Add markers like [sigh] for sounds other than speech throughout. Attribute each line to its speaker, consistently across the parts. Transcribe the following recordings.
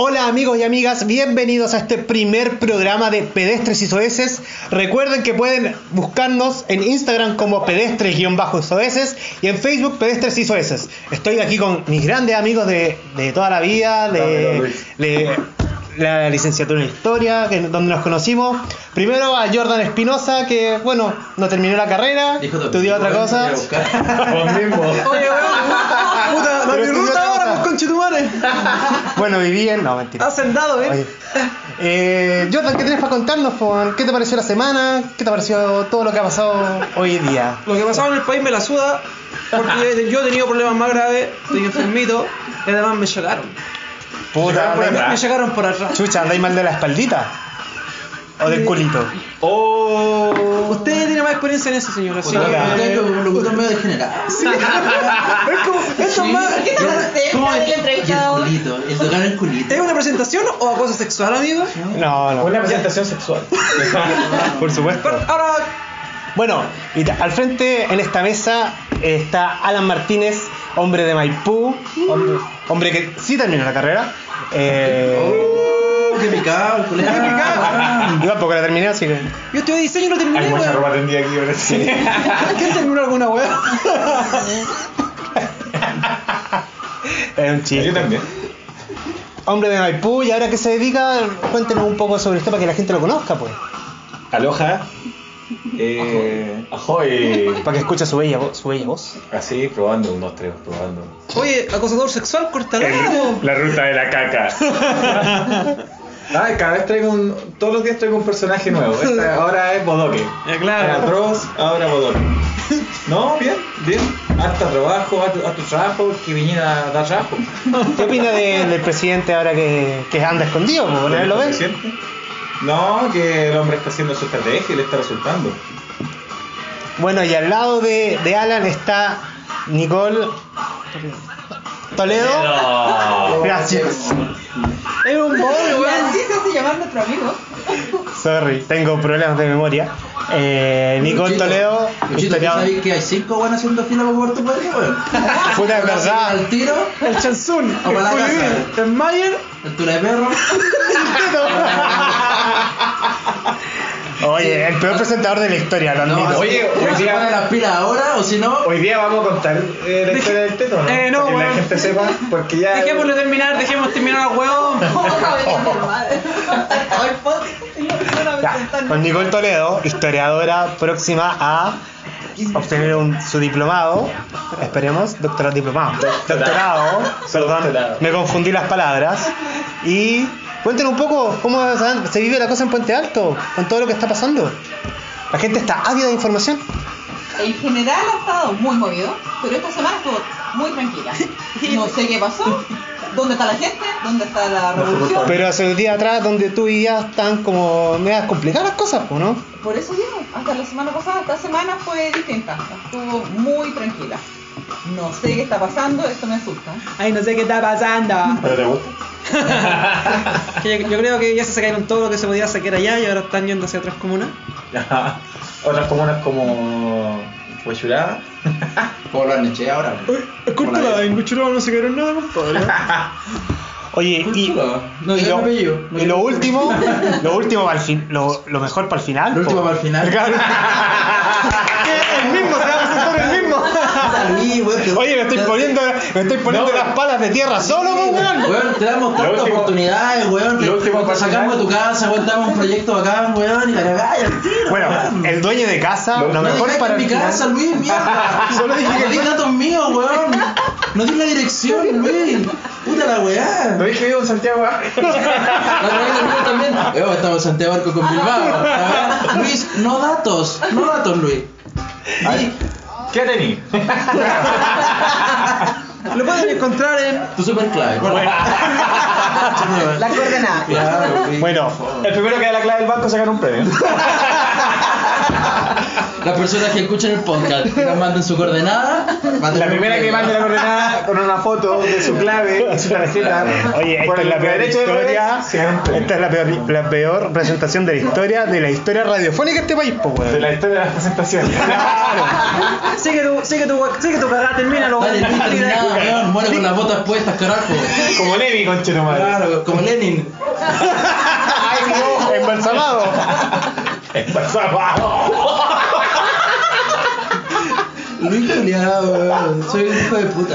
Speaker 1: Hola amigos y amigas, bienvenidos a este primer programa de Pedestres y Soeces. Recuerden que pueden buscarnos en Instagram como pedestres-soeces y en Facebook Pedestres y Soeces. Estoy aquí con mis grandes amigos de, de toda la vida, de, de la licenciatura en Historia, que, donde nos conocimos. Primero a Jordan Espinosa, que bueno, no terminó la carrera,
Speaker 2: Dijo,
Speaker 1: estudió otra
Speaker 2: "Bueno,
Speaker 1: cosa.
Speaker 2: voy a buscar". Vos mismo.
Speaker 3: Oye, weón. [laughs] Puta,
Speaker 1: Pero
Speaker 3: la
Speaker 1: estudió
Speaker 3: ruta
Speaker 1: otra cosa.
Speaker 3: ahora, pues conchetumare.
Speaker 1: [laughs] Bueno, viví en... No, mentira.
Speaker 3: Has sentado, eh. [laughs]
Speaker 1: Oye. Eh, Jordan, ¿qué tienes para contarnos? por- ¿Qué te pareció la semana? ¿Qué te pareció todo lo que ha pasado hoy día?
Speaker 3: Lo que pasaba en el país me la suda. [laughs] Porque yo he tenido problemas más graves, estoy enfermito. Y además me llegaron.
Speaker 1: [laughs] Puta,
Speaker 3: Me,
Speaker 1: andáis-
Speaker 3: me llegaron por atrás.
Speaker 1: chucha, andáis mal de la espaldita. O del culito.
Speaker 2: Oh.
Speaker 3: Usted tiene más experiencia en eso, señora. así
Speaker 2: Puta,
Speaker 3: que-
Speaker 1: Claro.
Speaker 2: usted es un locutor medio degenerado.
Speaker 3: Es como, esto es más.
Speaker 4: ¿Qué tal usted?
Speaker 2: ¿Cómo
Speaker 4: ¿Nadie
Speaker 2: es?
Speaker 4: le entrevista
Speaker 2: Y el
Speaker 4: ahora?
Speaker 2: culito, el tocar el culito.
Speaker 3: ¿Es una presentación o acoso sexual, amigo?
Speaker 1: No, no.
Speaker 5: Una presentación sexual.
Speaker 1: Por supuesto.
Speaker 3: Pero ahora,
Speaker 1: Bueno, y ta- al frente en esta mesa está Alan Martínez, hombre de Maipú, hombre, hombre que sí terminó la carrera. Eh,
Speaker 2: Oh, qué picado, el Ah. colega.
Speaker 3: Qué picado.
Speaker 1: yo tampoco la terminé, así que.
Speaker 3: yo estudié diseño y no
Speaker 5: Hay
Speaker 3: terminé,
Speaker 5: mucha
Speaker 3: weón.
Speaker 5: ropa tendida aquí, ahora sí.
Speaker 3: ¿Quién terminó alguna, weón?
Speaker 1: Es un chiste.
Speaker 5: Yo también.
Speaker 1: Hombre de Maipú, y ahora que se dedica, cuéntenos un poco sobre esto para que la gente lo conozca, pues.
Speaker 5: Aloha. Eh, ahoy.
Speaker 1: Para que escuche su bella, vo- su bella voz.
Speaker 5: Así, probando, unos tres, probando.
Speaker 3: Oye, acosador sexual, corta largo.
Speaker 5: La ruta de la caca. [laughs] Ay, cada vez traigo un. Todos los días traigo un personaje nuevo. Esta- ahora es Bodoque.
Speaker 3: Ya,
Speaker 5: Era
Speaker 3: claro.
Speaker 5: Dross, ahora Bodoque. No, bien, bien. Hasta trabajo, hasta tu trabajo, que viniera a dar trabajo.
Speaker 1: ¿Qué opina de- del presidente ahora que, que anda escondido? po? ¿No ¿Lo ves?
Speaker 5: ¿Siente? No, que el hombre está haciendo su estrategia y le está resultando.
Speaker 1: Bueno, y al lado de, de Alan está Nicole Toledo. [laughs] Gracias.
Speaker 3: Es un bodrio,
Speaker 4: Y
Speaker 3: weón.
Speaker 4: así se hace llamar nuestro amigo.
Speaker 1: Sorry, tengo problemas de memoria. Eh, Nicole
Speaker 2: Luchito,
Speaker 1: Toledo,
Speaker 2: Luchito, ¿tú
Speaker 1: historiador.
Speaker 2: sabes que hay cinco buenos haciendo fila para jugar tu padre, weón? [laughs]
Speaker 1: Puta, [laughs] es verdad.
Speaker 2: Al tiro,
Speaker 3: El Chansun, el
Speaker 2: Como la casa.
Speaker 3: Fulvio, el Mayer.
Speaker 2: el tula de perro.
Speaker 1: [laughs] Oye, el peor presentador de la historia, lo
Speaker 2: No,
Speaker 1: admito.
Speaker 5: oye,
Speaker 2: o
Speaker 5: hoy
Speaker 2: se
Speaker 5: día-
Speaker 2: pone las pilas ahora, o si no,
Speaker 5: Hoy día vamos a contar eh, la historia del teto, ¿no?
Speaker 3: Eh, no,
Speaker 5: Para que
Speaker 3: weón.
Speaker 5: la gente sepa, porque ya.
Speaker 3: Dejémoslo terminar, dejemos terminar al huevón.
Speaker 4: ¿Cómo sabe que es mi madre? Todo el podcast, señor, solamente
Speaker 1: Ya,
Speaker 4: están-
Speaker 1: con Nicole Toledo, historiadora próxima a obtener un- su diplomado, esperemos, doctorado diplomado, doctorado, perdón,
Speaker 5: Doctorado.
Speaker 1: me confundí las palabras. Y cuéntenos un poco cómo se- se vive la cosa en Puente Alto, con todo lo que está pasando. La gente está ávida de información.
Speaker 4: En general ha estado muy movido, pero esta semana estuvo muy tranquila. No sé qué pasó, dónde está la gente, dónde está la revolución.
Speaker 1: Pero hace un día atrás, donde tú y ya están como medias complicadas las cosas, ¿o no?
Speaker 4: Por eso digo, hasta la semana pasada, esta semana fue distinta, estuvo muy tranquila. No sé qué está pasando, esto me asusta.
Speaker 3: Ay, no sé qué está pasando.
Speaker 5: ¿Pero te gusta?
Speaker 3: Que Yo, yo creo que ya se sacaron todo lo que se podía sacar allá y ahora están yendo hacia otras comunas.
Speaker 5: Otras comunas como. Huechuraba.
Speaker 2: como lo han hecho ahora. weón. Como la-
Speaker 3: en Cuchuraba no se quedaron nada, compadre.
Speaker 1: Oye, y,
Speaker 2: Cultura. No,
Speaker 1: y
Speaker 2: yo
Speaker 1: lo,
Speaker 2: me pillo. No,
Speaker 1: y
Speaker 2: yo
Speaker 1: lo
Speaker 2: me [laughs]
Speaker 1: último, lo último para el fin- lo, lo mejor para el final.
Speaker 2: Lo último
Speaker 1: po.
Speaker 2: para el final.
Speaker 1: Claro. el mismo, se va a presentar el mismo.
Speaker 2: Salí, weón, que-
Speaker 1: Oye, me estoy poniendo, me estoy poniendo
Speaker 5: No.
Speaker 1: las palas de tierra solo, po, weón.
Speaker 2: Weón, te damos tantas
Speaker 5: último-
Speaker 2: oportunidades, weón.
Speaker 5: lo
Speaker 2: Te,
Speaker 5: último
Speaker 2: te
Speaker 5: para
Speaker 2: sacamos de tu casa, weón, te damos un proyecto bacán, weón, y la cagás, y al tiro.
Speaker 1: Bueno,
Speaker 2: weón.
Speaker 1: el dueño de casa,
Speaker 5: Lo-
Speaker 1: lo
Speaker 2: No
Speaker 1: mejor
Speaker 2: dejaste
Speaker 1: para
Speaker 2: en
Speaker 1: el
Speaker 2: mi casa,
Speaker 1: final.
Speaker 2: Luis, mierda.
Speaker 1: [laughs] Solo dije que-
Speaker 2: No di datos míos, weón. No di la dirección, Luis. Puta la weá.
Speaker 5: Lo dije yo en Santiago. ah.
Speaker 2: La weá del mío también. Weón, estamos en Santiago Arco con Bilbao.
Speaker 1: Ah,
Speaker 2: A ver, Luis, no datos. No datos, Luis.
Speaker 5: Ay, ¿Qué tení?
Speaker 3: Lo pueden encontrar en.
Speaker 2: Tu super clave. [laughs]
Speaker 4: La coordenada.
Speaker 2: Claro, Luis.
Speaker 1: Bueno,
Speaker 5: El primero que da la clave del banco se gana un premio.
Speaker 2: Las personas que escuchan el podcast y nos manden su coordenada, Mándame
Speaker 5: La
Speaker 2: un
Speaker 5: primera que
Speaker 2: video.
Speaker 5: mande la coordenada con una foto de su clave y su tarjeta.
Speaker 1: Oye, esta es
Speaker 5: por el
Speaker 1: la peor
Speaker 5: derecho de
Speaker 1: historia.
Speaker 5: revés, siempre.
Speaker 1: Esta es la peor, la peor presentación de la historia de la historia radiofónica de este país, po, weón.
Speaker 5: De la historia de las presentaciones.
Speaker 3: Sigue Ah, tu, sigue tu, gua- sigue tu cagada, termínalo.
Speaker 2: Dale, no terminado, weón. Muere con las botas puestas, carajo.
Speaker 5: [laughs] Como Levi, conchetumadre.
Speaker 2: Claro, como Lenin.
Speaker 1: Embalsamado.
Speaker 2: Luis culiado, weón. Soy un hijo de puta.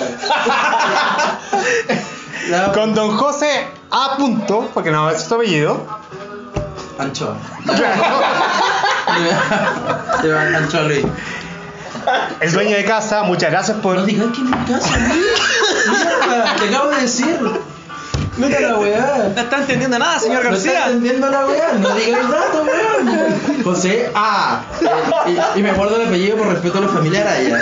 Speaker 2: La-
Speaker 1: Con don José A. Punto, porque no es su apellido.
Speaker 2: Anchoa. Se va Anchoa Luis.
Speaker 1: El dueño de casa, muchas gracias por.
Speaker 2: No digas que es mi casa, Luis. Mierda, te acabo de decir. Mira la weá.
Speaker 3: No está entendiendo nada, señor
Speaker 2: No está
Speaker 3: García.
Speaker 2: entendiendo la weá, no digas el dato, weón. José A. Eh, Y, y me guardo el apellido por respeto a los familiares allá.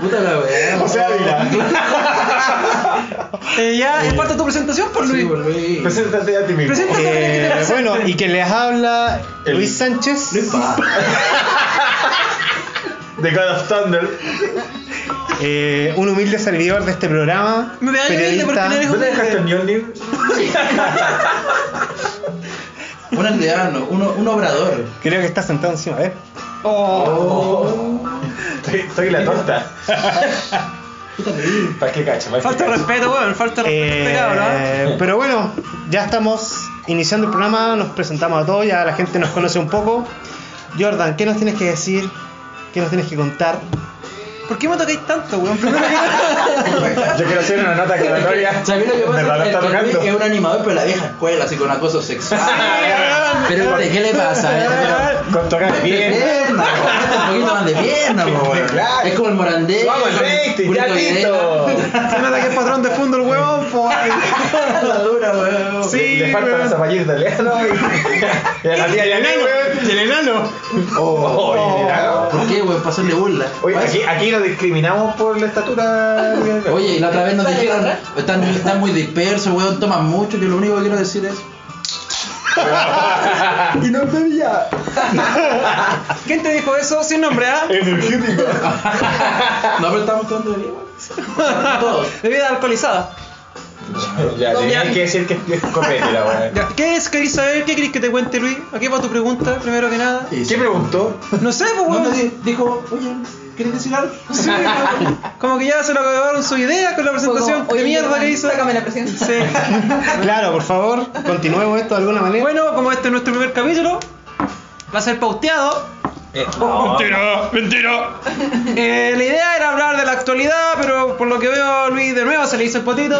Speaker 2: Puta la weá.
Speaker 5: José Ávila.
Speaker 3: Eh, ya, es parte de tu presentación, por
Speaker 2: Sí,
Speaker 3: Luis.
Speaker 2: volví.
Speaker 5: Preséntate a ti mismo.
Speaker 3: Presenta-
Speaker 1: Eh, [laughs] bueno, y que les habla
Speaker 5: El-
Speaker 1: Luis Sánchez.
Speaker 2: Luis Pa.
Speaker 5: [laughs] The God of Thunder.
Speaker 1: Eh, un humilde servidor de este programa.
Speaker 3: Me da humilde porque no eres
Speaker 5: ¿No te dejaste ni un libro?
Speaker 2: Un aldeano, uno- un obrador.
Speaker 1: Creo que está sentado encima, ¿eh?
Speaker 3: Oh,
Speaker 5: Soy, soy la torta.
Speaker 2: Puta Luis.
Speaker 5: ¿Para qué cacho? ¿Para
Speaker 3: Falta
Speaker 5: qué
Speaker 3: de
Speaker 5: cacho?
Speaker 3: respeto, weón. Falta de respeto,
Speaker 1: Eh,
Speaker 3: este cabrón.
Speaker 1: pero bueno, ya estamos iniciando el programa, nos presentamos a todos, ya la gente nos conoce un poco. Jordan, ¿qué nos tienes que decir? ¿Qué nos tienes que contar?
Speaker 3: ¿Por qué me tocáis tanto, weón? Primero que
Speaker 5: Yo quiero hacer una nota [laughs] aclaratoria.
Speaker 2: ¿Sabes lo que
Speaker 5: De
Speaker 2: pasa?
Speaker 5: verdad
Speaker 2: Es
Speaker 5: está
Speaker 2: que el
Speaker 5: tocando.
Speaker 2: Luis es un animador, pero la vieja escuela, así con acoso sexual.
Speaker 3: weón.
Speaker 2: Pero, ¿de qué le
Speaker 5: [laughs]
Speaker 2: pasa? eh? Pero-
Speaker 5: Con tocar
Speaker 2: De
Speaker 5: bien.
Speaker 2: pierna, po, un poquito más de pierna, po, weón.
Speaker 5: Claro.
Speaker 2: Es como el morandé.
Speaker 5: Vamos el rating, ya listo.
Speaker 3: Se nota que es patrón de fondo el huevón, po.
Speaker 5: [laughs]
Speaker 2: dura, weón.
Speaker 3: Sí,
Speaker 5: Le faltan
Speaker 3: weón.
Speaker 5: los zapallitos italianos [laughs] y, y a la tía Yané, weón.
Speaker 1: el enano?
Speaker 5: Oh, y mira.
Speaker 2: ¿Por qué, weón? Para hacerle burla.
Speaker 5: Oye, aquí, aquí nos discriminamos por la estatura.
Speaker 2: Oye, y la otra vez nos
Speaker 4: Dale,
Speaker 2: dijeron,
Speaker 4: ¿verdad?
Speaker 2: están, están muy dispersos, weón, toman mucho, yo lo único que quiero decir es...
Speaker 5: y no bebía.
Speaker 3: ¿Quién te dijo eso? Sin nombre, ¿ah?
Speaker 5: Energético.
Speaker 2: No, pero estamos tomando bebida, weón. [laughs] Todos.
Speaker 3: [laughs] Bebida alcoholizada.
Speaker 5: ya, tenía
Speaker 3: Ya.
Speaker 5: que decir que es copete la weón.
Speaker 3: Ya, ¿Qué es? ¿Queréis saber? ¿Qué queréis que te cuente, Luis? Aquí va tu pregunta, primero que nada.
Speaker 5: ¿Qué preguntó?
Speaker 3: No sé, pues,
Speaker 2: No,
Speaker 3: weón.
Speaker 2: no, di- dijo, oye, ¿quieres decir algo?
Speaker 3: [laughs] Sí, pues, weón. como que ya se lo acabaron su idea con la presentación
Speaker 4: Fue como,
Speaker 3: de
Speaker 4: "Oye,
Speaker 3: mierda
Speaker 4: Jordan,
Speaker 3: que hizo.
Speaker 4: Sácame la presidencia.
Speaker 3: Sí.
Speaker 1: Claro, por favor, continuemos esto de alguna manera.
Speaker 3: Bueno, como este es nuestro primer capítulo, va a ser pauteado.
Speaker 5: Eh, [laughs]
Speaker 1: mentira, mentira.
Speaker 3: [laughs] Eh, la idea era hablar de la actualidad, pero por lo que veo, Luis de nuevo se le hizo el potito.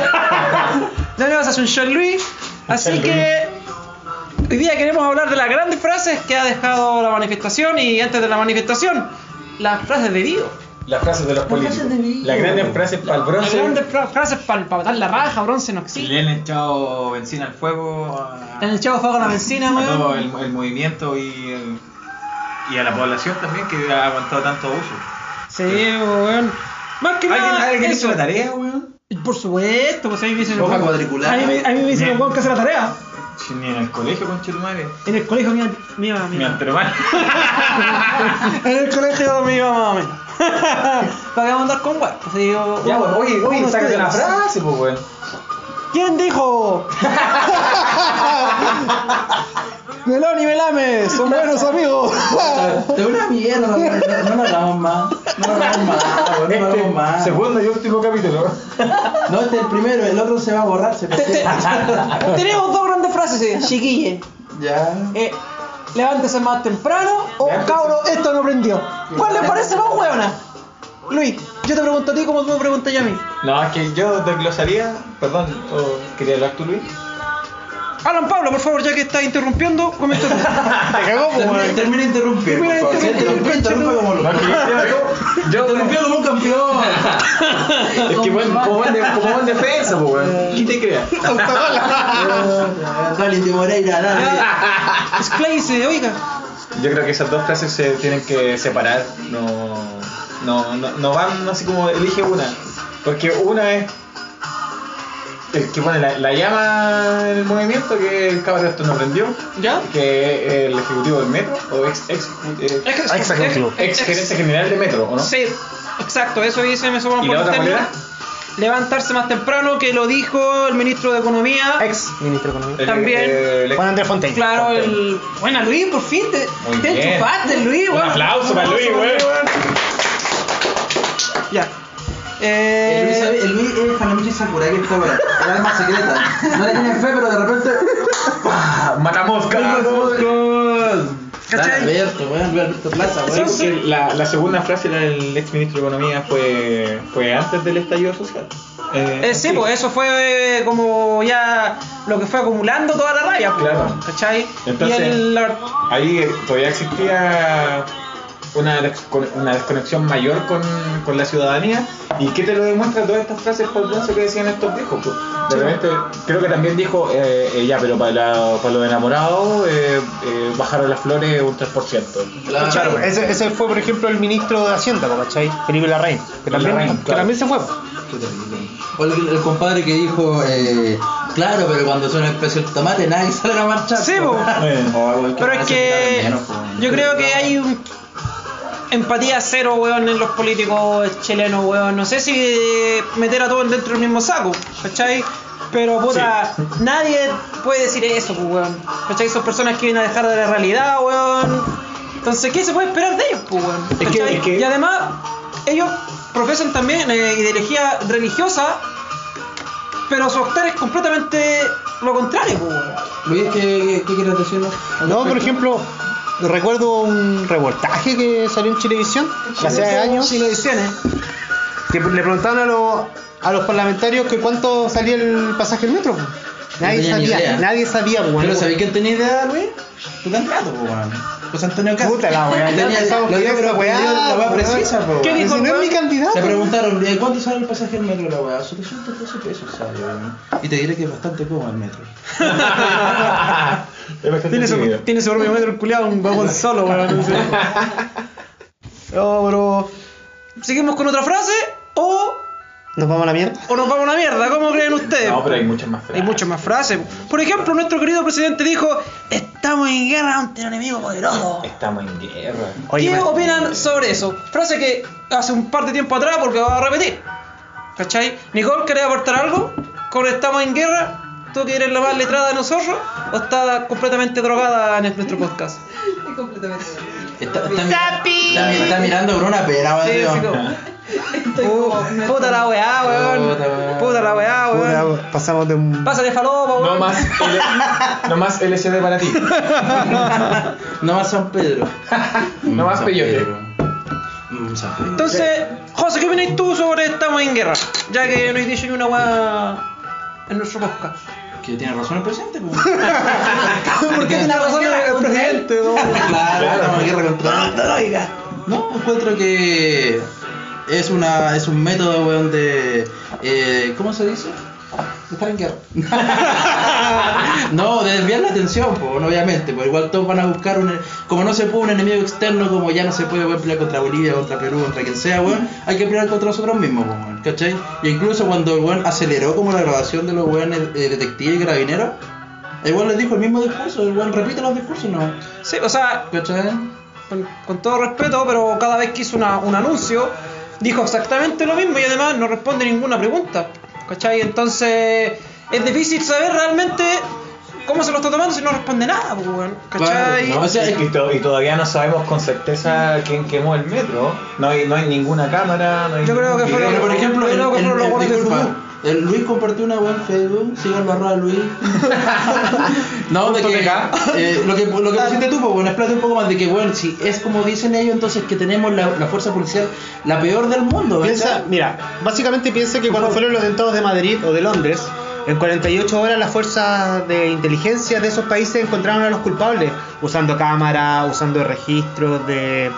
Speaker 6: [laughs]
Speaker 3: De nuevo se hace un shot Luis. Así que hoy día queremos hablar de las grandes frases que ha dejado la manifestación y antes de la manifestación, las frases de Dio.
Speaker 5: Las frases de los políticos.
Speaker 2: frases de Vigo.
Speaker 5: Las grandes frases para el
Speaker 3: Las
Speaker 5: bronce.
Speaker 3: grandes fra- frases para matar la raja, bronce no existe.
Speaker 6: Le han echado benzina al fuego a,
Speaker 3: Le han echado fuego a la benzina,
Speaker 6: a todo
Speaker 3: weón.
Speaker 6: el, el movimiento y, el- y a la población también que ha aguantado tanto abuso.
Speaker 3: Sí, weón. Más que
Speaker 6: ¿Alguien,
Speaker 3: nada.
Speaker 6: alguien hizo
Speaker 3: eso.
Speaker 6: la tarea, weón?
Speaker 3: Por supuesto, pues a mí me dicen.
Speaker 2: Hoja cuadriculada.
Speaker 3: A mí, me- a mí me dicen, weón, que hace la tarea.
Speaker 6: Si Ni en el colegio, con Chetumare.
Speaker 3: En el colegio, mía, mía, mía.
Speaker 6: Mi anteromano.
Speaker 3: [laughs] En el colegio me iba más o menos. [laughs] ¿Para qué andar con guay? Pues digo,
Speaker 5: Ya,
Speaker 3: uno-
Speaker 5: bueno, oye, oye,
Speaker 3: uno
Speaker 5: sácate
Speaker 3: estudia
Speaker 5: una
Speaker 3: más.
Speaker 5: frase, pues weón.
Speaker 3: ¿Quién dijo? [laughs] Melón y Melame, son buenos
Speaker 5: [laughs]
Speaker 3: amigos.
Speaker 2: De una mierda, no, no, no lo hagamos más. No lo hagamos más, weón, no lo hagamos
Speaker 5: Este,
Speaker 2: más.
Speaker 5: segundo y último capítulo.
Speaker 2: No, este es el primero, el otro se va a borrar, se
Speaker 3: Te- te- Tenemos dos grandes frases, eh, chiquille.
Speaker 2: Ya.
Speaker 3: Eh, levántese más temprano o
Speaker 5: Levántese.
Speaker 3: cabro, esto no prendió. ¿Cuál le parece más hueona? Luis, yo te pregunto a ti como tú me preguntas a mí.
Speaker 5: No, es que yo desglosaría. Perdón, o quería hablar tú, Luis.
Speaker 3: Alan Pablo, por favor, ya que estás interrumpiendo, comenta
Speaker 5: [laughs]
Speaker 3: tú.
Speaker 1: Te cagó, po,
Speaker 2: Termina,
Speaker 1: weón.
Speaker 2: termina de interrumpir.
Speaker 3: Termina de
Speaker 2: por favor.
Speaker 3: interrumpir,
Speaker 2: Interrumpe, interrumpe como [laughs] lo.
Speaker 5: Yo,
Speaker 2: Interrumpió como un [laughs] campeón.
Speaker 5: es que buen, como, buen de- como buen defensa, pues weón. ¿Quién te crea?
Speaker 2: Dale, de Moreira, dale.
Speaker 3: Es Clayce, Eh, oiga.
Speaker 5: Yo creo que esas dos frases se tienen que separar, no, no, no, no van así como elige una, porque una es el que pone la, la llama en el movimiento, que el cabrón esto nos vendió,
Speaker 3: ¿Ya?
Speaker 5: que es el ejecutivo del metro, o ex, ex, eh,
Speaker 3: Ex-
Speaker 1: Ex- ejecutivo.
Speaker 5: ex gerente general de metro, ¿o no?
Speaker 3: Sí, exacto, eso dice me supongo
Speaker 5: ¿Y la otra cuál era?
Speaker 3: Levantarse más temprano, que lo dijo el ministro de Economía.
Speaker 1: Ex ministro de Economía.
Speaker 5: El-
Speaker 3: También.
Speaker 5: el-
Speaker 1: Juan Andrés Fontaine.
Speaker 3: Claro, el. Buena Luis, por fin te,
Speaker 5: Muy
Speaker 3: te
Speaker 5: bien.
Speaker 3: enchufaste, Luis,
Speaker 5: Un
Speaker 3: weón.
Speaker 5: aplauso para Luis,
Speaker 3: aplauso
Speaker 5: weón.
Speaker 3: Ya. Eh,
Speaker 2: El Luis, sabe- el Luis es Hanamichi Sakura, que está ahora. El arma secreta. No le tienen fe, pero de repente.
Speaker 5: ¡Pah! ¡Matamoscas!
Speaker 3: ¿Cachai?
Speaker 2: Dale, Alberto, weón, Luis Alberto Plaza,
Speaker 5: Creo
Speaker 2: weón.
Speaker 5: que la, la segunda frase del ex ministro de Economía fue, fue antes del estallido social. Eh,
Speaker 3: Eh, sí, pues eso fue eh, como ya lo que fue acumulando toda la rabia. pues,
Speaker 5: Claro.
Speaker 3: ¿Cachai?
Speaker 5: Entonces-
Speaker 3: y el, la-
Speaker 5: Ahí eh, todavía existía una, descone- una desconexión mayor con, con la ciudadanía. ¿Y qué te lo demuestra todas estas frases por dentro que decían estos viejos? pues? De repente, creo que también dijo, eh, eh, ya, pero para, la- para los enamorados eh, eh, bajaron las flores un 3%.
Speaker 2: Claro.
Speaker 1: Claro, ese, ese fue, por ejemplo, el ministro de Hacienda, ¿po, ¿cachai? Felipe Larraín, que también,
Speaker 5: Larraín,
Speaker 1: que
Speaker 5: claro.
Speaker 1: también se fue.
Speaker 2: O el, el compadre que dijo, eh, claro, pero cuando suena el precio del tomate nadie [laughs] sale a marchar.
Speaker 3: Sí,
Speaker 2: po.
Speaker 3: po.
Speaker 5: Eh,
Speaker 2: Oh, weón,
Speaker 3: Pero es
Speaker 2: parece
Speaker 3: que
Speaker 2: hablan menos, po, weón.
Speaker 3: yo creo que hay un empatía cero, weón, en los políticos chilenos, weón. No sé si meter a todos dentro del mismo saco, ¿cachai? Pero puta, nadie puede decir eso, pues, weón. ¿Cachai? Son personas que vienen a dejar de la realidad, weón. Entonces, ¿qué se puede esperar de ellos, pues, weón?
Speaker 5: que-
Speaker 3: ¿Cachai?
Speaker 5: es que-
Speaker 3: Y además, ellos profesan también eh, ideología religiosa, pero su actor es completamente lo contrario, pues, weón.
Speaker 2: Luis, ¿qué, qué, qué quieres decirnos? al
Speaker 1: No, por
Speaker 2: respecto?
Speaker 1: ejemplo, recuerdo un reportaje que salió en Chilevisión hace años.
Speaker 3: Chilevisión, eh.
Speaker 1: Que le preguntaban a los, a los parlamentarios que cuánto salía el pasaje del metro. po. Nadie
Speaker 2: tenía ni
Speaker 1: sabía,
Speaker 2: idea.
Speaker 1: nadie sabía, po,
Speaker 2: Pero
Speaker 1: weón.
Speaker 2: ¿sabéis quién tenía idea, Luis? Tu candidato, po, weón. José Antonio Castro.
Speaker 1: Puta la
Speaker 2: [laughs]
Speaker 1: weá, ya
Speaker 2: Tenía-
Speaker 1: empezamos
Speaker 2: lo
Speaker 1: con esa
Speaker 2: dio, pero
Speaker 1: weá,
Speaker 2: perdió la weá
Speaker 1: weón.
Speaker 2: precisa, po, weón.
Speaker 3: ¿Qué
Speaker 1: Pero
Speaker 3: dijo
Speaker 1: si
Speaker 3: el
Speaker 1: no pues, es
Speaker 3: weón?
Speaker 1: mi candidato.
Speaker 2: Le preguntaron, ¿eh, ¿cuánto sale el pasaje del metro, la weá? 712 pesos sale, weón. Y te diré que es bastante cómodo el metro.
Speaker 5: es bastante
Speaker 3: Tiene
Speaker 5: tímido.
Speaker 3: su, tiene su propio metro el culiado, un vagón solo,
Speaker 1: [laughs]
Speaker 3: weón. no sé. No, pero. ¿Seguimos con otra frase? ¿O,
Speaker 1: Nos vamos a la mierda.
Speaker 3: o nos vamos a la mierda? ¿Cómo creen ustedes?
Speaker 5: No, pero hay muchas más
Speaker 3: Hay
Speaker 5: frases.
Speaker 3: muchas más frases. Por ejemplo, nuestro querido presidente dijo: Estamos en guerra ante un enemigo poderoso.
Speaker 5: Estamos en guerra.
Speaker 1: Oye,
Speaker 3: ¿Qué
Speaker 1: me-
Speaker 3: opinan sobre eso? Frase que hace un par de tiempo atrás, porque va a repetir. ¿Cachai? Nicole, ¿querés aportar algo? ¿Con estamos en guerra? ¿Tú que eres la más letrada de nosotros? ¿O está completamente drogada en nuestro podcast?
Speaker 4: Estoy completamente.
Speaker 2: Está, está, está- está mirando por una pera,
Speaker 3: Sí,
Speaker 2: weón.
Speaker 3: sí, como-
Speaker 4: Estoy
Speaker 3: Uh, puta la weá,
Speaker 2: Puta weón.
Speaker 3: weón. Puta la weá,
Speaker 1: puta,
Speaker 3: weón.
Speaker 1: pasamos de un.
Speaker 3: Pásale falopa,
Speaker 5: No
Speaker 3: weón.
Speaker 5: más, L- no más LCD
Speaker 3: [laughs]
Speaker 5: para ti.
Speaker 2: No más San Pedro.
Speaker 5: [laughs] No más
Speaker 2: San
Speaker 5: peyote.
Speaker 2: Pedro. Mm, San Pedro.
Speaker 3: Entonces, José, ¿qué opinas tú sobre estamos en guerra? Ya que no he dicho ni una weá en nuestro podcast.
Speaker 2: Que tiene razón el presidente, pues.
Speaker 3: ¿Por qué tiene razón el presidente?
Speaker 2: [laughs] claro, estamos en guerra contra él. No, encuentro que es una es un método, weón, de... eh, ¿Cómo se dice? De Estar en guerra. [laughs] no, de desviar la atención, pues, obviamente, pues igual todos van a buscar un... Como no se puede un enemigo externo, como ya no se puede weón, pelear contra Bolivia, contra Perú, contra quien sea, weón, hay que pelear contra nosotros mismos, pues, weón, ¿cachai? Y incluso cuando el weón aceleró como la grabación de los weones eh, detectives y carabineros, el weón les dijo el mismo discurso, el weón repite los discursos, ¿no?
Speaker 3: Sí, o sea,
Speaker 2: ¿Cachai?
Speaker 3: con, con todo respeto, pero cada vez que hizo una- un anuncio, dijo exactamente lo mismo y además no responde ninguna pregunta. ¿Cachai? Entonces, es difícil saber realmente cómo se lo está tomando si no responde nada, pues, weón. ¿Cachai?
Speaker 2: Claro, no, o sea, es
Speaker 5: y,
Speaker 2: que-
Speaker 5: to- y todavía no sabemos con certeza quién quemó el metro. No hay, no hay ninguna cámara. No hay
Speaker 3: Yo creo
Speaker 5: ningún
Speaker 3: que fueron-
Speaker 2: pero
Speaker 5: video.
Speaker 2: por ejemplo, el,
Speaker 3: Yo creo que
Speaker 2: el-
Speaker 3: fueron los
Speaker 2: el-
Speaker 3: buenos de
Speaker 2: disculpa,
Speaker 3: Perú.
Speaker 2: el Luis compartió una web en Facebook, síganlo arroba Luis. [laughs] no, de que, eh, lo que lo que pusiste tú, pues, bueno, explícate un poco más de que bueno, si es como dicen ellos, entonces que tenemos la, la fuerza policial la peor del mundo,
Speaker 1: Piensa,
Speaker 2: ¿verdad?
Speaker 1: mira, básicamente piensa que cuando fueron los atentados de Madrid o de Londres, en 48 horas las fuerzas de inteligencia de esos países encontraron a los culpables, usando cámaras, usando registros de,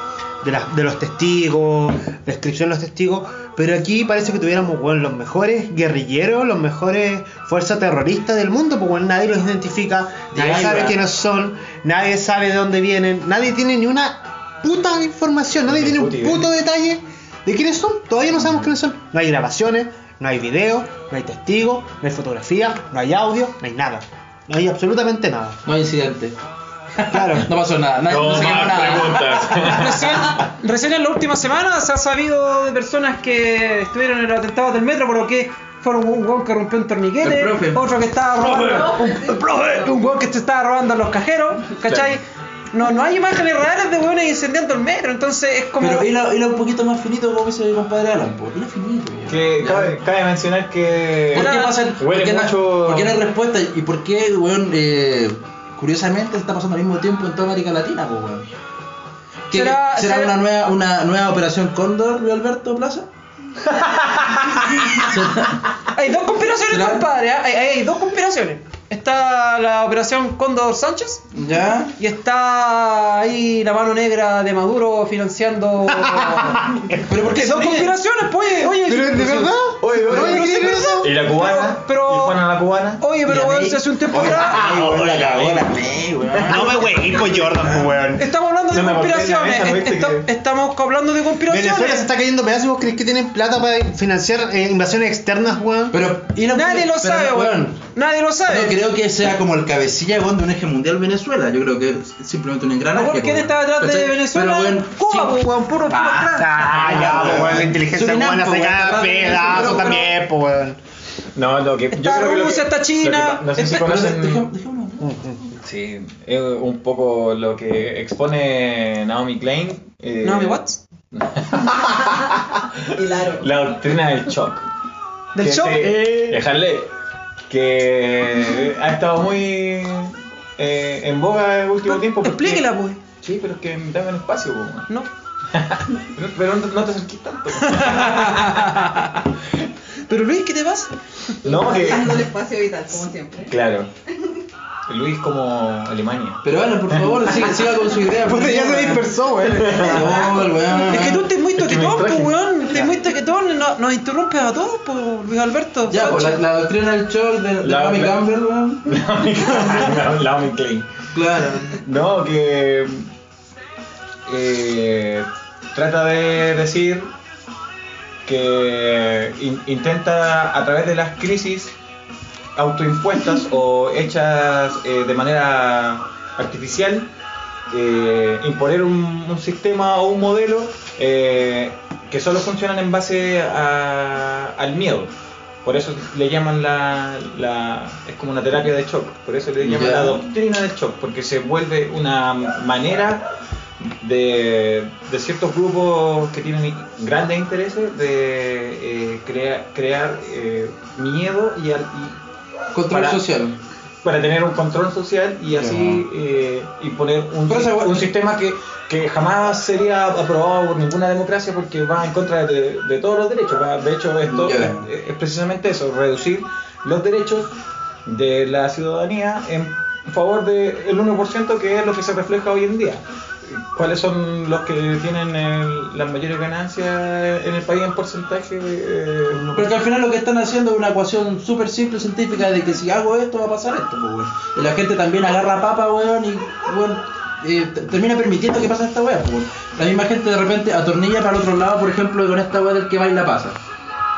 Speaker 1: de, las- de los testigos, descripción de los testigos, pero aquí parece que tuviéramos bueno, los mejores guerrilleros, los mejores fuerzas terroristas del mundo, porque bueno, nadie los identifica, nadie
Speaker 2: ahí
Speaker 1: sabe
Speaker 2: va.
Speaker 1: quiénes son, nadie sabe de dónde vienen, nadie tiene ni una puta información, nadie
Speaker 5: Ni
Speaker 1: tiene un
Speaker 5: puta idea.
Speaker 1: puto detalle ¿De quiénes son? Todavía no sabemos quiénes son. No hay grabaciones, no hay video, no hay testigos, no hay fotografía, no hay audio, no hay nada. No hay absolutamente nada.
Speaker 2: No hay incidente.
Speaker 1: Claro.
Speaker 2: No pasó nada. nadie- No,
Speaker 6: No
Speaker 2: se quemó
Speaker 6: más
Speaker 2: nada.
Speaker 6: preguntas.
Speaker 3: Recién, recién en la última semana se ha sabido de personas que estuvieron en los atentados del metro, por lo que fueron un weón que rompió un torniquete,
Speaker 2: El profe.
Speaker 3: otro que estaba robando, un, un weón que se estaba robando a los cajeros, ¿cachai? No, no hay imágenes reales de weones incendiando el metro, entonces es como.
Speaker 2: Pero era, era un poquito más finito como dice mi compadre Alan, po. Era finito. ya.
Speaker 5: Que
Speaker 2: Ya.
Speaker 5: cabe, cabe mencionar que.
Speaker 2: ¿Por qué pasan?
Speaker 5: Huele
Speaker 2: ¿Por qué, no-
Speaker 5: mucho-
Speaker 2: por qué no hay respuesta? ¿Y por qué, weón, eh, curiosamente está pasando al mismo tiempo en toda América Latina, po, weón? ¿Qué-
Speaker 3: ¿Será-
Speaker 2: ¿Será,
Speaker 3: será-
Speaker 2: Una, nueva, una nueva operación Cóndor, Luis Alberto Plaza?
Speaker 3: Hay dos conspiraciones,
Speaker 2: Claro.
Speaker 3: compadre, ¿ah? hay, hay dos conspiraciones. Está la operación Cóndor Sánchez.
Speaker 2: ¿Ya?
Speaker 3: Y está ahí la mano negra de Maduro financiando.
Speaker 2: ¿Pero por qué se
Speaker 3: Son
Speaker 2: ríe?
Speaker 3: conspiraciones, pues. Oye,
Speaker 1: [laughs] ¿Pero es de verdad?
Speaker 5: Oye, oye,
Speaker 1: Oye,
Speaker 5: oye,
Speaker 1: ¿qué
Speaker 3: sí,
Speaker 1: es
Speaker 3: pero-
Speaker 1: eso?
Speaker 5: ¿Y la cubana?
Speaker 3: pero- Oh,
Speaker 5: ¿Y Juana la cubana?
Speaker 3: Oye, pero
Speaker 2: Mira,
Speaker 3: weón,
Speaker 2: me-
Speaker 3: si hace un tiempo
Speaker 2: Oye,
Speaker 3: atrás.
Speaker 2: ay, weón, la cagó, la me, weón.
Speaker 1: No me güey, con Jordan, pues, weón.
Speaker 3: Estamos hablando de
Speaker 5: No me golpeé la
Speaker 3: conspiraciones.
Speaker 5: mesa, ¿no
Speaker 3: est-
Speaker 5: viste
Speaker 3: esta-
Speaker 5: que-
Speaker 3: Estamos hablando de
Speaker 1: Venezuela se
Speaker 3: conspiraciones.
Speaker 1: está cayendo pedazos y vos crees que tienen plata para financiar eh, invasiones externas, weón.
Speaker 2: Pero, ¿y la-
Speaker 3: Nadie lo
Speaker 2: pero,
Speaker 3: sabe, weón. Nadie lo
Speaker 2: No
Speaker 3: sabe.
Speaker 2: creo que sea como el cabecilla weón, de un eje mundial Venezuela. Yo creo que es simplemente un engranaje.
Speaker 3: Porque ¿Quién
Speaker 2: weón.
Speaker 3: está detrás de
Speaker 2: ¿Cachai?
Speaker 3: Venezuela?
Speaker 2: Pero, weón,
Speaker 3: Cuba, pues, weón, puro puro
Speaker 2: Ah,
Speaker 3: plan.
Speaker 1: Ah, ya, pues, weón, la inteligencia
Speaker 2: Surinam,
Speaker 1: humana
Speaker 2: pues,
Speaker 1: se
Speaker 2: weón,
Speaker 1: cae a
Speaker 2: capaz de Venezuela,
Speaker 1: pedazos
Speaker 2: pero-
Speaker 1: también, pues, weón.
Speaker 5: No, lo que.
Speaker 3: Está
Speaker 5: que
Speaker 3: Rusia,
Speaker 5: lo que-
Speaker 3: está
Speaker 5: lo que
Speaker 3: China. Este-
Speaker 5: pa- no sé si
Speaker 3: Espe-
Speaker 2: Pero deja-
Speaker 5: conocen.
Speaker 2: deja- déjame hablar.
Speaker 5: Sí, es un poco lo que expone Naomi Klein. eh,
Speaker 3: No, mi Watts.
Speaker 4: Claro.
Speaker 5: La doctrina del shock.
Speaker 3: [laughs] Del
Speaker 5: Que
Speaker 3: shock. Eh.
Speaker 5: este- Dejarle. Que ha estado muy eh, en boga el último tiempo. porque-
Speaker 3: Explíquela, pues.
Speaker 5: Sí, pero es que dame el espacio, po, weón.
Speaker 3: No.
Speaker 5: Pero, pero no, no te acerquís
Speaker 3: [laughs]
Speaker 5: tanto.
Speaker 3: Pero Luis, ¿qué te pasa?
Speaker 5: No, que.
Speaker 3: Ah,
Speaker 4: Dando el espacio vital, como siempre.
Speaker 5: Claro. Luis como Alemania.
Speaker 2: Pero Alan, por favor, siga, siga con su
Speaker 3: [laughs]
Speaker 2: idea.
Speaker 1: Puta, ya se dispersó,
Speaker 5: [laughs]
Speaker 1: weón.
Speaker 2: No, el weón.
Speaker 3: Es que tú estés muy
Speaker 5: que me
Speaker 3: toquetón, pues,
Speaker 5: distraje.
Speaker 3: weón. Estás muy toquetón. no- Nos interrumpes a todos, pues, Luis Alberto.
Speaker 2: Ya, pues, la, la doctrina del shock de, de
Speaker 5: La-
Speaker 2: Naomi
Speaker 5: la-
Speaker 2: Campbell, weón.
Speaker 5: Naomi Klein.
Speaker 2: Claro.
Speaker 5: No, que. eh, trata de decir que in- intenta a través de las crisis autoimpuestas o hechas eh, de manera artificial eh, imponer un, un sistema o un modelo eh, que solo funcionan en base a- al miedo. Por eso le llaman la, la- es como una terapia de shock, por eso le llaman
Speaker 2: Ya.
Speaker 5: la doctrina del shock, porque se vuelve una manera de, de ciertos grupos que tienen grandes intereses de eh, crea- crear eh, miedo y, al- y
Speaker 2: Control
Speaker 5: Para-
Speaker 2: social.
Speaker 5: para tener un control social y así eh, y poner un,
Speaker 2: Pero esa
Speaker 5: un
Speaker 2: guay-
Speaker 5: sistema que, que jamás sería aprobado por ninguna democracia porque va en contra de, de todos los derechos. Va- De hecho, esto
Speaker 2: Ya.
Speaker 5: es, es precisamente eso, reducir los derechos de la ciudadanía en favor del 1% que es lo que se refleja hoy en día. ¿Cuáles son los que tienen el- las mayores ganancias en el país en porcentaje? eh,
Speaker 2: Pero que al final lo que están haciendo es una ecuación súper simple científica de que si hago esto va a pasar esto, pues, weón. Y la gente también agarra papa, weón, y weón, eh, t- termina permitiendo que pase esta weá, pues, weón. La misma gente de repente atornilla para el otro lado, por ejemplo, con esta weá del que baila pasa.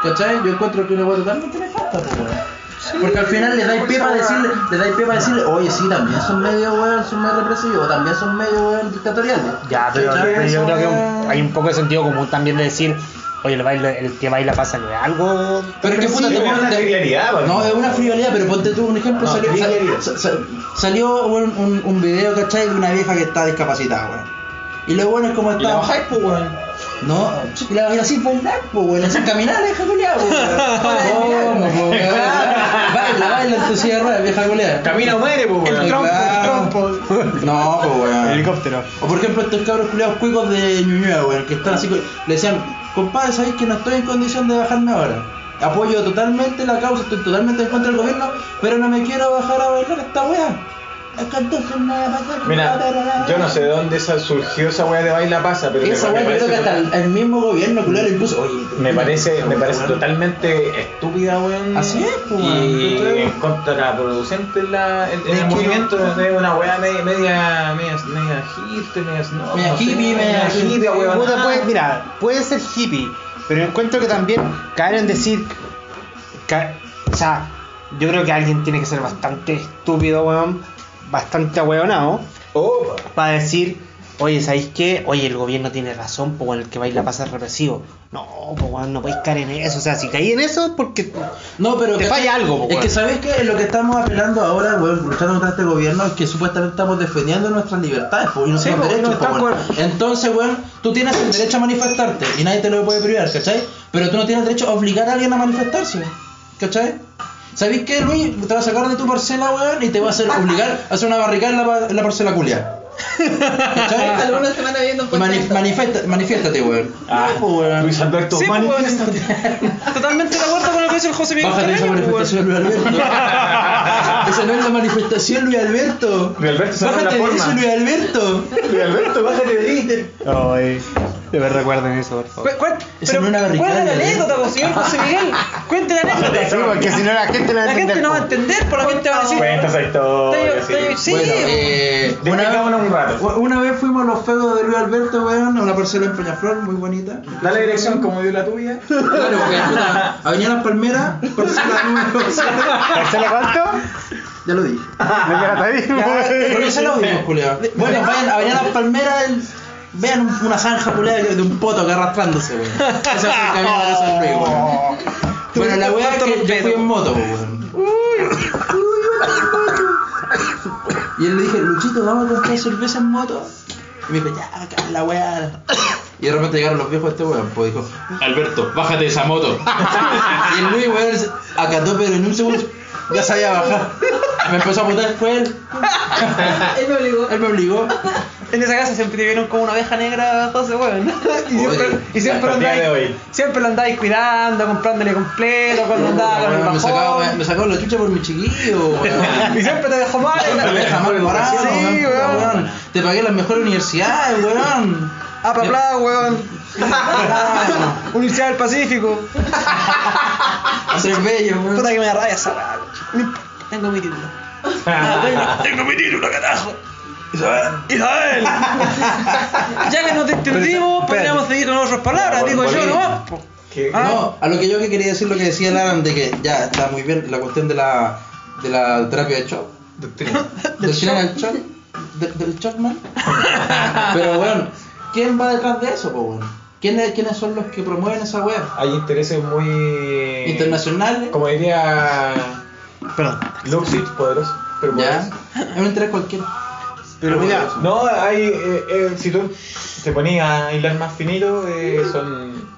Speaker 2: ¿Cachai? Yo encuentro que una weá totalmente nefasta, pues, weón. Porque al final le dais pie para decirle, le dais pie para decirle, oye, sí, también son medio weón, son medio represivos, también son medio weón dictatoriales.
Speaker 1: Ya, pero,
Speaker 2: ¿Cachai?
Speaker 1: pero
Speaker 2: Eso,
Speaker 1: yo creo que un-
Speaker 2: weón.
Speaker 1: hay un poco de sentido común también de decir, oye, el, baile, el que baila pasa no es algo.
Speaker 2: Pero es que puta,
Speaker 5: Sí,
Speaker 2: te
Speaker 5: es
Speaker 2: pones-
Speaker 5: una
Speaker 2: te-
Speaker 5: frivolidad, weón.
Speaker 2: No, es una frivolidad, pero ponte tú un ejemplo.
Speaker 5: No,
Speaker 2: salió sal-
Speaker 5: frivolidad.
Speaker 2: sa- sa- salió un, un, un video, ¿cachai? De una vieja que está discapacitada, weón. Y lo bueno es como
Speaker 5: y la
Speaker 2: está.
Speaker 5: bajáis, pues, weón.
Speaker 2: No, y la vaina así fue el po, weón. Así caminar, eh. la vieja
Speaker 5: [laughs]
Speaker 2: culiada, po, [laughs] weón. ¿Cómo, po, weón?
Speaker 5: [laughs]
Speaker 2: Baila, baila en tu silla de ruedas, vieja culiada.
Speaker 5: Camina o muere, pues, weón.
Speaker 2: El trompo,
Speaker 1: Claro.
Speaker 5: [laughs]
Speaker 2: No, po, weón.
Speaker 1: Helicóptero.
Speaker 2: O por ejemplo estos cabros culiados cuicos de Ñuñoa, weón, que
Speaker 5: Ah.
Speaker 2: están así, cu- le decían, compadre, sabéis que no estoy en condición de bajarme ahora. Apoyo totalmente la causa, estoy totalmente en contra del gobierno, pero no me quiero bajar a bailar esta weá.
Speaker 5: Mira, yo no sé de dónde esa- surgió esa weá de baila pasa, pero me-
Speaker 2: Esa
Speaker 5: me,
Speaker 2: weá yo creo que
Speaker 5: parece,
Speaker 2: hasta el, el mismo gobierno culero incluso. Oye,
Speaker 5: me parece, me parece
Speaker 2: weón.
Speaker 5: totalmente estúpida, weón.
Speaker 2: Así es, pues,
Speaker 5: Y
Speaker 2: weón.
Speaker 5: es contraproducente la, el, el
Speaker 2: Es que
Speaker 5: movimiento de una weá media, media, media, media hippie, media snob,
Speaker 2: Media
Speaker 5: no sé,
Speaker 2: hippie, pues, media
Speaker 5: hippie, weón. Ah.
Speaker 1: Puta, puede- mira, puede ser hippie, pero encuentro que también caer en decir. ca- o sea, yo creo que alguien tiene que ser bastante estúpido, weón, bastante ahueonado,
Speaker 5: Opa.
Speaker 1: para decir, oye, ¿sabéis qué? Oye, el gobierno tiene razón, por el que baila pasa es represivo. No, pues weón, no podéis caer en eso. O sea, si caí en eso, es porque.
Speaker 2: No, pero
Speaker 1: Te
Speaker 2: que-
Speaker 1: falla algo, po,
Speaker 2: Es que
Speaker 1: weón.
Speaker 2: sabes que lo que estamos apelando ahora, weón, luchando contra este gobierno, es que supuestamente estamos defendiendo nuestras libertades, po, y nuestros
Speaker 3: po,
Speaker 2: derechos,
Speaker 3: no,
Speaker 2: po,
Speaker 3: está
Speaker 2: weón.
Speaker 3: acuerdo.
Speaker 2: Entonces, weón, tú tienes el derecho a manifestarte y nadie te lo puede privar, ¿cachai? Pero tú no tienes derecho a obligar a alguien a manifestarse, ¿cachai? ¿Sabéis qué, Luis? Te va a sacar de tu parcela, weón, y te va a hacer obligar a hacer una barricada en la, pa- en la parcela
Speaker 1: [laughs]
Speaker 2: culia. ¿Cachai?
Speaker 4: Alguna semana viendo un
Speaker 2: Mani-
Speaker 4: concierto.
Speaker 2: manifiesta- manifiéstate, weón.
Speaker 5: Ah,
Speaker 2: No, po, weón.
Speaker 5: Luis Alberto,
Speaker 3: Sí,
Speaker 5: Mann.
Speaker 3: pues, weón. Totalmente de acuerdo con lo que dice el José Miguel
Speaker 2: Bájate esa
Speaker 3: Terreño, pues, weón.
Speaker 2: manifestación, Luis [laughs] Alberto. esa no es la manifestación, Luis Alberto.
Speaker 5: Luis Alberto, se
Speaker 2: Bájate
Speaker 5: la
Speaker 2: de eso,
Speaker 5: forma.
Speaker 2: Luis Alberto.
Speaker 5: Luis Alberto, bájate de ahí.
Speaker 1: Ay, de ver, recuerden eso, por favor.
Speaker 3: Cu- cuent-
Speaker 2: Esa
Speaker 3: pero
Speaker 2: no es una barricada,
Speaker 3: cuenta la
Speaker 2: ¿eh?
Speaker 3: anécdota, pues, señor José Miguel. Cuente la
Speaker 1: Sí,
Speaker 3: anécdota.
Speaker 1: porque si no, la gente la va
Speaker 3: La
Speaker 1: a entender.
Speaker 3: gente no va a
Speaker 1: po.
Speaker 3: entender, por la gente va a decir.
Speaker 5: Cuenta esa historia,
Speaker 3: Estoy- estoy-
Speaker 5: sí.
Speaker 3: Sí,
Speaker 2: bueno,
Speaker 3: weón.
Speaker 2: eh,
Speaker 5: De
Speaker 2: una,
Speaker 5: que
Speaker 2: vez,
Speaker 5: cada uno un rato.
Speaker 2: una vez fuimos a los feudos de Luis Alberto, weón, a una parcela en Peñaflor, muy bonita.
Speaker 5: Da la dirección como dio la tuya.
Speaker 2: Claro, porque puta, Avenida Las Palmeras, parcela número 7.
Speaker 1: ¿Marcela [laughs] cuánto?
Speaker 2: Ya lo dije.
Speaker 1: No, ya la pedí.
Speaker 2: Pero ya lo vimos, culiao. Bueno, vayan a Avenida Las Palmeras, el- vean un- una zanja, culiao, de un poto que arrastrándose, weón. Ese fue el camino de San Luis, weón. Bueno, la weá es que yo fui en moto, po, weón. Y él le dije, Luchito, vamos a comprar cerveza en moto. Y me dijo, ya, acá la weá. Y de repente llegaron los viejos de este weón, pues dijo, Alberto, bájate de esa moto. [laughs] y el Luis, weón, se acató, pero en un segundo ya sabía bajar. Me empezó a apuntar, fue él.
Speaker 4: Ah, Él me obligó.
Speaker 2: Él me obligó.
Speaker 3: En esa casa siempre te vieron como una oveja negra, José, weón. [laughs] Y siempre,
Speaker 2: Oye,
Speaker 3: y siempre
Speaker 5: hasta el día de
Speaker 2: [laughs]
Speaker 5: hoy.
Speaker 3: andáis, siempre lo andáis cuidando, comprándole completo, cuando andaba con el
Speaker 2: Ah, Me sacaba, me,
Speaker 3: bajón.
Speaker 2: me sacaba la chucha por mi chiquillo, [laughs] weón.
Speaker 3: Y siempre te dejó mal.
Speaker 2: Te pagué jamás barato,
Speaker 3: Sí,
Speaker 2: weón, puta,
Speaker 3: weón.
Speaker 2: weón. Te pagué las mejores [laughs] universidades, weón.
Speaker 3: Ah, para hablar, [laughs] weón.
Speaker 2: Claro.
Speaker 3: Universidad del Pacífico.
Speaker 2: A ser bello, weón.
Speaker 3: Puta que me da rabia esa weá. No importa, Tengo mi título.
Speaker 2: Ah,
Speaker 3: Tengo mi título, carajo. Isabel. Ya que nos
Speaker 2: Espérate.
Speaker 3: entendimos, podríamos seguir con otras palabras,
Speaker 5: Por-
Speaker 3: digo yo,
Speaker 5: por-
Speaker 3: ¿no? Po.
Speaker 5: Que-
Speaker 3: Ah.
Speaker 2: No, a lo que yo que quería decir lo que decía el Alan de que ya está muy bien la cuestión de la de la terapia de shock,
Speaker 5: Doctrina.
Speaker 2: [laughs] del general shock, de- del shockman. Pero bueno, ¿quién va detrás de eso, po, weón? ¿Quiénes, ¿Quiénes son los que promueven esa weá?
Speaker 5: Hay intereses muy.
Speaker 2: ¿Internacionales?
Speaker 5: Como diría.
Speaker 1: [laughs] Perdón.
Speaker 5: Luxit, poderoso. Pero
Speaker 2: Ya,
Speaker 5: poderoso.
Speaker 2: es un interés cualquiera.
Speaker 1: Pero mira,
Speaker 5: No, hay. eh, eh, si tú te ponías a hilar más finito, eh, son.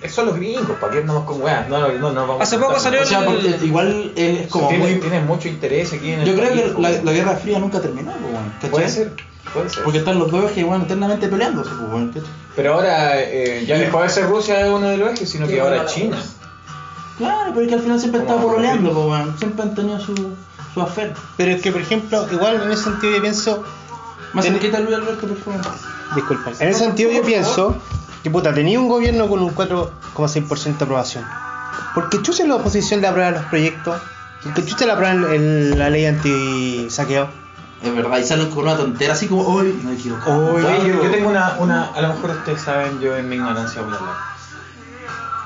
Speaker 5: eh, Son los gringos, ¿para qué andamos con weas? No, no, no vamos
Speaker 3: Hace
Speaker 5: a
Speaker 3: poco
Speaker 5: contar.
Speaker 3: salió
Speaker 2: O sea, porque igual es como
Speaker 5: tiene,
Speaker 2: muy...
Speaker 5: tiene mucho interés aquí en el
Speaker 2: Yo creo
Speaker 5: país,
Speaker 2: que la,
Speaker 5: pues.
Speaker 2: la Guerra Fría nunca terminó, pues, weón, ¿cachai?
Speaker 5: Puede ser, puede ser.
Speaker 2: Porque están los dos que weón, eternamente peleándose, pues, weón, ¿cachai?
Speaker 5: Pero ahora eh, ya dejó de ser Rusia uno de los ejes, sino que ahora China.
Speaker 2: Claro, pero es que al final siempre han estado
Speaker 5: Como
Speaker 2: pololeando,
Speaker 5: argentinos.
Speaker 2: pues, weón. Siempre han tenido su, su afer.
Speaker 1: pero es que, por ejemplo, igual en ese sentido yo pienso.
Speaker 2: Más
Speaker 1: Ten-
Speaker 2: cerquita Luis Alberto, por favor.
Speaker 1: Disculpen. En ese sentido yo pienso que puta, tenía un gobierno con un 4,6% de aprobación. ¿Por qué chucha la oposición le aprueba los proyectos? ¿Por qué chucha le aprueban el- la ley anti saqueo?
Speaker 2: Es verdad, y salen con una tontera así como, hoy no equivoco.
Speaker 5: Oye,
Speaker 1: Claro.
Speaker 5: yo, yo tengo una, una, a lo mejor ustedes saben, yo en mi ignorancia voy a hablar.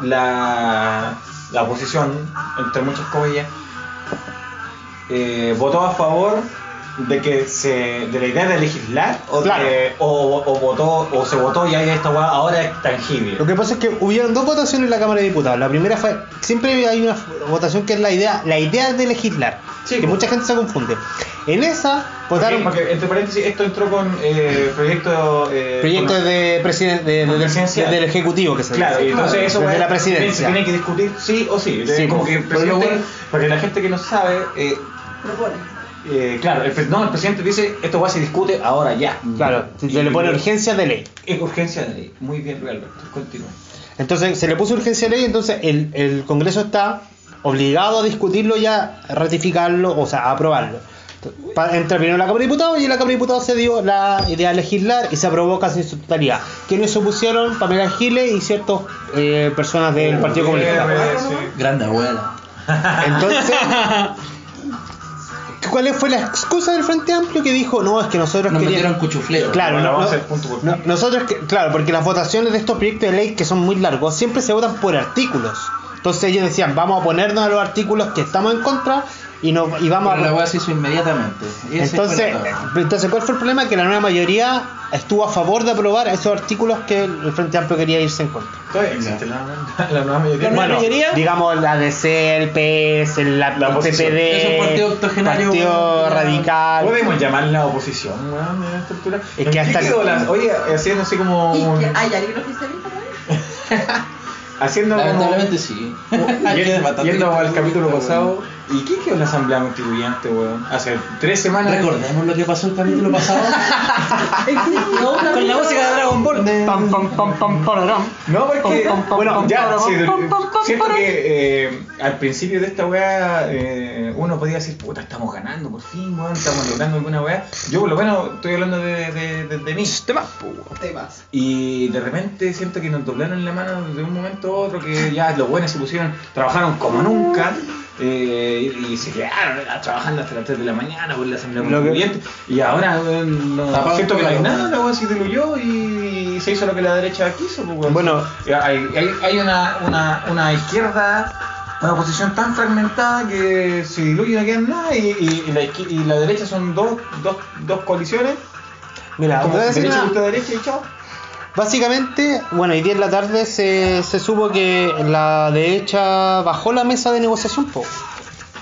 Speaker 5: La, la oposición, entre muchas comillas, eh, votó a favor de que se, de la idea de legislar o, de-
Speaker 1: Claro.
Speaker 5: o, o votó o se votó y ahí esta hueá ahora es tangible.
Speaker 1: Lo que pasa es que hubieron dos votaciones en la Cámara de Diputados. La primera fue, siempre hay una votación que es la idea, la idea de legislar,
Speaker 5: Sí,
Speaker 1: que
Speaker 5: pues.
Speaker 1: mucha gente se confunde. En esa
Speaker 5: Porque-
Speaker 1: votaron
Speaker 5: porque, entre paréntesis, esto entró con eh, proyecto, eh,
Speaker 1: proyectos
Speaker 5: con-
Speaker 1: de presiden- de- de-
Speaker 5: Con presidencia.
Speaker 1: del Ejecutivo que se
Speaker 5: Claro, y
Speaker 1: dice.
Speaker 5: entonces eso
Speaker 1: Desde
Speaker 5: es-
Speaker 1: la
Speaker 5: se
Speaker 1: presidencia.
Speaker 5: tiene que discutir sí o sí.
Speaker 1: Sí,
Speaker 5: como
Speaker 1: pues.
Speaker 5: que el
Speaker 2: Pero lo
Speaker 5: presidente,
Speaker 2: bueno-
Speaker 5: porque la gente que no sabe, eh,
Speaker 2: Ah.
Speaker 4: Propone.
Speaker 5: eh, claro, el, pre- no, el presidente dice esto va se discute ahora ya.
Speaker 1: Claro, se le pone urgencia de ley.
Speaker 5: Es urgencia de ley. Muy bien, Luis Alberto. Continúa.
Speaker 1: Entonces se le puso urgencia de ley, entonces el, el Congreso está obligado a discutirlo ya, a ratificarlo, o sea, a aprobarlo. Pa- Entre primero la Cámara de Diputados y en la Cámara de Diputados se dio la idea de legislar y se aprobó casi en su totalidad. Quienes se opusieron, Pamela Giles y ciertas personas del Partido
Speaker 5: Eh,
Speaker 1: Comunista.
Speaker 2: Grande abuela. [laughs]
Speaker 1: Entonces, ¿cuál fue la excusa del Frente Amplio que dijo, no, es que nosotros
Speaker 2: Nos
Speaker 1: queríamos...
Speaker 2: metieron cuchufleo.
Speaker 1: Claro,
Speaker 5: Bueno,
Speaker 1: no-
Speaker 5: vamos
Speaker 1: no-
Speaker 5: a hacer punto por
Speaker 1: no-
Speaker 5: punto.
Speaker 1: nosotros, que- claro, porque las votaciones de estos proyectos de ley que son muy largos siempre se votan por artículos. Entonces ellos decían, vamos a ponernos a los artículos que estamos en contra y, no, y vamos
Speaker 2: Pero la
Speaker 1: a...
Speaker 2: weá se hizo inmediatamente. Y ese fue
Speaker 1: Entonces,
Speaker 2: el error.
Speaker 1: entonces, ¿cuál fue el problema? Que la nueva mayoría estuvo a favor de aprobar esos artículos que el Frente Amplio quería irse en contra.
Speaker 5: Todavía existe la, la nueva mayoría.
Speaker 3: ¿La nueva
Speaker 1: Bueno,
Speaker 3: mayoría?
Speaker 1: digamos la DC, el PS, el, la,
Speaker 5: La
Speaker 1: el
Speaker 5: oposición.
Speaker 1: PPD,
Speaker 2: Es un partido octogenario,
Speaker 1: Partido
Speaker 2: bueno,
Speaker 1: Radical.
Speaker 5: Podemos llamar la oposición, weón, de la estructura.
Speaker 1: Es que hasta-
Speaker 5: Incluso las- oye, haciendo así
Speaker 2: Ah.
Speaker 5: como. un-
Speaker 4: ¿Y que hay alguien oficialista también?
Speaker 5: haciendo como- [laughs]
Speaker 2: Lamentablemente sí.
Speaker 5: Yendo, yendo al capítulo pasado, ¿y qué quedó en la asamblea constituyente, weón? Hace tres semanas.
Speaker 2: Recordemos lo que pasó el capítulo pasado. Ah.
Speaker 4: [laughs] Existió una
Speaker 3: Con la música de Dragon Ball. Pam, pam, pam, pam, pararam.
Speaker 5: No, porque.
Speaker 3: Pom, pom, pom,
Speaker 5: bueno,
Speaker 3: pom,
Speaker 5: ya,
Speaker 3: pom,
Speaker 5: sí,
Speaker 3: pom, pom, pom,
Speaker 5: siento
Speaker 3: pom.
Speaker 5: que eh, al principio de esta weá eh, uno podía decir, puta, estamos ganando por fin, weón, estamos logrando alguna weá. Yo, por lo menos, estoy hablando de, de, de, de mí.
Speaker 4: temas.
Speaker 5: Y de repente siento que nos doblaron la mano de un momento a otro, que ya los buenos se pusieron, trabajaron como nunca. eh, y, y se quedaron eh, trabajando hasta las 3 de la mañana por la asamblea
Speaker 1: Lo que-
Speaker 5: constituyente y ahora eh, no,
Speaker 2: Taparon
Speaker 5: siento que no hay
Speaker 2: todo.
Speaker 5: nada la weá se diluyó y se hizo lo que la derecha quiso pues, weón.
Speaker 1: Bueno.
Speaker 5: Y hay, hay, hay una, una, una izquierda una oposición tan fragmentada que se diluye y no queda nada y, y- y la, izquier- y la derecha son dos, dos, dos coaliciones
Speaker 1: Mira,
Speaker 5: como
Speaker 1: voy a decir
Speaker 5: derecha
Speaker 1: una-
Speaker 5: contra derecha y chao
Speaker 1: Básicamente, bueno, hoy día en la tarde se, se supo que la derecha bajó la mesa de negociación, po,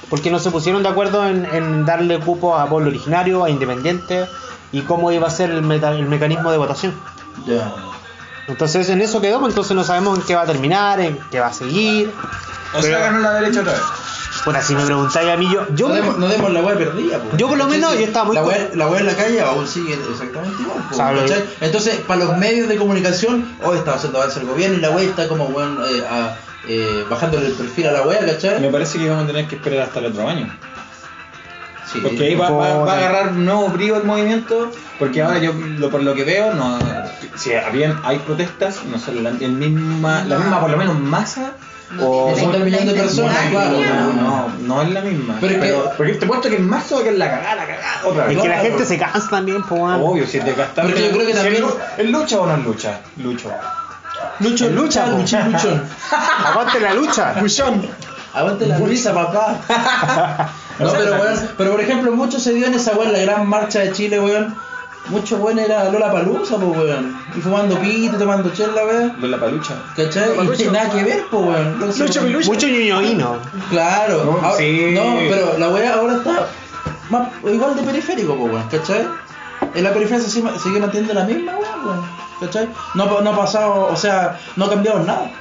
Speaker 1: porque no se pusieron de acuerdo en, en darle cupo a pueblo originario, a independiente, y cómo iba a ser el, meta- el mecanismo de votación.
Speaker 2: Ya.
Speaker 1: Entonces en eso quedó, pues, entonces no sabemos en qué va a terminar, en qué va a seguir.
Speaker 5: O sea,
Speaker 1: Pero-
Speaker 5: ganó la derecha otra vez.
Speaker 1: Bueno, si me preguntáis a mí, yo... yo
Speaker 2: no, demos, no demos la web perdida. po.
Speaker 1: Yo por lo menos yo estaba muy
Speaker 2: La
Speaker 1: con-
Speaker 2: web, la web en la calle aún sigue exactamente igual. po,
Speaker 1: O sea, lo-
Speaker 2: ¿cachai? Entonces, para los medios de comunicación, hoy está haciendo avance el gobierno y la web está como bueno, eh, a- eh, bajándole el perfil a la web, ¿cachai?
Speaker 5: Me parece que vamos a tener que esperar hasta el otro año.
Speaker 2: Sí.
Speaker 5: Porque ahí va, va- va
Speaker 1: Puta.
Speaker 5: a agarrar un nuevo brío el movimiento. Porque ahora yo, lo- por lo que veo, no, si bien hay protestas, no son la, el misma, la misma por lo menos masa. O
Speaker 2: No son del millón de personas, claro.
Speaker 5: no, no, no es la misma.
Speaker 2: Pero es que-
Speaker 5: porque te he puesto que en marzo va a quedar la cagada, la cagada. Otra vez.
Speaker 1: es que la gente se cansa también, po, weón.
Speaker 5: Obvio, si es de gastar.
Speaker 2: Porque yo creo que
Speaker 5: si es
Speaker 2: también-
Speaker 5: lu- ¿Es lucha o no es lucha? Lucho.
Speaker 2: Lucho, lucha,
Speaker 1: po.
Speaker 2: lucha, luchón.
Speaker 1: pues. [laughs] Aguante la lucha.
Speaker 2: Aguante la risa,
Speaker 1: [laughs]
Speaker 2: papá. no,
Speaker 5: No,
Speaker 2: pero
Speaker 5: la
Speaker 2: weón, pero por ejemplo, mucho se dio en esa weón, la gran marcha de Chile, weón. Mucho weón era Lola Palusa, pues weón. Y fumando pito, tomando chela, weón.
Speaker 5: La palucha.
Speaker 2: ¿Cachai? Y no tiene nada que ver, pues weón. Entonces, weón,
Speaker 1: Mucho ñoñoíno.
Speaker 2: Claro.
Speaker 5: No,
Speaker 2: ahora-
Speaker 5: sí.
Speaker 2: no, pero la weá ahora está más, igual de periférico, pues weón, ¿cachai? En la periferia se sigue, sigue manteniendo la misma weá, weón, ¿cachai? No, ha- no ha pasado, o sea, no ha cambiado nada.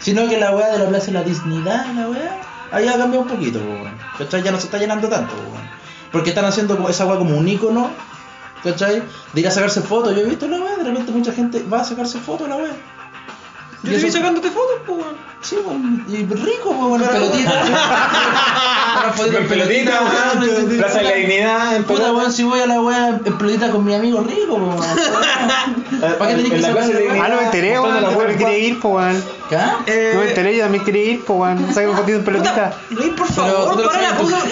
Speaker 2: Sino que la weá de la plaza de la dignidad, la weá, ahí ha cambiado un poquito, pues weón, ¿cachai? Ya no se está llenando tanto, pues weón. Porque están haciendo como esa weá como un ícono, ¿cachai? De ir a sacarse fotos, yo he visto la weá, de repente mucha gente va a sacarse fotos, la weá.
Speaker 3: Yo te vi sacándote fotos, pues, weón.
Speaker 2: Sí, weón, y rico, pues weón, pelotita. Ahora podría-
Speaker 5: En pelotita, weón, Plaza de pues, la Dignidad, en
Speaker 2: Puta
Speaker 5: pelota.
Speaker 2: weón, si voy a la weá en pelotita con mi amigo rico, po, weón. ¿Para qué tenés que
Speaker 5: Eh, En la
Speaker 2: sacar
Speaker 5: Plaza de la
Speaker 2: la
Speaker 5: Dignidad.
Speaker 1: Ah, no me enteré,
Speaker 5: Montando
Speaker 1: weón.
Speaker 5: la
Speaker 1: Yo también
Speaker 5: huelga.
Speaker 1: quería ir, po, weón.
Speaker 2: ¿Cá?
Speaker 3: Eh,
Speaker 1: No me enteré, yo también quería ir, po, weón. Saca un poquito en
Speaker 5: [laughs]
Speaker 1: pelotita.
Speaker 3: Luis,
Speaker 2: Pero
Speaker 3: por
Speaker 2: tú
Speaker 3: favor,
Speaker 2: lo
Speaker 3: para el
Speaker 2: sabes, [laughs]
Speaker 3: acoso.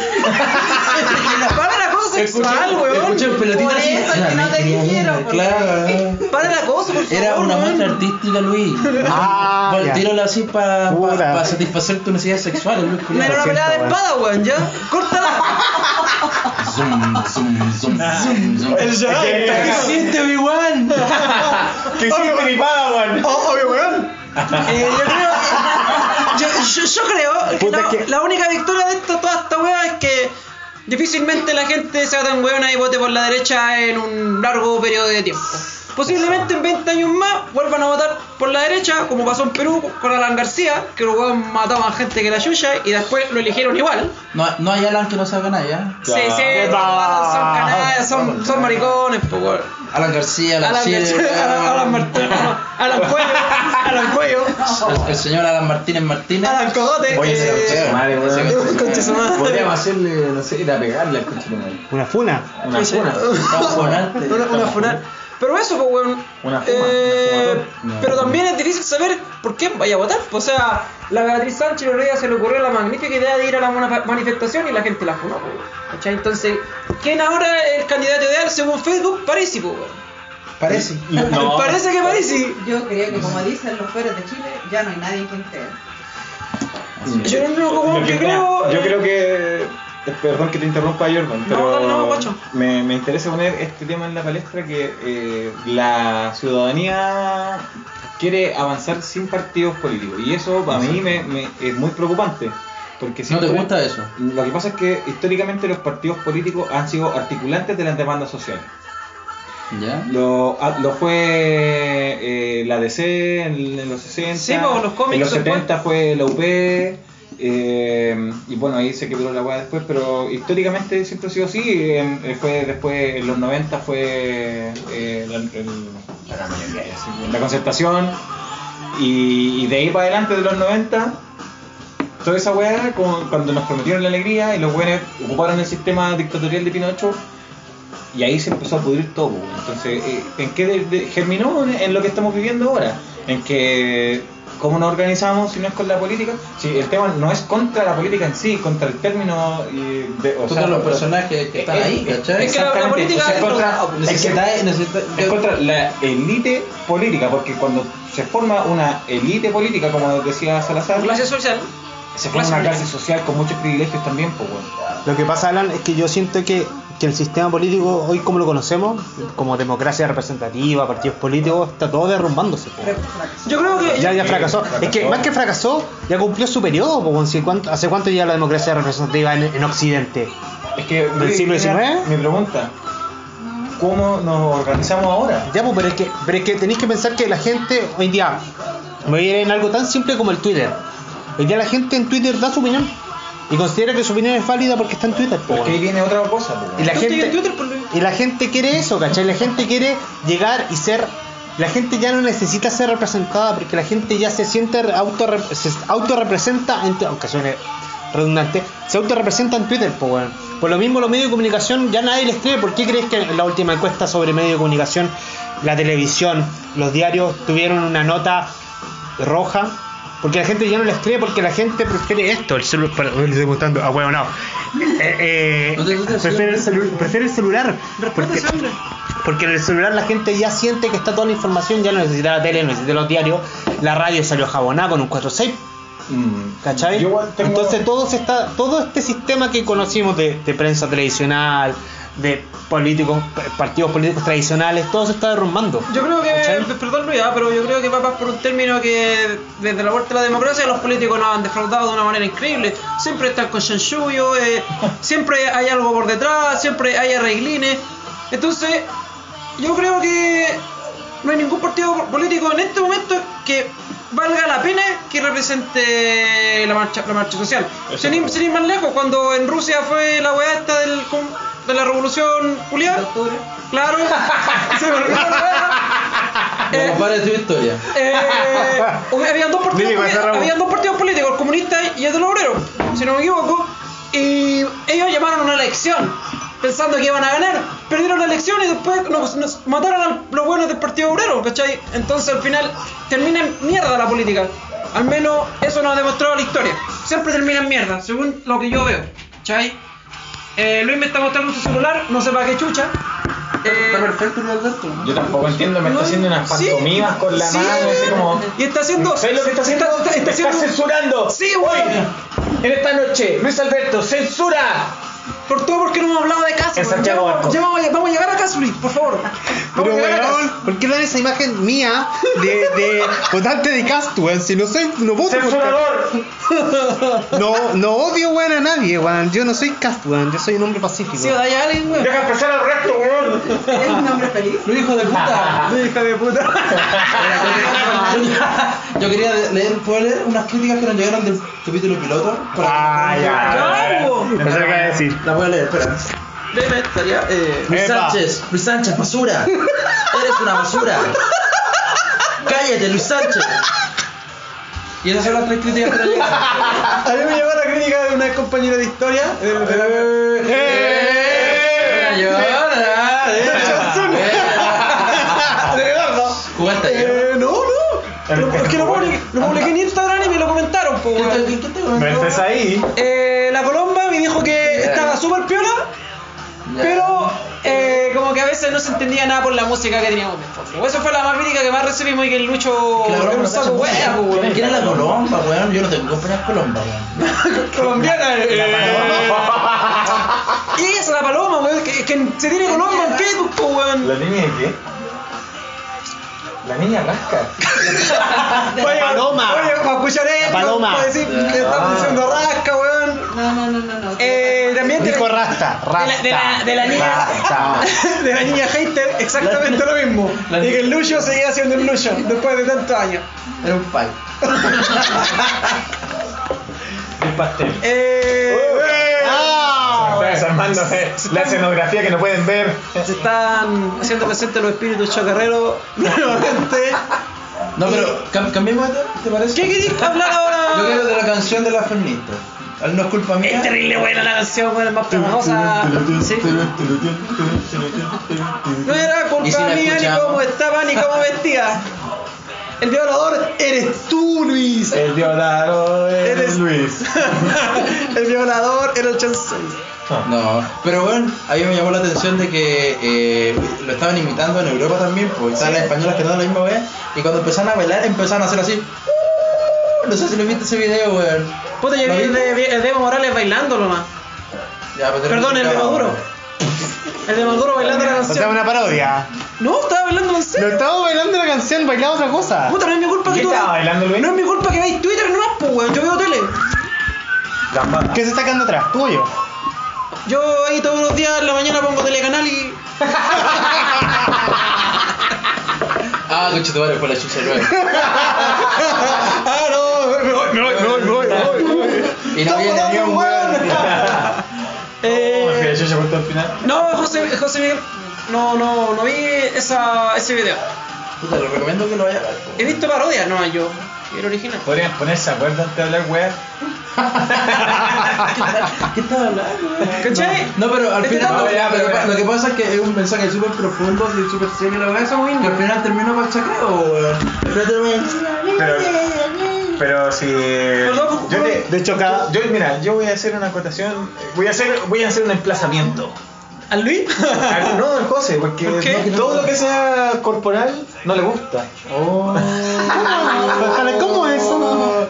Speaker 3: Para el acoso sexual, weón.
Speaker 2: Escuché pelotita
Speaker 4: Por
Speaker 2: así,
Speaker 4: eso es
Speaker 2: era
Speaker 4: que no
Speaker 2: mi
Speaker 4: te
Speaker 2: querida amiga,
Speaker 4: dijeron, porque-
Speaker 2: Claro. ¿eh?
Speaker 3: Para el acoso, por favor.
Speaker 2: Era una
Speaker 3: weón.
Speaker 2: muestra artística, Luis.
Speaker 1: Ah, ya.
Speaker 2: Voltírala así para
Speaker 1: Puta.
Speaker 2: satisfacer tu necesidad sexual, Luis.
Speaker 3: No
Speaker 2: culiao.
Speaker 3: era una pelea de espada, weón, ya.
Speaker 2: [laughs]
Speaker 3: Córtala.
Speaker 2: Zoom, zoom, zoom, zoom, zoom.
Speaker 5: El Jedi.
Speaker 2: ¿Qué hiciste, Obi-Wan?
Speaker 5: Que hiciste mi padawan.
Speaker 3: Obvio, weón. Eh, yo creo. Yo, yo- yo creo que
Speaker 1: Puta,
Speaker 3: la,
Speaker 1: es que-
Speaker 3: la única victoria de esto, toda esta weá es que difícilmente la gente sea tan weona y vote por la derecha en un largo periodo de tiempo. Posiblemente en 20 años más vuelvan a votar por la derecha, como pasó en Perú con Alan García, que los weón mataban gente que la yuya y después lo eligieron igual.
Speaker 2: No, no hay Alan que no ¿eh? sea canalla.
Speaker 3: Sí, sí,
Speaker 5: Claro.
Speaker 3: son canallas, son, son maricones, po, weón.
Speaker 2: Alan García, Alan,
Speaker 3: Alan
Speaker 2: Silver,
Speaker 3: García, Alan, [laughs] Alan Martín, Alan, Alan Cuello, Alan Cuello,
Speaker 2: el, el señor Alan Martínez Martínez.
Speaker 3: Alan Cogote.
Speaker 5: Oye,
Speaker 3: eh,
Speaker 5: ese conche de madre, weón.
Speaker 2: ese
Speaker 3: conche de madre.
Speaker 5: Ese conche de Podríamos hacerle, no sé, ir a pegarle al conche de madre.
Speaker 1: Una funa.
Speaker 5: Una
Speaker 3: Sí, sí.
Speaker 5: cuna.
Speaker 2: Estamos funantes.
Speaker 3: Una, una funar. Pero eso, pues, weón.
Speaker 5: Una fuma,
Speaker 3: Eh,
Speaker 5: una fumatón.
Speaker 3: pero también es difícil saber por quién vaya a votar. pues, O sea, la Beatriz Sánchez Ortega se le ocurrió la magnífica idea de ir a la mona- manifestación y la gente la funó, pues, weón. ¿Cachai? Entonces, ¿quién ahora es el candidato ideal según Facebook? Parece, pues, weón.
Speaker 2: Parece.
Speaker 5: Y- No.
Speaker 3: [laughs] Parece que parece.
Speaker 4: Yo creo que como dicen los fueros de Chile, ya no hay nadie en quien creer.
Speaker 3: Yo no, no, como
Speaker 5: Lo
Speaker 3: que creo,
Speaker 5: Yo
Speaker 3: eh,
Speaker 5: creo que. eh, Perdón que te interrumpa, Jordan, pero
Speaker 3: dale, no, guacho.
Speaker 5: me, me interesa poner este tema en la palestra que eh, la ciudadanía quiere avanzar sin partidos políticos y eso para mí me, me- es muy preocupante porque
Speaker 2: ¿No te
Speaker 5: siempre-
Speaker 2: gusta eso?
Speaker 5: Lo que pasa es que históricamente los partidos políticos han sido articulantes de las demandas sociales.
Speaker 2: ¿Ya?
Speaker 5: Lo, ah, lo fue eh, la DC en, en los 60.
Speaker 3: Sí, po, los cómics
Speaker 5: En los
Speaker 3: después.
Speaker 5: 70 fue la UP. eh, y bueno, ahí se quebró la hueá después, pero históricamente siempre ha sido así. en- eh, fue después, en los 90 fue eh, la, el- la concertación. Y, y de ahí para adelante, de los 90, toda esa weá, como cuando nos prometieron la alegría y los weones ocuparon el sistema dictatorial de Pinocho, y ahí se empezó a pudrir todo. weón. Entonces, eh, ¿en qué de- de- germinó en, en lo que estamos viviendo ahora? En que, ¿cómo nos organizamos si no es con la política? Si el tema no es contra la política en sí, contra el término. eh, de, o
Speaker 2: Contra los personajes que están ahí, ¿cachai?
Speaker 3: Es que la- la
Speaker 5: Exactamente,
Speaker 3: política
Speaker 5: o sea,
Speaker 3: es
Speaker 5: contra-
Speaker 3: lo-
Speaker 5: es que-
Speaker 2: Ah, pues, Necesita, necesita,
Speaker 5: es
Speaker 2: [laughs]
Speaker 5: contra la élite política, porque cuando se forma una élite política, como decía Salazar,
Speaker 3: clase social.
Speaker 5: se forma
Speaker 3: clase
Speaker 5: una
Speaker 3: media.
Speaker 5: clase social con muchos privilegios también, pues, weón.
Speaker 1: Lo que pasa, Alan, es que yo siento que, que el sistema político, hoy como lo conocemos, como democracia representativa, partidos políticos, está todo derrumbándose. po.
Speaker 4: Pero, fracaso.
Speaker 3: Yo creo que.
Speaker 1: Ya, ya
Speaker 5: Sí,
Speaker 1: fracasó.
Speaker 5: fracasó.
Speaker 1: Es que más que fracasó, ya cumplió su periodo. po, weón. Si cuánto- ¿Hace cuánto ya la democracia representativa en, en Occidente?
Speaker 5: Es que.
Speaker 1: ¿Del siglo XIX?
Speaker 5: Mi pregunta. ¿Cómo nos organizamos ahora?
Speaker 1: Ya, pues, pero es que, pero es que tenéis que pensar que la gente hoy en día, me voy a ir en algo tan simple como el Twitter. Hoy día la gente en Twitter da su opinión y considera que su opinión es válida porque está en Twitter. po,
Speaker 5: Porque ahí
Speaker 1: weón.
Speaker 5: viene otra cosa, pues, weón.
Speaker 1: Y la
Speaker 3: Tú
Speaker 1: gente,
Speaker 3: tienes Twitter, por-
Speaker 1: y la gente quiere eso, ¿cachai? La gente quiere llegar y ser. La gente ya no necesita ser representada porque la gente ya se siente auto se autorrepresenta, en tu- aunque suene redundante, se autorrepresenta en Twitter, po, weón. Por lo mismo, los medios de comunicación ya nadie les cree. ¿Por qué crees que en la última encuesta sobre medios de comunicación, la televisión, los diarios tuvieron una nota roja? Porque la gente ya no les cree, porque la gente prefiere esto, el celular. Perdón, le estoy mostrando, ah, weón, no. Eh, eh,
Speaker 2: No te asustes,
Speaker 1: prefiere el celu- prefiere el celular. Porque, porque en el celular la gente ya siente que está toda la información, ya no necesita la tele, no necesita los diarios. La radio salió jabonada con un 4.6,
Speaker 5: Mm.
Speaker 1: ¿cachai?
Speaker 5: Yo igual tengo-
Speaker 1: Entonces todo, se está, todo este sistema que conocimos de, de prensa tradicional, de políticos, partidos políticos tradicionales, todo se está derrumbando.
Speaker 3: Yo creo que,
Speaker 1: ¿Cachai?
Speaker 3: perdón Luis, ah, pero yo creo que va más por un término que desde la vuelta de la democracia los políticos nos han defraudado de una manera increíble. Siempre están con chanchullo, eh, siempre hay algo por detrás, siempre hay arreglines. Entonces, yo creo que no hay ningún partido político en este momento que valga la pena que represente la marcha, la marcha social. Sin ir, sin ir más lejos, cuando en Rusia fue la weá esta del, com- de la revolución
Speaker 4: De
Speaker 3: Julián.
Speaker 4: octubre.
Speaker 3: Claro, [laughs] se me olvidó
Speaker 2: [laughs]
Speaker 3: la weá.
Speaker 2: Lo
Speaker 3: Eh,
Speaker 2: compara tu historia.
Speaker 3: eh, hubo- habían, dos partidos,
Speaker 1: Mínimo, ese rabo.
Speaker 3: habían dos partidos políticos, el comunista y el del obrero, si no me equivoco, y ellos llamaron a una elección, pensando que iban a ganar, perdieron la elección y después nos, nos mataron a los buenos del partido obrero, ¿cachai? Entonces al final termina en mierda la política, al menos eso nos ha demostrado la historia, siempre termina en mierda, según lo que yo veo, ¿cachai? Eh, Luis me está mostrando su celular, no sé para qué chucha. Eh,
Speaker 2: Está perfecto el Alberto. ¿no?
Speaker 5: Yo tampoco entiendo, me
Speaker 3: No,
Speaker 5: está haciendo unas
Speaker 3: sí,
Speaker 5: pantomimas con la
Speaker 3: sí.
Speaker 5: mano, así como.
Speaker 3: Y está haciendo.
Speaker 5: ¿Sabes lo que está haciendo?
Speaker 3: Está, está- está
Speaker 5: Me
Speaker 3: haciendo-
Speaker 5: censurando!
Speaker 3: Sí, güey.
Speaker 5: En esta noche, Luis Alberto, censura
Speaker 3: Por todo porque no hemos hablado de Casper.
Speaker 5: Es Santiago Barco.
Speaker 3: vamos a llegar a Casper, por favor. Vamos
Speaker 1: Pero
Speaker 3: a llegar a
Speaker 1: weón,
Speaker 3: Casper.
Speaker 1: ¿por qué dan esa imagen mía de, de votante de cast, weón? Si no soy, no voto por cast. No, no odio weón a nadie, weón. Yo no soy cast, weón. Yo soy un hombre pacífico.
Speaker 3: Sí, dale a alguien, weón.
Speaker 5: Deja empezar al resto, weón.
Speaker 4: ¿Eres un hombre feliz?
Speaker 2: Luis, hijo de puta. [laughs]
Speaker 3: Sí, Hija de puta.
Speaker 2: [laughs] Yo quería leer, ¿puedo leer unas críticas que nos llegaron del capítulo piloto?
Speaker 5: Ah, ya.
Speaker 3: Claro.
Speaker 5: No sé qué decir.
Speaker 2: La voy a leer, espera. Deme, estaría. Eh, Luis
Speaker 1: Epa.
Speaker 2: Sánchez, Luis Sánchez, [laughs] basura. Eres una basura. Cállate, Luis Sánchez. Y esas son las tres críticas que nos llegaron.
Speaker 3: A mí me llegó la crítica de una compañera de historia. eh, de la-
Speaker 2: Eh, llora, eh. ¿Jugaste ayer?
Speaker 3: Eh, no, no. Lo- es que lo publiqué, lo publiqué en Instagram y me lo comentaron, po,
Speaker 2: ¿Qué
Speaker 3: weón.
Speaker 2: te- qué te
Speaker 5: No estés ahí.
Speaker 3: Eh, la Colomba me dijo que estaba súper piola,
Speaker 2: Ya.
Speaker 3: pero eh, como que a veces no se entendía nada por la música que teníamos puesto. Eso fue la más crítica que más recibimos y que el Lucho
Speaker 2: Claro,
Speaker 3: era un saco
Speaker 2: cacho,
Speaker 3: hueá, po, weón.
Speaker 2: ¿Quién era la colomba, weón? Yo no tengo compañeras colomba, weón.
Speaker 3: colombiana. eh. Y esa la paloma, weón, que, que se tiene Colomba en Facebook, po, pues, weón.
Speaker 5: ¿La niña de qué? La niña rasca.
Speaker 3: Oye,
Speaker 1: paloma.
Speaker 3: Oye, para escuchar esto,
Speaker 1: paloma.
Speaker 3: para decir que estamos diciendo rasca, weón.
Speaker 4: No, no, no, no. no.
Speaker 3: Eh, también de, [laughs]
Speaker 1: Dijo Rasta, Rasta.
Speaker 3: de la- de la niña.
Speaker 1: Rasta.
Speaker 3: de la niña hater, exactamente lo mismo.
Speaker 2: la
Speaker 3: y
Speaker 2: niña-
Speaker 3: que el Lucho seguía siendo el Lucho después de tantos años.
Speaker 2: Era un pai.
Speaker 5: Un pastel.
Speaker 3: Eh,
Speaker 1: Ah,
Speaker 5: Está desarmando eh, la escenografía que no pueden ver.
Speaker 3: Se están haciendo presentes los espíritus chocarreros nuevamente.
Speaker 2: No, pero cam- cambiemos de tema, ¿te parece?
Speaker 3: ¿Qué querés hablar
Speaker 2: Yo quiero
Speaker 3: ahora?
Speaker 2: de la canción de la feminista. No es culpa mía.
Speaker 3: Es terrible buena la canción, weón, es más pegajosa. Sí. No era
Speaker 2: ¿Y si
Speaker 3: culpa
Speaker 2: la
Speaker 3: mía ni
Speaker 2: escuchamos?
Speaker 3: cómo estaba ni cómo vestía. El violador eres tú,
Speaker 2: [laughs]
Speaker 3: Luis.
Speaker 5: El violador
Speaker 3: Eres-
Speaker 5: es Luis.
Speaker 3: el violador era el chancel.
Speaker 2: No, pero bueno, a mí me llamó la atención de que eh, lo estaban imitando en Europa también, porque estaban las españolas que no la misma vez, y cuando empezaron a bailar empezaron a hacer así. No sé si lo viste ese video, weón.
Speaker 3: Puta, yo
Speaker 2: ¿Lo
Speaker 3: vi
Speaker 2: viste?
Speaker 3: el de, el de Evo Morales bailando nomás.
Speaker 2: Ya, pero te lo
Speaker 3: Perdón, el de
Speaker 2: explicaba,
Speaker 3: Maduro. El de Maduro bailando la
Speaker 1: O sea,
Speaker 3: canción.
Speaker 1: una parodia.
Speaker 3: No, estaba bailando en
Speaker 1: No
Speaker 3: serio.
Speaker 1: estaba bailando la canción, bailaba otra cosa.
Speaker 3: Puta, no es mi culpa que
Speaker 5: ¿Qué
Speaker 3: tú
Speaker 5: estaba
Speaker 3: veas-
Speaker 5: [laughs] bailando Luis?
Speaker 3: No es mi culpa que veáis Twitter nomás, pues, weón. Yo veo tele.
Speaker 5: Gambada.
Speaker 1: ¿Qué se está quedando atrás? ¿Tú o yo?
Speaker 3: Yo ahí todos los días en la mañana pongo telecanal y.
Speaker 2: Ah, coche, te vale, fue la chucha luego.
Speaker 3: ¡Ah, no! Me voy, me voy, me voy, me voy.
Speaker 2: Y no
Speaker 3: Estamos
Speaker 2: viene ni
Speaker 3: dando
Speaker 2: un
Speaker 3: un
Speaker 2: weón.
Speaker 5: Bueno,
Speaker 3: [laughs] Eh,
Speaker 5: que yo se cortó al final.
Speaker 3: no, José, José Miguel. No, no, no vi esa, ese video.
Speaker 2: Puta, lo recomiendo que lo vaya a ver.
Speaker 3: He visto parodias, no, yo. El original.
Speaker 5: Podrían ponerse de acuerdo antes de hablar, weón.
Speaker 2: ¿Qué estaba hablando?
Speaker 3: ¿Cachai?
Speaker 2: No, pero al
Speaker 3: Este
Speaker 2: final
Speaker 3: dato-
Speaker 2: no, ya, pero pa- lo que pasa es que es un mensaje súper profundo, así, súper serio la verdad, que al final terminó para el chacreo, weón. Al final terminó-
Speaker 5: Pero, pero si.
Speaker 3: Perdón,
Speaker 5: Yo te-
Speaker 1: De hecho, cada-
Speaker 5: Yo, mira, yo voy a hacer una acotación. Voy a hacer, voy a hacer un emplazamiento.
Speaker 3: ¿A Luis?
Speaker 5: Al- No, al José, porque
Speaker 3: ¿Por qué?
Speaker 5: no- todo lo que sea corporal no le gusta.
Speaker 2: Oh.
Speaker 1: Ojalá, ¿cómo
Speaker 3: Ah.
Speaker 1: eso?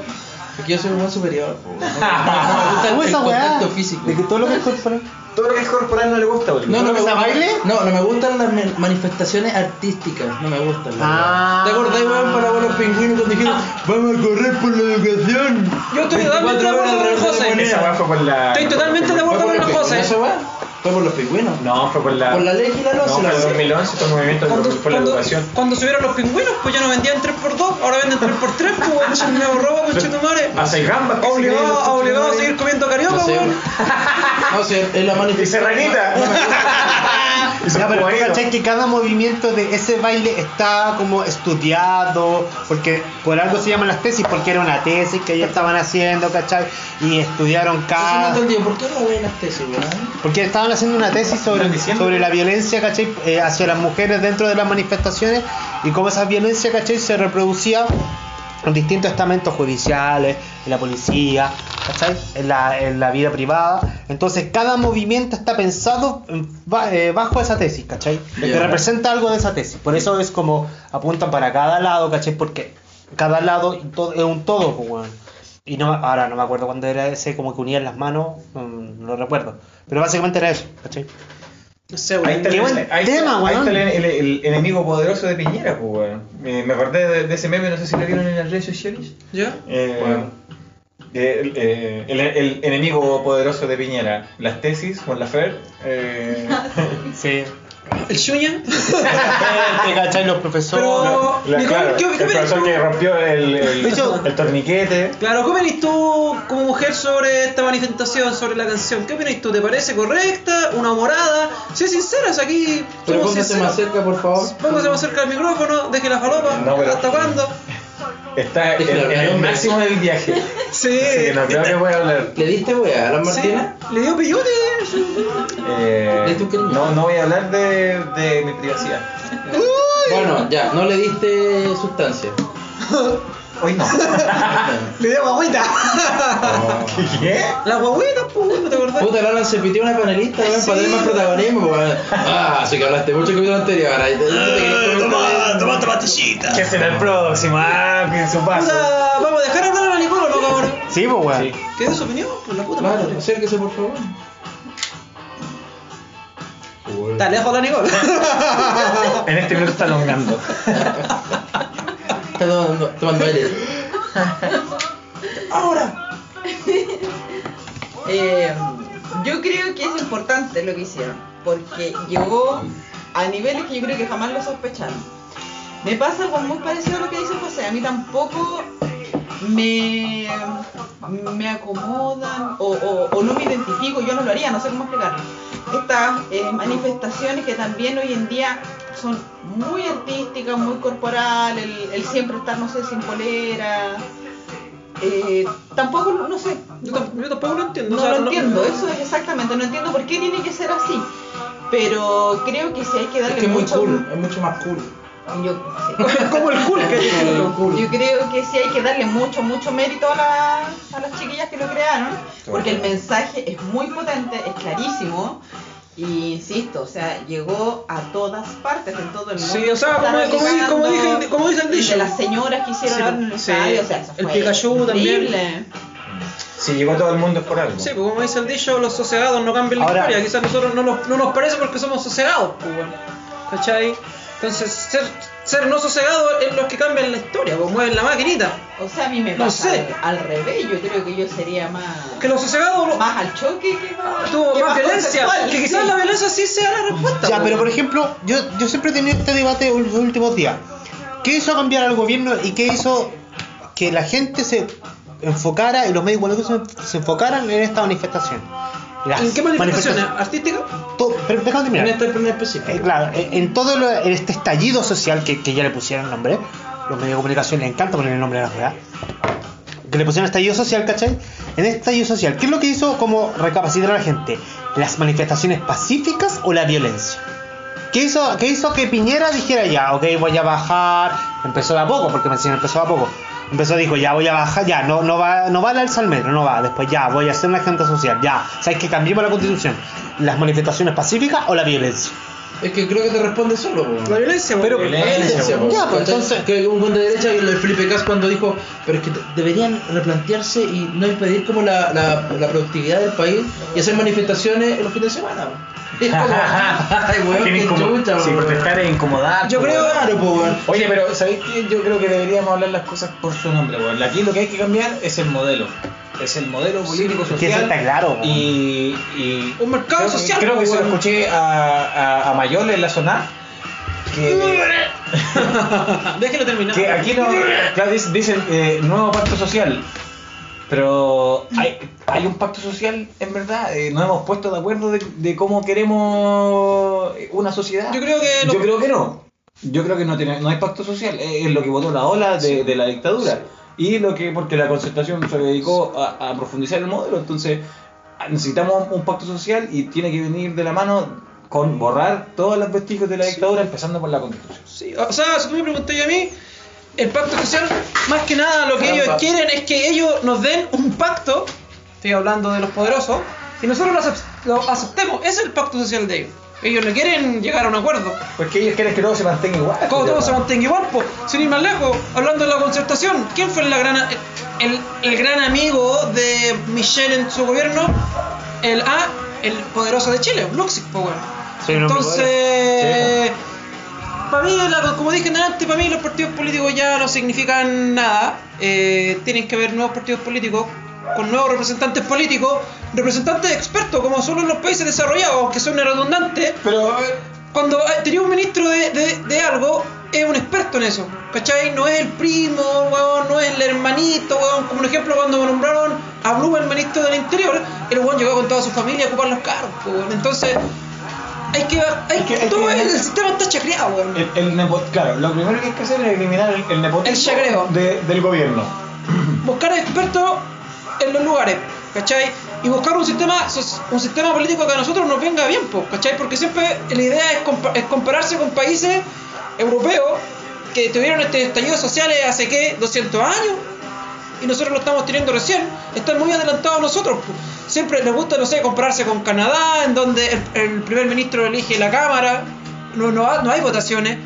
Speaker 2: Porque yo soy un buen superior. po.
Speaker 1: ¿Cómo
Speaker 2: el
Speaker 1: esa weá?
Speaker 2: contacto físico.
Speaker 1: De que todo lo que es corporal.
Speaker 5: Todo lo que es corporal no le gusta, boludo.
Speaker 1: ¿Todo lo
Speaker 2: me
Speaker 1: que sea
Speaker 2: gusta-
Speaker 1: baile?
Speaker 2: No, no me gustan las men- manifestaciones artísticas. No me gustan. la
Speaker 1: Ah.
Speaker 2: verdad. ¿Te acordás, weón, para ver los pingüinos cuando dijeron, vamos a correr por la educación?
Speaker 3: Yo estoy totalmente
Speaker 2: 24
Speaker 3: de acuerdo
Speaker 2: horas
Speaker 3: con
Speaker 2: alrededor de
Speaker 3: José.
Speaker 2: la moneda.
Speaker 5: Esa weá fue por la.
Speaker 3: Estoy totalmente de
Speaker 2: ¿Fue
Speaker 3: acuerdo
Speaker 2: por
Speaker 3: con
Speaker 2: los
Speaker 3: los
Speaker 2: pingüinos
Speaker 3: José.
Speaker 2: esa weá? ¿Fue por los pingüinos?
Speaker 5: No, fue por la.
Speaker 2: Por la ley y la
Speaker 5: No,
Speaker 2: loza,
Speaker 5: fue
Speaker 2: la
Speaker 5: el
Speaker 2: weá.
Speaker 5: 2011, fue un movimiento por,
Speaker 3: Cuando,
Speaker 5: por la
Speaker 3: cuando-
Speaker 5: educación.
Speaker 3: cuando subieron los pingüinos, pues ya no vendían 3x2, ahora venden 3x3, pues weón, es un nuevo robo, conchetumare.
Speaker 5: Hace gambas, que se creen los
Speaker 3: Obligado, obligado a seguir comiendo carioca,
Speaker 2: No sé,
Speaker 3: weón.
Speaker 2: weón. No sé, es la
Speaker 5: Y
Speaker 2: manifestación.
Speaker 5: [laughs] serranita. Y son
Speaker 1: Ya, pero tú
Speaker 5: cubanitos.
Speaker 1: cachai que cada movimiento de ese baile está como estudiado, porque por algo se llaman las tesis, porque era una tesis que ellos estaban haciendo, ¿cachai? Y estudiaron
Speaker 2: Eso no
Speaker 1: cada...
Speaker 2: entendí, ¿por qué no ven este las tesis, weón?
Speaker 1: Porque estaban haciendo una tesis sobre,
Speaker 5: Están diciendo.
Speaker 1: sobre la violencia, ¿cachai? Eh, hacia las mujeres dentro de las manifestaciones y cómo esa violencia, ¿cachai? Se reproducía en distintos estamentos judiciales, en la policía, ¿cachai? En la, en la vida privada. Entonces cada movimiento está pensado en- ba- eh, bajo esa tesis, ¿cachai?
Speaker 2: Ya.
Speaker 1: Que representa algo de esa tesis. Por eso es como apuntan para cada lado, ¿cachai? Porque cada lado y todo- es un todo, pues, weón. Y no, ahora no me acuerdo cuándo era ese, como que unían las manos, no, no lo recuerdo. Pero básicamente era eso, ¿cachai?
Speaker 3: No sé,
Speaker 5: Ahí
Speaker 3: weón.
Speaker 5: está,
Speaker 1: Qué
Speaker 5: el,
Speaker 1: buen
Speaker 5: ahí está-
Speaker 1: tema,
Speaker 5: ahí está
Speaker 1: weón.
Speaker 5: el, el- el enemigo poderoso de Piñera, pues, weón. Eh, me acordé de, de ese meme, no sé si lo vieron en las redes sociales.
Speaker 3: ¿Ya?
Speaker 5: Eh,
Speaker 2: Bueno.
Speaker 5: el, eh, el- el enemigo poderoso de Piñera, las tesis con la FER.
Speaker 1: [laughs]
Speaker 5: Eh,
Speaker 1: Sí.
Speaker 3: ¿El Shuyan?
Speaker 1: Te cachai los profesores.
Speaker 3: Pero-
Speaker 5: la-
Speaker 3: Nicole,
Speaker 5: claro,
Speaker 3: ¿qué-
Speaker 5: el
Speaker 3: qué opinas
Speaker 5: profesor
Speaker 3: tú?
Speaker 5: que rompió el,
Speaker 1: [laughs]
Speaker 5: el,
Speaker 1: De hecho-
Speaker 5: el torniquete.
Speaker 3: Claro, ¿qué opinas tú como mujer sobre esta manifestación, sobre la canción? ¿Qué opinas tú? ¿Te parece correcta? ¿Una morada? Sé sinceros aquí.
Speaker 2: Pero
Speaker 3: somos
Speaker 2: póngase
Speaker 3: sinceros.
Speaker 2: más cerca, por favor.
Speaker 3: Póngase más cerca del micrófono, deje la falopa.
Speaker 5: No, pero-
Speaker 3: ¿Hasta cuándo?
Speaker 5: Está en,
Speaker 2: Déjalo
Speaker 5: en
Speaker 2: hablar,
Speaker 5: el
Speaker 2: hombre.
Speaker 5: máximo del viaje.
Speaker 3: Sí.
Speaker 5: Así que no creo que voy a
Speaker 1: [laughs]
Speaker 5: hablar.
Speaker 2: ¿Le diste wea a la
Speaker 3: Sí,
Speaker 2: Martina?
Speaker 3: Le dio peyote.
Speaker 5: Eh,
Speaker 2: Diste un cariño.
Speaker 5: no, no voy a hablar de, de mi privacidad.
Speaker 2: Bueno, ya, no le diste [laughs] sustancia.
Speaker 1: [laughs]
Speaker 5: Hoy no.
Speaker 3: Le dio guaguita.
Speaker 5: ¿Qué?
Speaker 3: La guaguita, pues, ¿no te acordás?
Speaker 2: Puta, la Alan se pitió una panelista, weón, para tener más protagonismo, weón. Ah, así que hablaste mucho el capítulo anterior. ahora te- te querés comentar.
Speaker 5: ¿Qué será el próximo? Ah, que en su paso.
Speaker 3: Puta, vamos a dejar hablar a la Nicola, no, cabrón.
Speaker 1: Sí, pues, weón.
Speaker 3: ¿Qué es su opinión? Pues la puta madre.
Speaker 2: Claro, acérquese, por favor.
Speaker 3: Está lejos
Speaker 2: [laughs]
Speaker 3: la Nicola.
Speaker 5: En este minuto está alongando.
Speaker 2: Está tomando, tomando aire.
Speaker 4: Eh, yo creo que es importante lo que hicieron, porque llegó a niveles que yo creo que jamás lo sospecharon. Me pasa algo muy parecido a lo que dice José, a mí tampoco me, me acomodan o, o- o no me identifico, yo no lo haría, no sé cómo explicarlo. Estas eh, manifestaciones que también hoy en día son muy artísticas, muy corporal, el, el siempre estar, no sé, sin polera. eh, tampoco, no sé,
Speaker 3: Yo tampoco, yo tampoco lo entiendo.
Speaker 4: no
Speaker 3: o sea,
Speaker 4: lo entiendo, eso es exactamente, no entiendo por qué tiene que ser así. Pero creo que sí hay que
Speaker 2: Es
Speaker 4: darle
Speaker 2: que es muy
Speaker 4: mucho.
Speaker 2: cool, es mucho más cool.
Speaker 4: Yo,
Speaker 3: [laughs] Como el Hulk.
Speaker 2: Pero
Speaker 3: que-
Speaker 2: cool.
Speaker 4: yo creo que sí hay que darle mucho, mucho mérito a, la- a las chiquillas que lo crearon, porque el mensaje es muy potente, es clarísimo. Y insisto, o sea, llegó a todas partes, en todo el mundo.
Speaker 3: Sí, o sea, como-
Speaker 4: Estaban
Speaker 3: como-
Speaker 4: llegando,
Speaker 3: como dije- como dicen,
Speaker 4: y
Speaker 3: dicho.
Speaker 4: de las señoras que hicieron
Speaker 3: Sí,
Speaker 4: ahora en el
Speaker 3: sí.
Speaker 4: estadio, o sea, eso
Speaker 3: El
Speaker 4: fue
Speaker 3: Pikachu también.
Speaker 4: increíble.
Speaker 5: Si llegó todo el mundo es por algo.
Speaker 3: Sí, pues como dice el dicho, los sosegados no cambian la
Speaker 1: Ahora-
Speaker 3: historia. Quizás nosotros no, los- no nos parece porque somos sosegados, pues, bueno. ¿Cachai? Entonces, ser, ser no sosegado es los que cambian la historia, pues mueven la maquinita.
Speaker 4: O sea, a mí me
Speaker 3: No
Speaker 4: pasa
Speaker 3: sé.
Speaker 4: al, al revés, yo creo que yo sería más...
Speaker 3: Que los sosegados lo-
Speaker 4: más al choque que más,
Speaker 3: Ah, tuvo
Speaker 4: que
Speaker 3: más violencia.
Speaker 4: consensual.
Speaker 3: Que quizás
Speaker 4: Sí.
Speaker 3: la violencia sí sea la
Speaker 1: Ya,
Speaker 3: respuesta. pues,
Speaker 1: pero por
Speaker 3: bueno.
Speaker 1: ejemplo, yo, yo siempre he tenido este debate en los últimos días. ¿Qué hizo cambiar al gobierno y qué hizo que la gente se enfocara y los medios igualitarios se, se enfocaran en esta manifestación? Las
Speaker 3: ¿En qué manifestaciones?
Speaker 1: manifestaciones-
Speaker 3: ¿Artísticas? este
Speaker 1: To- pero déjame
Speaker 2: En
Speaker 1: terminar.
Speaker 2: esta en
Speaker 1: Eh,
Speaker 2: específico.
Speaker 1: claro, eh, en todo lo- en este estallido social que, que ya le pusieron nombre, los medios de comunicación les encanta poner el nombre a la ciudad, que le pusieron estallido social, ¿cachai? En este estallido social, ¿qué es lo que hizo como recapacitar a la gente? ¿Las manifestaciones pacíficas o la violencia? ¿Qué hizo, qué hizo que Piñera dijera ya, ok, voy a bajar? Empezó de a poco, porque me decían, empezó de a poco. Empezó, dijo, ya voy a bajar, ya, no, no va, no va al alza al metro, no va. Después ya, voy a hacer una agenda social, ya. O sea, hay que cambiemos la constitución. ¿Las manifestaciones pacíficas o la violencia?
Speaker 2: Es que creo que te responde solo, weón.
Speaker 3: La violencia, Ah,
Speaker 1: Pero-
Speaker 3: bueno.
Speaker 2: La violencia,
Speaker 1: Ya,
Speaker 2: weón.
Speaker 1: pues,
Speaker 2: ¿Cachai?
Speaker 1: entonces-
Speaker 2: Que un buen de derecha, el Felipe Cas cuando dijo, pero es que deberían replantearse y no impedir como la, la, la productividad del país y hacer manifestaciones los fines de semana. [laughs] weón. Y
Speaker 5: [laughs]
Speaker 2: es como, ay, weón,
Speaker 5: Tienen
Speaker 2: qué
Speaker 5: como-
Speaker 2: chucha,
Speaker 5: si
Speaker 2: weón.
Speaker 5: protestar es incomodar.
Speaker 3: Yo
Speaker 5: pues,
Speaker 3: creo-
Speaker 5: weón.
Speaker 2: Claro, pues, weón.
Speaker 5: Oye, pero ¿sabéis qué? Yo creo que deberíamos hablar las cosas por su nombre, weón. Aquí lo que hay que cambiar es el modelo. Es el modelo político
Speaker 1: que
Speaker 5: social.
Speaker 1: eso está claro, weón.
Speaker 5: Y, y-
Speaker 3: Un mercado
Speaker 5: creo que-
Speaker 3: social, pues,
Speaker 5: Creo que se lo
Speaker 3: weón.
Speaker 5: escuché a, a, a Mayol en la zona.
Speaker 3: Mm.
Speaker 5: Que,
Speaker 3: Déjelo terminar.
Speaker 5: que aquí no. Claro, dic- dicen eh, nuevo pacto social. Pero hay, hay un pacto social, en verdad. eh, nos hemos puesto de acuerdo de, de cómo queremos una sociedad.
Speaker 3: Yo creo que no.
Speaker 5: Yo creo que no. Yo creo que no, tiene, no hay pacto social. Es, es lo que votó la ola de, de la dictadura. Y lo que, porque la concertación se dedicó a, a profundizar el modelo, entonces ah, necesitamos un pacto social y tiene que venir de la mano con borrar todos los vestigios de la dictadura, empezando por la constitución.
Speaker 3: Sí, o sea, si tú me preguntas a mí, el pacto social, más que nada lo que
Speaker 2: Gran
Speaker 3: ellos
Speaker 2: pacto.
Speaker 3: quieren es que ellos nos den un pacto, estoy hablando de los poderosos, y nosotros lo, acep- lo aceptemos, ese es el pacto social de ellos. Ellos no quieren llegar a un acuerdo.
Speaker 5: Porque ellos quieren Pues que todo se mantenga igual.
Speaker 3: Como
Speaker 5: pues,
Speaker 3: todo se
Speaker 5: hermano.
Speaker 3: mantenga igual, po. sin ir más lejos, hablando de la concertación, ¿quién fue la gran... eh, el, el gran amigo de Michel en su gobierno, el A, el poderoso de Chile, Luxig, pues weón.
Speaker 1: Sí, no me
Speaker 3: Entonces, para mí, la- como dije antes, para mí los partidos políticos ya no significan nada. Eh, tienen que haber nuevos partidos políticos con nuevos representantes políticos, representantes expertos, como son en los países desarrollados, que son redundantes.
Speaker 5: Pero, eh,
Speaker 3: Cuando eh, tenía un ministro de, de- de algo, es un experto en eso, ¿cachai? No es el primo, weón, no es el hermanito, weón. Como un ejemplo, cuando nombraron a Blum el ministro del interior, el weón llegó con toda su familia a ocupar los cargos, po, weón. Entonces, hay que. Hay,
Speaker 5: que- hay
Speaker 3: todo
Speaker 5: que-
Speaker 3: el, el sistema está chacreado, weón.
Speaker 5: el, el nepo- claro, lo primero que hay que hacer es eliminar el, el
Speaker 3: El
Speaker 5: nepotismo
Speaker 3: chagreo.
Speaker 5: de- del gobierno.
Speaker 3: buscar expertos en los lugares, ¿cachai? Y buscar un sistema, sos- un sistema político que a nosotros nos venga bien, po, ¿cachai? Porque siempre la idea es, compa- es compararse con países europeos que tuvieron este estallido sociales hace que 200 años y nosotros lo estamos teniendo recién, están muy adelantados a nosotros. po. Siempre les gusta, no sé, compararse con Canadá, en donde el, el primer ministro elige la Cámara, no, no, ha- no hay votaciones.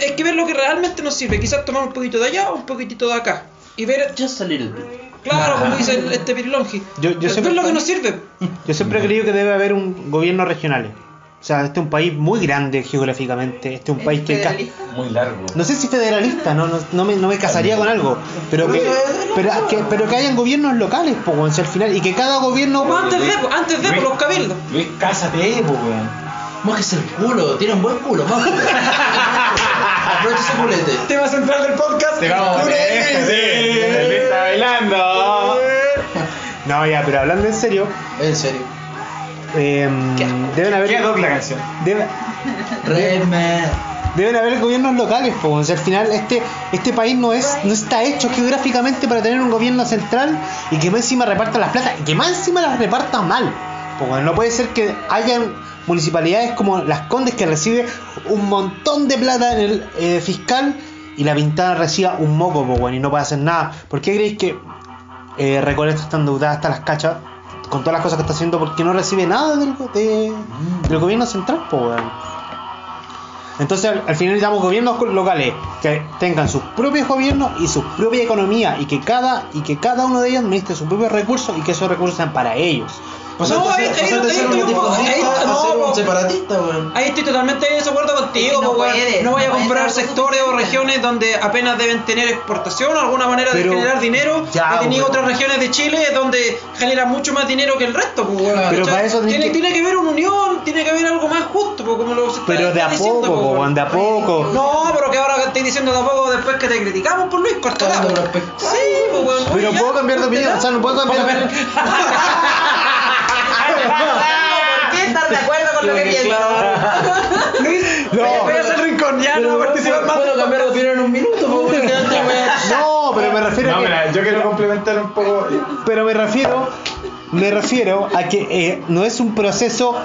Speaker 3: Hay que ver lo que realmente nos sirve, quizás tomar un poquito de allá o un poquitito de acá. Y ver
Speaker 2: Just a little bit.
Speaker 3: Claro, como dice el- este Pirilongi.
Speaker 1: Yo- yo
Speaker 3: Esto
Speaker 1: siempre-
Speaker 3: es lo que nos sirve.
Speaker 1: Yo siempre he creído que debe haber un gobierno regional. O sea, este es un país muy grande geográficamente. Este es un país que. ca-
Speaker 4: Federalista.
Speaker 6: Muy largo.
Speaker 1: No sé si federalista, no, no, no me, no me casaría con algo. Pero que, pero, que, pero que hayan gobiernos locales, po, weón, si al final. Y que cada gobierno.
Speaker 3: Como antes de, po, antes de po, los cabildos.
Speaker 5: Luis, cásate, po, weón.
Speaker 2: Mójese el culo, tiene un buen culo, mójese.
Speaker 5: [laughs]
Speaker 2: Aprovecha ese culete.
Speaker 3: Tema central del podcast.
Speaker 5: está bailando.
Speaker 1: No, ya, pero hablando en serio,
Speaker 2: En serio.
Speaker 1: eh, deben haber.
Speaker 5: Queda doble la canción.
Speaker 1: debe-
Speaker 2: Red Man.
Speaker 1: deben haber gobiernos locales, po, weón. si al final este, este país no es no está hecho geográficamente para tener un gobierno central y que más encima reparta las plata y que más encima las reparta mal. Po, weón. no puede ser que hayan municipalidades como Las Condes que recibe un montón de plata en el eh, fiscal y la pintada reciba un moco po, weón, y no puede hacer nada. ¿Por qué creéis que eh, Recoleta está endeudada hasta las cachas? Con todas las cosas que está haciendo, porque no recibe nada del, go- de- del gobierno central, po, weón. Entonces, al, al final necesitamos gobiernos co- locales que tengan sus propios gobiernos y su propia economía y que cada y que cada uno de ellos administre sus propios recursos y que esos recursos sean para ellos.
Speaker 2: Pasate
Speaker 3: No,
Speaker 2: a
Speaker 3: ahí-
Speaker 2: ser-
Speaker 3: ahí-
Speaker 2: pasate a
Speaker 3: ahí
Speaker 2: ser un
Speaker 3: estoy un poco-
Speaker 2: independentista a
Speaker 3: ahí- no,
Speaker 2: ser un
Speaker 3: po.
Speaker 2: separatista, weón.
Speaker 3: Ahí estoy totalmente de desacuerdo
Speaker 4: Es
Speaker 3: contigo,
Speaker 4: que no
Speaker 3: po, weón.
Speaker 4: puedes,
Speaker 3: No vaya a
Speaker 4: no puedes
Speaker 3: comprar
Speaker 4: tampoco
Speaker 3: sectores o
Speaker 4: justificar.
Speaker 3: regiones donde apenas deben tener exportación o alguna manera
Speaker 1: Pero-
Speaker 3: de generar dinero.
Speaker 1: ya,
Speaker 3: He tenido
Speaker 1: weón.
Speaker 3: otras regiones de Chile donde generan mucho más dinero que el resto, po, weón.
Speaker 1: Pero
Speaker 3: ¿Cachai?
Speaker 1: para eso tenés
Speaker 3: tiene,
Speaker 1: que-
Speaker 3: tiene que haber una unión, tiene que haber algo más justo, po, como lo se está-
Speaker 1: Pero de
Speaker 3: está
Speaker 1: a
Speaker 3: diciendo,
Speaker 1: poco,
Speaker 3: po,
Speaker 1: po,
Speaker 3: weón.
Speaker 1: weón, de a poco.
Speaker 3: No, pero que ahora que estoy diciendo tampoco después que te criticamos por Luis Cortada.
Speaker 2: Cuando
Speaker 3: Sí,
Speaker 2: lo
Speaker 3: pues,
Speaker 2: espe-
Speaker 3: weón.
Speaker 1: Pero
Speaker 3: Oye,
Speaker 1: puedo
Speaker 3: ya,
Speaker 1: cambiar de opinión, o sea, no puedo cambiar de opinión.
Speaker 4: ¿Por qué estar de acuerdo con lo que pienso?
Speaker 1: [laughs] No,
Speaker 3: Voy a ser rincón, ya no voy a participar más.
Speaker 2: Puedo cambiar de opinión en un minuto, po, weón. que antes, weón. [laughs]
Speaker 1: no, pero me refiero
Speaker 5: No,
Speaker 1: a que-
Speaker 5: mira, yo quiero complementar un poco.
Speaker 1: pero me refiero me refiero a que eh, no es un proceso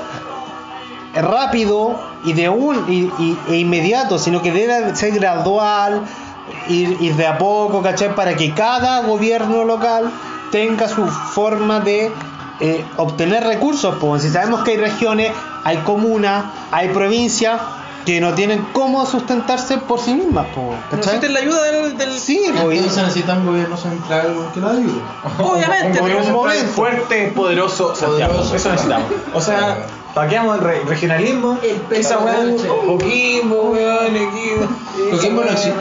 Speaker 1: rápido y de un y- y- e inmediato sino que debe ser gradual ir, ir de a poco ¿cachai? para que cada gobierno local tenga su forma de eh, obtener recursos pues si sabemos que hay regiones hay comunas hay provincias que no tienen cómo sustentarse por sí mismas pues, ¿cachai?
Speaker 3: Necesitan la ayuda del. del-
Speaker 1: sí pues,
Speaker 2: Entonces necesitan un gobierno central weón, que lo ayude.
Speaker 3: Obviamente,
Speaker 5: Un
Speaker 1: en un
Speaker 5: gobierno
Speaker 1: momento.
Speaker 5: fuerte, poderoso, Santiago.
Speaker 2: Poderoso.
Speaker 5: Eso necesitamos. O sea, paqueamos el re- regionalismo,
Speaker 2: El
Speaker 5: esa
Speaker 2: pelo
Speaker 5: weá,
Speaker 2: de leche.
Speaker 5: Coquimbo, weón, Equido.
Speaker 2: Coquimbo no existe.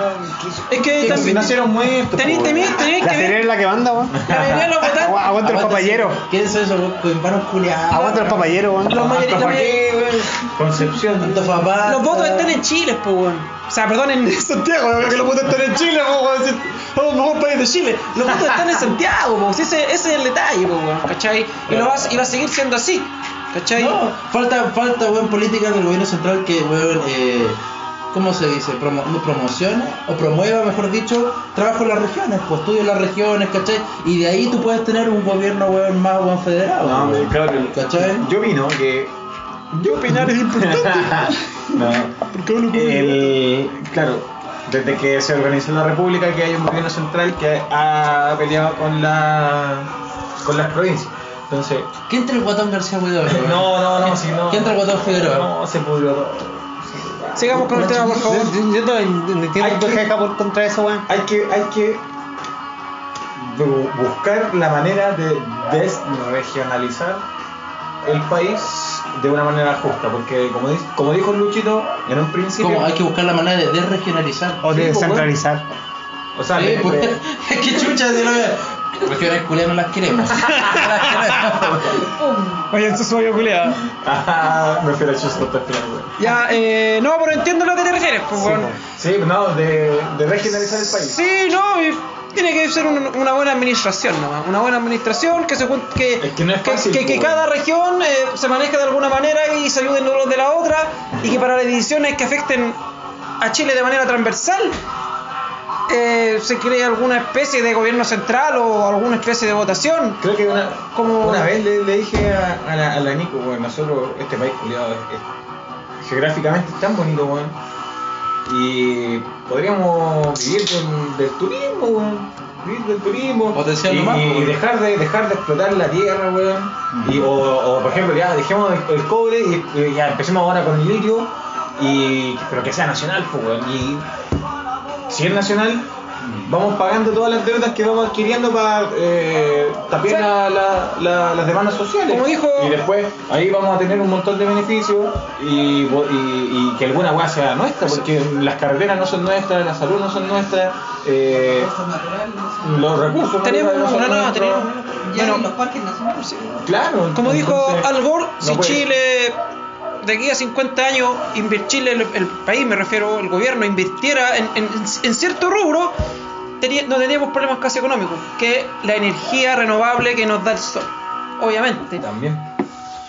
Speaker 3: Es que
Speaker 5: Si
Speaker 3: también.
Speaker 5: nacieron muertos. pues,
Speaker 3: Tenéis
Speaker 5: po,
Speaker 3: tenéis- tenéis
Speaker 1: la
Speaker 3: que
Speaker 1: tener
Speaker 3: ver.
Speaker 1: es la que manda weón.
Speaker 3: La mayoría de los votantes.
Speaker 1: Agua- aguanta el papayero
Speaker 2: ¿Quién es eso, weón? Coimbanos culiados.
Speaker 1: Aguanta el papayero, weón.
Speaker 3: Los, mayori-
Speaker 5: weón.
Speaker 3: la
Speaker 5: ¿Para
Speaker 3: mayoría-
Speaker 5: qué, weón? Concepción.
Speaker 2: Antofagasta.
Speaker 3: los votos están en Chile, pues, weón. O sea, perdón, en
Speaker 1: Santiago, weón, que lo puedo estar en Chile, po, weón. Si- Somos el mejor país de Chile.
Speaker 3: Los votos están en Santiago, pues. Ese, ese es el detalle, pues, weón. ¿Cachai? Y, lo va, a- y va a seguir siendo así. ¿Cachai?
Speaker 2: No, falta, falta weón, política del gobierno central que, weón, eh, ¿cómo se dice? Promo- no, promocione o promueva, mejor dicho, trabajo en las regiones, pues estudio en las regiones, ¿cachai? Y de ahí tú puedes tener un gobierno, weón, más, weón, federado.
Speaker 5: No,
Speaker 2: weón.
Speaker 5: claro.
Speaker 2: Ah, ¿Cachai?
Speaker 5: Yo opino que. Yo opinar
Speaker 2: [laughs]
Speaker 5: es importante. no. El, claro, desde que se organizó la República, que hay un gobierno central que ha peleado con la con las provincias. Entonces,
Speaker 2: ¿Quién entra el guatón García Huidobro? weón?
Speaker 5: no, no, no, si no.
Speaker 2: ¿Quién entra el guatón Figueroa?
Speaker 5: No, se pudrió todo.
Speaker 3: Sigamos con el tema, por favor.
Speaker 1: Yo, yo- yo no entiendo
Speaker 5: Hay
Speaker 1: tu
Speaker 5: que-
Speaker 1: queja por contra eso, weón.
Speaker 5: Hay que, hay que bu- buscar la manera de desregionalizar el país de una manera justa, porque como, di- como dijo Luchito en un principio,
Speaker 2: Como hay que buscar la manera de desregionalizar.
Speaker 1: O de
Speaker 5: Sí, pues,
Speaker 1: descentralizar.
Speaker 5: o sea,
Speaker 2: Eh,
Speaker 5: le-
Speaker 2: pues,
Speaker 5: [laughs] le-
Speaker 2: [laughs] es que chucha, si lo veo. Porque ahora culiadas no las queremos. No las queremos.
Speaker 4: ¡Pum!
Speaker 3: Oye, eso soy yo, culiado.
Speaker 5: Ajá, "Ah, me refiero a Chusto, está claro, güey.
Speaker 3: Ya, eh, no, pero entiendo lo que te refieres, pues,
Speaker 1: Sí,
Speaker 3: weón.
Speaker 5: Sí, no, de, de regionalizar el país.
Speaker 3: Sí, no, y tiene que ser un- una buena administración nomás. Una buena administración que se cuen- que,
Speaker 5: Es que no es fácil,
Speaker 3: que- que
Speaker 5: pues,
Speaker 3: cada región eh, se maneje de alguna manera y se ayuden unos de la otra y que para las decisiones que afecten a Chile de manera transversal eh, se cree alguna especie de gobierno central o alguna especie de votación.
Speaker 5: Creo que una,
Speaker 3: Como-
Speaker 5: una vez le, le dije a, a la, a la Nico, bueno, nosotros, este país culiado es, es- geográficamente es tan bonito, weón. Y podríamos vivir del, del turismo, weón. Vivir del turismo.
Speaker 2: Potencial
Speaker 5: y,
Speaker 2: nomás,
Speaker 5: y
Speaker 2: weón.
Speaker 5: dejar de dejar de explotar la tierra, weón. Y, o, o, por ejemplo, ya dejemos el, el cobre y, y ya empecemos ahora con el litio. Y, pero que sea nacional, pues, weón. Y si es nacional, vamos pagando todas las deudas que vamos adquiriendo para eh, también las demandas sociales.
Speaker 3: Como dijo-
Speaker 5: Y después ahí vamos a tener un montón de beneficios y, bo- y- y que alguna weá sea nuestra, porque las carreteras no son nuestras, la salud no son nuestras, eh, los recursos
Speaker 3: Tenemos-
Speaker 5: naturales no son
Speaker 3: no, no,
Speaker 5: nuestros.
Speaker 3: tenemos-
Speaker 4: Ya
Speaker 3: Bueno.
Speaker 4: en los parques nacionales.
Speaker 5: Claro.
Speaker 3: Como dijo
Speaker 5: entonces,
Speaker 3: Al Gore,
Speaker 5: no
Speaker 3: si
Speaker 5: puede-
Speaker 3: Chile de aquí a 50 años invier- Chile, el, el país, me refiero, el gobierno, invirtiera en, en- en cierto rubro, teni- no tendríamos problemas casi económicos, que la energía renovable que nos da el sol, obviamente.
Speaker 5: También.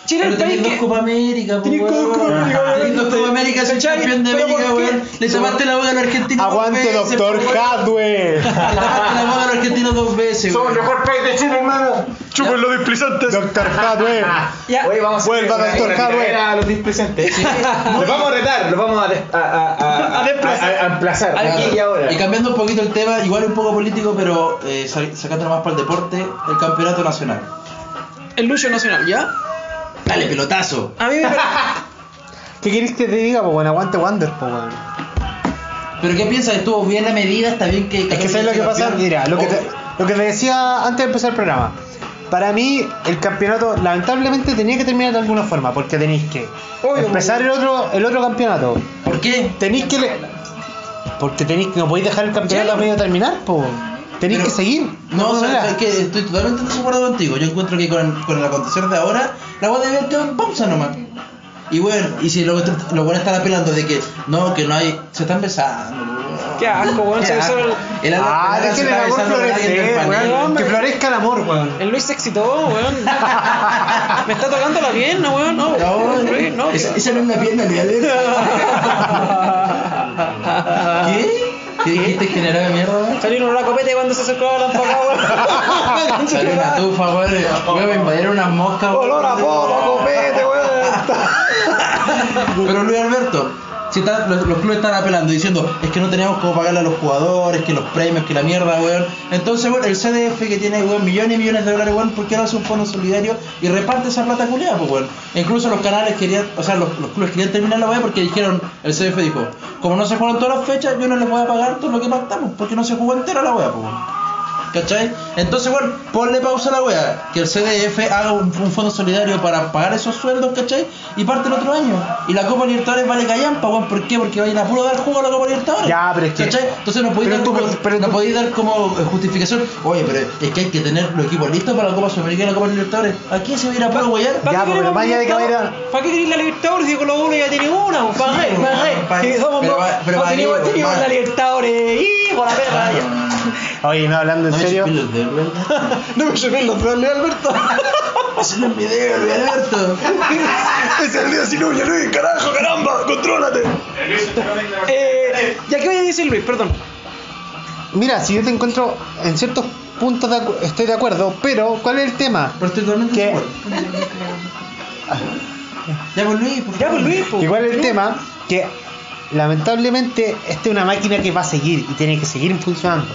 Speaker 3: Chile es
Speaker 2: Pero
Speaker 3: el país
Speaker 2: tenés dos
Speaker 3: que...
Speaker 2: Copa América, po,
Speaker 1: Tenés
Speaker 2: weón.
Speaker 1: dos Copa América, weón.
Speaker 2: Tenés dos Copa América, soy
Speaker 3: ¿Cachai?
Speaker 2: campeón de
Speaker 3: Pero ¿por
Speaker 2: América,
Speaker 3: qué?
Speaker 2: weón. Le tapaste la boca al argentino
Speaker 1: Aguante,
Speaker 2: dos veces,
Speaker 1: doctor
Speaker 2: po, weón.
Speaker 1: Hadwe.
Speaker 2: Le tapaste la boca al argentino dos veces,
Speaker 5: Somos el
Speaker 2: weón.
Speaker 5: mejor país de Chile, hermano.
Speaker 1: Chupen los desplizantes. [laughs] Doctor Hadwe.
Speaker 3: Ya.
Speaker 5: Oye, vamos a hacer
Speaker 1: Vuelva,
Speaker 5: una-
Speaker 1: doctor
Speaker 5: una
Speaker 1: Hadwe.
Speaker 5: tiradera a los displicentes. los vamos a retar, los vamos a, des- a, a, a,
Speaker 3: A desplazar.
Speaker 5: a- a emplazar. Aquí y ahora.
Speaker 2: Y cambiando un poquito el tema, igual un poco político, pero eh, sa- sacándolo más para el deporte, el campeonato nacional.
Speaker 3: El lucho nacional, ¿ya?
Speaker 2: Dale, pelotazo.
Speaker 3: A mí me
Speaker 2: [laughs]
Speaker 3: parece...
Speaker 1: ¿Qué querés que te diga, po, bueno, aguante Wander, po, bueno.
Speaker 2: ¿Pero qué piensas? ¿Estuvo bien la medida? ¿Está bien que.?
Speaker 1: Es que sabes lo que pasa, mira, lo que, te, lo que te decía antes de empezar el programa. Para mí, el campeonato lamentablemente tenía que terminar de alguna forma, porque tenéis que
Speaker 3: Obvio,
Speaker 1: empezar el otro, el otro campeonato.
Speaker 2: ¿Por qué?
Speaker 1: Tenéis que. le- porque tenéis que. No podéis dejar el campeonato a medio de terminar, po. Tenéis
Speaker 2: Pero-
Speaker 1: que seguir.
Speaker 2: No, o
Speaker 1: de alguna
Speaker 2: sea, es
Speaker 1: manera.
Speaker 2: que estoy totalmente de acuerdo contigo. Yo encuentro que con, con el acontecer de ahora, la voy a deber quedar en pausa nomás. Y bueno, y si luego lo bueno están apelando de que no, que no hay. Se están besando. weón.
Speaker 3: Qué asco, weón,
Speaker 2: Qué
Speaker 3: se
Speaker 2: asco.
Speaker 3: besaron-
Speaker 2: El Alan-
Speaker 1: Ah,
Speaker 2: el Alan se
Speaker 1: dejen el
Speaker 2: está
Speaker 1: amor
Speaker 2: besando con alguien del
Speaker 1: florecer,
Speaker 2: panel.
Speaker 1: weón. Que florezca el amor, weón.
Speaker 3: El Luis se excitó, weón. [laughs] Me está tocando la pierna, weón. No,
Speaker 2: No,
Speaker 3: Luis, no.
Speaker 2: esa, esa no es una pierna, mira.
Speaker 1: [laughs]
Speaker 2: ¿Qué? ¿Qué dijiste general de mierda? weón?
Speaker 3: Salieron una copete cuando se acercó la enfocada, weón. Con su
Speaker 2: [laughs] Salió una
Speaker 3: cagada.
Speaker 2: tufa, weón. Weón, me invadieron unas moscas, weón.
Speaker 3: Olor a polo, a copete, weón.
Speaker 2: Pero Luis Alberto, si está- los, los clubes están apelando diciendo es que no teníamos cómo pagarle a los jugadores, que los premios, que la mierda, weón. Entonces, weón, el CDF que tiene, weón, millones y millones de dólares, weón, ¿por qué no hace un fondo solidario y reparte esa plata culiada, pues, weón? Incluso los canales querían, o sea, los, los clubes querían terminar la weón porque dijeron, el CDF dijo, como no se jugaron todas las fechas, yo no les voy a pagar todo lo que pactamos porque no se jugó entera la weón, pues, weón. ¿Cachai? Entonces, bueno, ponle pausa a la wea. Que el CDF haga un, un fondo solidario para pagar esos sueldos, ¿cachai? Y parte el otro año. Y la Copa Libertadores vale callampa, weón. ¿Por qué? Porque vayan a puro dar jugo a la Copa Libertadores.
Speaker 1: Ya, pero es que-
Speaker 2: ¿Cachai? Entonces no podéis
Speaker 1: pero
Speaker 2: dar,
Speaker 1: tú-
Speaker 2: como,
Speaker 1: pero
Speaker 2: no
Speaker 1: tú-
Speaker 2: podéis dar como eh, justificación. Oye, pero es que hay que tener los equipos listos para la Copa Sudamericana y la Copa Libertadores. ¿A quién se va a ir a puro weyar?
Speaker 1: Ya,
Speaker 3: qué
Speaker 1: pero
Speaker 3: queremos
Speaker 1: más allá de que
Speaker 3: Libertadores?
Speaker 1: va a ir
Speaker 3: ¿Para qué queréis la Libertadores si con los uno ya tiene una? weón? ¿Para qué?
Speaker 2: weón,
Speaker 3: ¿Para
Speaker 2: pa-
Speaker 3: qué? Si somos
Speaker 2: pero
Speaker 3: no-
Speaker 2: va- pero
Speaker 3: no
Speaker 2: va a ir,
Speaker 3: teníamos-
Speaker 2: weón,
Speaker 3: teníamos
Speaker 2: va.
Speaker 3: la Libertadores. ¡Hijo de la perra!
Speaker 2: [laughs]
Speaker 3: ya.
Speaker 1: Oye, no, hablando en
Speaker 2: No me
Speaker 1: serio.
Speaker 2: chupé los dedos, weón.
Speaker 1: [laughs]
Speaker 3: No me chupé los dedos, Luis Alberto.
Speaker 2: Ese no [laughs] es mi dedo, Luis
Speaker 1: [laughs]
Speaker 2: Alberto.
Speaker 3: Eh, ¿Ya qué voy a decir, Luis? Perdón.
Speaker 1: Mira, si yo te encuentro en ciertos puntos de acu- estoy de acuerdo, pero ¿cuál es el tema?
Speaker 2: Pero estoy totalmente
Speaker 1: ¿Qué?
Speaker 2: de acuerdo. Ya, pues Luis, por
Speaker 3: Ya,
Speaker 2: favor.
Speaker 3: pues, Luis, po.
Speaker 1: Igual el tema que lamentablemente esta es una máquina que va a seguir y tiene que seguir funcionando.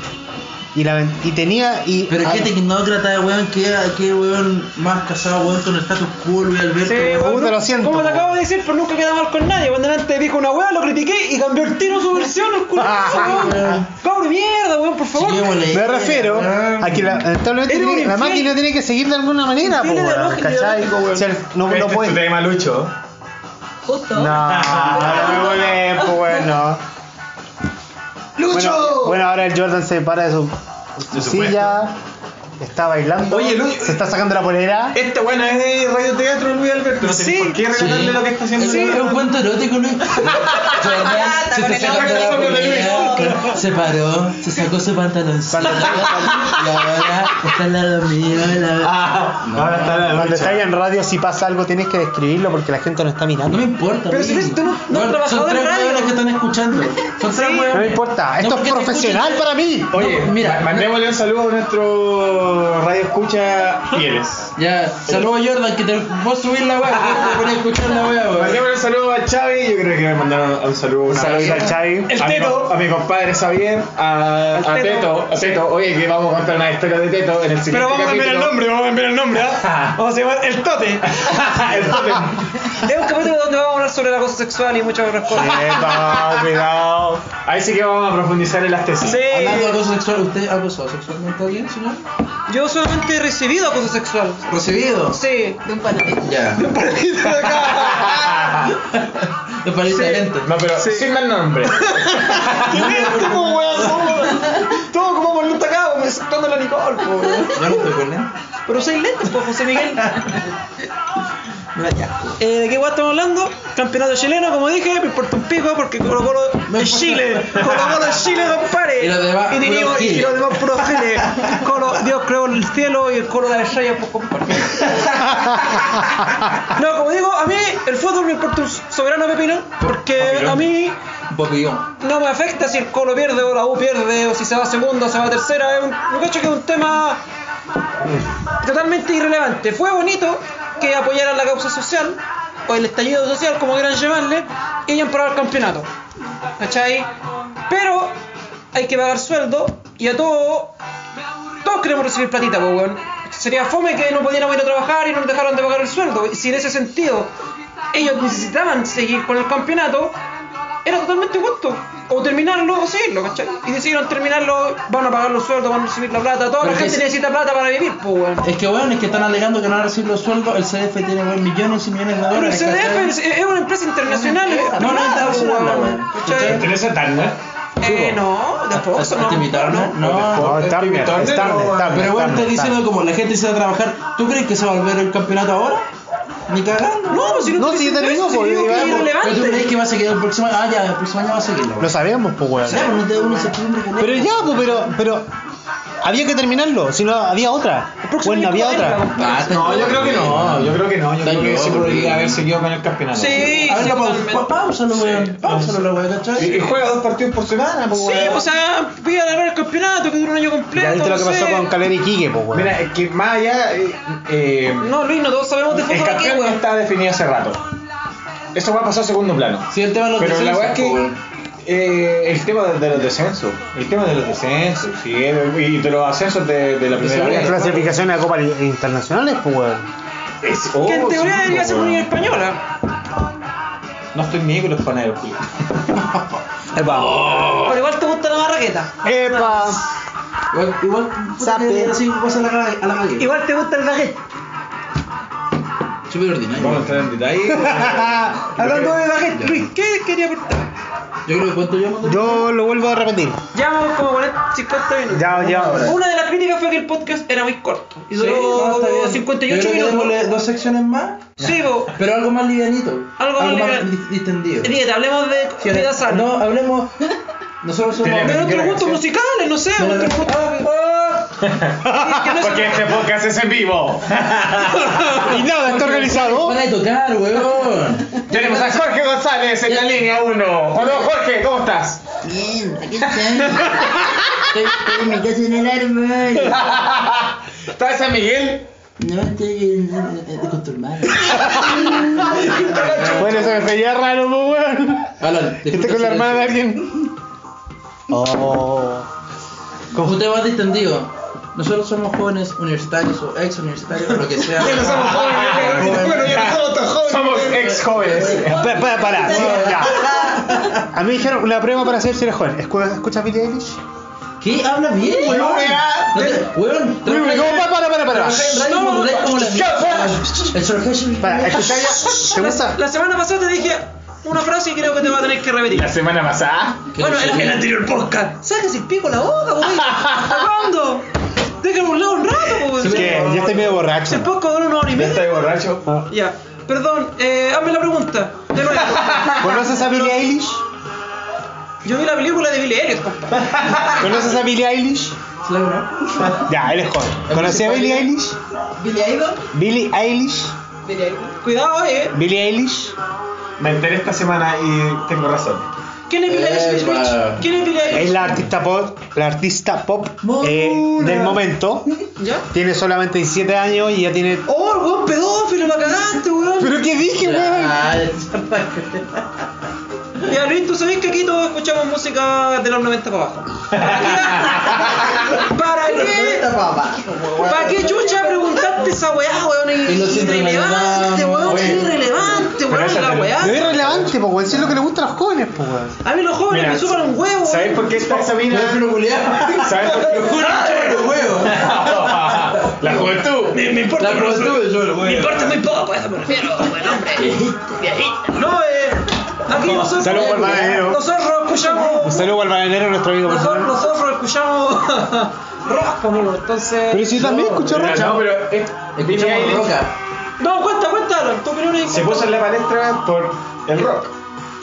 Speaker 1: Y, la, ven- y tenía. Y,
Speaker 2: Pero
Speaker 1: ah,
Speaker 2: qué tecnócrata, weón, qué, qué weón más casado, weón, con el status quo, Luis Alberto.
Speaker 3: Sí,
Speaker 2: weón.
Speaker 1: puta,
Speaker 3: bueno,
Speaker 1: lo siento,
Speaker 3: Como te
Speaker 1: po.
Speaker 3: acabo de decir, pues nunca quedé mal con nadie. Cuando antes dijo una weá, lo critiqué y cambió el tiro su versión. el culo.
Speaker 2: [laughs]
Speaker 1: Ah.
Speaker 3: Cabro, mierda, weón, por favor.
Speaker 2: Sí, weón, la
Speaker 1: Me
Speaker 2: idea,
Speaker 1: refiero
Speaker 2: weón.
Speaker 1: a que la, lamentablemente
Speaker 3: Era un
Speaker 1: tiene- la
Speaker 3: infiel.
Speaker 1: máquina tiene que seguir de alguna manera, po,
Speaker 3: Infiel
Speaker 1: weón,
Speaker 3: ideológico,
Speaker 1: ¿cachai?
Speaker 3: ideológico,
Speaker 1: O sea, no, no
Speaker 5: este
Speaker 1: puede-
Speaker 5: es [laughs] tu tema, Lucho.
Speaker 4: Justo.
Speaker 1: No, no me volé, po, weón, no. Bueno, bueno, ahora el Jordan se para de su, su silla, está bailando,
Speaker 5: Oye, Lu-
Speaker 1: se está sacando la polera.
Speaker 3: Eh,
Speaker 5: Esta buena es de radioteatro, Luis Alberto. No
Speaker 3: Sí,
Speaker 5: sé por qué regalarle
Speaker 2: sí.
Speaker 5: lo que está haciendo.
Speaker 2: Sí,
Speaker 5: el-
Speaker 2: es un cuento erótico,
Speaker 3: [laughs]
Speaker 2: Luis. Jordan
Speaker 3: Ah,
Speaker 4: Está
Speaker 2: se
Speaker 4: con
Speaker 2: te
Speaker 4: el
Speaker 2: sacó
Speaker 4: otro
Speaker 2: la
Speaker 4: lado,
Speaker 2: polera, se paró, se sacó su pantaloncito, y ahora está al lado mío, la
Speaker 5: Ah,
Speaker 2: No.
Speaker 5: ahora está la
Speaker 1: Cuando
Speaker 5: lucha.
Speaker 1: estás en radio, si pasa algo, tienes que describirlo porque la gente no está
Speaker 2: No
Speaker 1: mirando.
Speaker 2: me importa,
Speaker 3: Pero si
Speaker 2: Luis.
Speaker 3: eres tú, no- no has
Speaker 2: Weón,
Speaker 3: trabajado
Speaker 2: Son
Speaker 3: en
Speaker 2: tres
Speaker 3: radio.
Speaker 2: weones que están escuchando. Son tres
Speaker 1: No me
Speaker 2: weones.
Speaker 1: importa,
Speaker 2: No,
Speaker 1: esto
Speaker 2: porque
Speaker 1: es
Speaker 2: te
Speaker 1: profesional
Speaker 2: escuchan.
Speaker 1: para mí.
Speaker 5: Oye,
Speaker 2: No, pues, mira,
Speaker 5: mira, mandémosle un saludo a nuestro radio escucha fieles.
Speaker 2: Ya, saludos Jordan, que te vos subís la weá, vos te pones a escuchar la weá, weón.
Speaker 5: Mandémosle un saludo a Xavi, yo creo que me mandaron un saludo. una
Speaker 1: Saludos
Speaker 5: vez.
Speaker 1: al Chavi.
Speaker 3: El
Speaker 5: a mi
Speaker 3: Teto.
Speaker 5: com- a mi compadre Xavier, a,
Speaker 3: Al
Speaker 5: a
Speaker 3: Teto.
Speaker 5: Teto, a Teto. Oye, que vamos a contar una historia de Teto en el siguiente
Speaker 3: Pero vamos a cambiar el
Speaker 5: este capítulo.
Speaker 3: nombre, vamos a cambiar el nombre,
Speaker 5: [laughs]
Speaker 3: ¿ah? Vamos a llamar El Tote.
Speaker 5: el nombre.
Speaker 3: Es un capítulo donde vamos a hablar sobre el acoso sexual y muchas otras cosas.
Speaker 5: [laughs] Epa, cuidado. Ahí sí que vamos a profundizar en las tesis.
Speaker 3: Sí,
Speaker 2: Hablando de acoso sexual, ¿usted ha acosado sexualmente a alguien, señor?
Speaker 3: yo solamente he recibido acoso sexual.
Speaker 2: ¿Recibido?
Speaker 3: Sí.
Speaker 4: De un panadero.
Speaker 2: Ya.
Speaker 3: [laughs]
Speaker 2: Me parece lento.
Speaker 5: No, pero sin más nombre.
Speaker 3: Todo como por un tacado, sacando la Nicole, po, weón.
Speaker 2: Yo no estoy con él.
Speaker 3: Pero usáis lentes, po, José
Speaker 2: [laughs]
Speaker 3: Miguel.
Speaker 2: Me da asco.
Speaker 3: Eh, ¿De qué guay estamos hablando? Campeonato chileno, como dije, me importa un pico porque Colo Colo es Chile. Colo Colo es Chile, compadre.
Speaker 2: Y los demás
Speaker 3: y
Speaker 2: puros
Speaker 3: tenemos, y
Speaker 2: giles.
Speaker 3: los demás puros giles. Colo, Dios creó el cielo y el colo de la estrella,
Speaker 2: [laughs]
Speaker 3: pues compadre. No, como digo, a mí el fútbol me importa un soberano pepino porque a mí
Speaker 2: Bobillón.
Speaker 3: no me afecta si el Colo pierde o la U pierde o si se va a segunda o se va a tercera. Es un, yo cacho que es un tema totalmente irrelevante. Fue bonito que apoyaran la causa social o el estallido social, como quieran llamarle, y hayan parado el campeonato. ¿Cachai? Pero hay que pagar sueldo y a todo todos queremos recibir platita, pues, weón. Sería fome que no pudiéramos ir a trabajar y no nos dejaron de pagar el sueldo. Y Si en ese sentido ellos necesitaban seguir con el campeonato, era totalmente justo. O terminarlo o seguirlo, ¿cachai? Y decidieron terminarlo, van a pagar los sueldos, van a recibir la plata. Toda
Speaker 2: Pero
Speaker 3: la
Speaker 2: que
Speaker 3: gente
Speaker 2: es-
Speaker 3: necesita plata para vivir, pues, weón.
Speaker 2: Es que weón, es que están alegando que no van a recibir los sueldos, el CDF tiene weón, millones y millones de
Speaker 3: Pero
Speaker 2: dólares.
Speaker 3: el CDF es,
Speaker 2: ¿cachai?
Speaker 3: es una empresa internacional. es
Speaker 2: No, no,
Speaker 3: privada,
Speaker 2: está
Speaker 3: pues,
Speaker 2: funcionando, weón.
Speaker 3: ¿Cachai?
Speaker 5: ¿Tenés a Turner?
Speaker 3: Eh, no, tampoco,
Speaker 2: ¿Te-
Speaker 3: no.
Speaker 2: ¿Te invitaron?
Speaker 3: no.
Speaker 2: No,
Speaker 5: No,
Speaker 1: es
Speaker 5: es
Speaker 1: Turner,
Speaker 5: Turner,
Speaker 1: es
Speaker 5: no,
Speaker 1: Turner,
Speaker 5: pero
Speaker 1: Turner,
Speaker 2: Pero weón,
Speaker 1: Turner,
Speaker 2: está diciendo
Speaker 1: Turner.
Speaker 2: como la gente se va a trabajar. ¿Tú crees que se va a volver el campeonato ahora? Ni cagando.
Speaker 3: No, pues si no,
Speaker 1: No,
Speaker 3: te
Speaker 1: si ya
Speaker 3: dicen
Speaker 1: terminó,
Speaker 3: eso,
Speaker 1: pues,
Speaker 3: si digo que es
Speaker 1: digamos.
Speaker 2: ¿Pero tú crees
Speaker 3: irrelevante.
Speaker 2: que va a seguir el próximo año? Ah, ya, el próximo año va a seguirlo.
Speaker 1: Lo sabíamos, pues, weón.
Speaker 2: Ya, pues no te da una incertidumbre con
Speaker 1: Pero ya, pues, pero, pero había que terminarlo, si no había otra.
Speaker 3: próximo
Speaker 1: Bueno, había
Speaker 3: disco
Speaker 1: otra.
Speaker 3: venga.
Speaker 5: No, yo creo que
Speaker 2: Mm.
Speaker 5: no. Yo creo que no. Yo
Speaker 2: Está
Speaker 5: creo que sí
Speaker 2: loco,
Speaker 5: podría
Speaker 2: weón.
Speaker 5: haber seguido con el campeonato.
Speaker 3: Sí,
Speaker 2: A ver,
Speaker 3: sí, pues,
Speaker 2: la
Speaker 3: totalmente.
Speaker 2: pausa. Pausalo, weón. Pausalo, la weón,
Speaker 5: Y, y
Speaker 2: ¿cachai?
Speaker 5: juega dos partidos por semana, pues,
Speaker 3: Sí,
Speaker 5: weón.
Speaker 3: o sea, pide a ver el campeonato que dura un año completo.
Speaker 1: Ya viste lo que
Speaker 3: no
Speaker 1: pasó
Speaker 3: sé.
Speaker 1: con Calera y Quique, pues, weón.
Speaker 5: Mira, es que más allá. eh, eh,
Speaker 3: No, Luis, no todos sabemos de
Speaker 5: el
Speaker 3: fútbol aquí,
Speaker 5: campeón
Speaker 3: weón.
Speaker 5: está definido hace rato. Eso va a pasar a segundo plano.
Speaker 2: Sí, el tema de los
Speaker 5: Pero la
Speaker 2: descensos,
Speaker 5: verdad es
Speaker 2: po,
Speaker 5: que
Speaker 2: weón.
Speaker 5: eh, el tema de, de los descensos, el tema de los descensos sí, eh, y de los ascensos de, de la primera
Speaker 1: Las
Speaker 5: vez,
Speaker 1: clasificaciones a Copas Internacionales, pues, weón.
Speaker 5: es- oh,
Speaker 3: Que en teoría
Speaker 5: sí,
Speaker 3: debería
Speaker 5: po,
Speaker 3: ser una
Speaker 5: weón.
Speaker 3: liga española.
Speaker 5: No estoy ni con los paneros, Julio.
Speaker 1: Epa.
Speaker 3: Pero igual te gusta la barraqueta.
Speaker 1: Epa. [laughs]
Speaker 2: Igual, igual, puta
Speaker 1: Zape.
Speaker 2: que así pasa a la calle. a la calle.
Speaker 3: Igual te gusta el baguette.
Speaker 2: Súper ordinario.
Speaker 5: Vamos a entrar
Speaker 3: [laughs]
Speaker 5: en detalle.
Speaker 3: Hablando de baguette, Luis, ¿qué quería aportar?
Speaker 2: Yo creo que cuento yo, cuando-
Speaker 1: Yo lo vuelvo a repetir.
Speaker 3: Llevamos como 40, 50 minutos.
Speaker 1: Ya, ya.
Speaker 3: Una de las críticas fue que el podcast era muy corto. Y
Speaker 2: Sí, no,
Speaker 3: duró
Speaker 2: está bien. Yo
Speaker 3: 58
Speaker 2: creo que démosle
Speaker 3: minutos.
Speaker 2: dos secciones más, [laughs]
Speaker 3: Sí, bo.
Speaker 2: pero algo más livianito.
Speaker 3: Algo más livian-
Speaker 2: dis- distendido.
Speaker 3: Dieta, hablemos de vida sana.
Speaker 2: No, hablemos. Nosotros somos.
Speaker 3: De otros gustos musicales, no sé,
Speaker 2: Pero-
Speaker 3: otros gustos. Sí, que no se- [laughs]
Speaker 5: Porque este podcast es en vivo.
Speaker 1: Y nada, está organizado.
Speaker 2: Van a tocar, weón.
Speaker 5: Tenemos a Jorge González en la línea 1. Hola Jorge, ¿cómo estás?
Speaker 7: Bien, aquí estoy. estoy. Estoy en mi casa en el árbol.
Speaker 5: ¿Estás en San Miguel?
Speaker 7: No, estoy en, estoy con tu hermano.
Speaker 1: Bueno, eso me sería raro, pues, weón.
Speaker 2: Alan,
Speaker 1: Que esté con la hermana de alguien. Oh.
Speaker 2: Como un tema distendido. Nosotros somos jóvenes universitarios o ex universitarios o lo que sea.
Speaker 6: Ya no
Speaker 5: [laughs]
Speaker 6: somos
Speaker 5: Ah,
Speaker 6: jóvenes, bueno, ya no somos tan jóvenes. Somos ex jóvenes.
Speaker 1: Para, para, para, sí, ya. A mí me dijeron una prueba para saber si eres joven. ¿Escu- ¿Escuchas Billie Eilish?
Speaker 2: ¿Qué? Habla bien, weón. No te- Weón,
Speaker 1: Uy, uy, no, para, para, para, para.
Speaker 2: El Sir Henry.
Speaker 1: Para, ¿escuchas ya? ¿Te gusta?
Speaker 3: La semana pasada te dije una frase y creo que te va a tener que repetir.
Speaker 5: La semana pasada.
Speaker 3: Bueno, el, el anterior podcast. Sáquese el pico la boca,
Speaker 5: [laughs]
Speaker 3: güey. ¿Cuándo? Déjame un lado un rato, güey.
Speaker 1: ¿Qué? Yo estoy medio
Speaker 3: Si el
Speaker 1: borracho.
Speaker 3: podcast dura una hora y
Speaker 5: Ya
Speaker 3: media.
Speaker 5: estoy borracho.
Speaker 3: Ya. Perdón, eh, hazme la pregunta. De
Speaker 5: [laughs]
Speaker 3: nuevo.
Speaker 1: ¿Conoces a Billie Eilish?
Speaker 3: Yo vi la película de Billy Elliot, compa.
Speaker 1: ¿Conoces a Billie Eilish? Ya, eres joven. ¿Conocí a Billie Eilish?
Speaker 4: Billy Idol,
Speaker 1: Billie Eilish.
Speaker 4: Billy Idol.
Speaker 3: Cuidado, eh.
Speaker 1: Billie Eilish.
Speaker 5: Me enteré esta semana y tengo razón.
Speaker 3: ¿Quién es Billy Elliot,
Speaker 2: Epa.
Speaker 3: bitch? ¿Quién es Billy Elliot?
Speaker 1: Es la artista pop, la artista pop eh, del momento.
Speaker 3: ¿Ya?
Speaker 1: Tiene solamente 17 años y ya tiene.
Speaker 3: Oh, el weón pedófilo, la cagaste, weón.
Speaker 1: ¿Pero qué dije, weón?
Speaker 3: Ya, Luis, tú sabés que aquí todos escuchamos música de los 90
Speaker 2: [laughs]
Speaker 3: para abajo. ¿Para qué? ¿Para qué chucha preguntaste esa weá, weón?
Speaker 2: Y
Speaker 3: Es
Speaker 2: nos
Speaker 3: Irrelevante,
Speaker 2: enredamos,
Speaker 3: weón, es
Speaker 2: weón.
Speaker 3: irrelevante,
Speaker 5: Pero
Speaker 3: weón,
Speaker 5: esa
Speaker 3: la
Speaker 5: te-
Speaker 3: weá.
Speaker 1: No es relevante, pues, weón. Si es lo que le gusta a los jóvenes, pues, weón.
Speaker 3: A mí los jóvenes
Speaker 5: Mira,
Speaker 3: me supan un huevo.
Speaker 5: ¿Sabes por qué está Sabina?
Speaker 1: [laughs]
Speaker 5: ¿Sabes por qué? La juventud.
Speaker 3: Me importa,
Speaker 2: La
Speaker 3: pero no
Speaker 2: juventud, yo lo
Speaker 3: soy- me importa muy poco, a eso me refiero, buen hombre. No, eh. Aquí nosotros.
Speaker 1: Salud por el bananero.
Speaker 3: Nosotros
Speaker 1: Un
Speaker 3: escuchamos.
Speaker 1: saludo al bananero, nuestro amigo
Speaker 3: Nosotros,
Speaker 1: personal.
Speaker 3: nosotros escuchamos. [laughs] rock, amigo,
Speaker 1: Pero
Speaker 3: entonces.
Speaker 1: si también escucho
Speaker 5: Mira,
Speaker 1: racha.
Speaker 5: No, pero es- Billie Eilish
Speaker 3: No, cuenta, cuenta, tu opinión es.
Speaker 5: se puso en la palestra por el rock.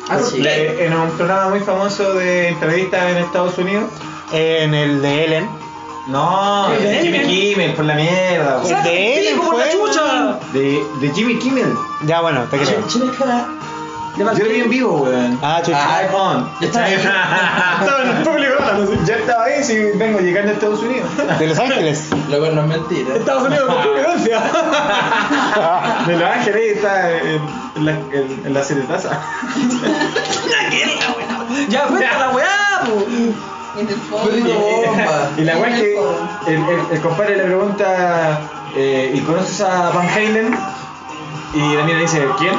Speaker 3: Ah,
Speaker 5: Le- en un programa muy famoso de entrevistas en Estados Unidos.
Speaker 1: En el de Ellen.
Speaker 5: No,
Speaker 3: ¿El
Speaker 5: de
Speaker 3: de
Speaker 5: Jimmy
Speaker 3: Ellen?
Speaker 5: Kimmel, por la mierda.
Speaker 1: El de
Speaker 3: ¡Sácate el
Speaker 1: Ellen
Speaker 3: pico por la
Speaker 1: fue-
Speaker 3: chucha!
Speaker 5: De, de Jimmy Kimmel.
Speaker 1: Ya, bueno, te creo.
Speaker 5: Yo lo vi en vivo, weón.
Speaker 1: Ah, chucha.
Speaker 5: Ah, iPhone. [laughs] Estaba en el público. ah, ¿no? Yo estaba ahí si vengo llegando a Estados Unidos.
Speaker 1: De Los [laughs] Ángeles.
Speaker 2: Lo cual no es mentira.
Speaker 3: Estados Unidos con
Speaker 5: De Los Ángeles está en, en la, en, en la siretaza.
Speaker 3: Ya, cuenta la weá, po.
Speaker 4: En el fondo.
Speaker 2: Pero no, bomba.
Speaker 5: [laughs] Y la weá es que el, el, el compadre le pregunta, eh, ¿y conoces a Van Halen? Y la mina dice, ¿quién?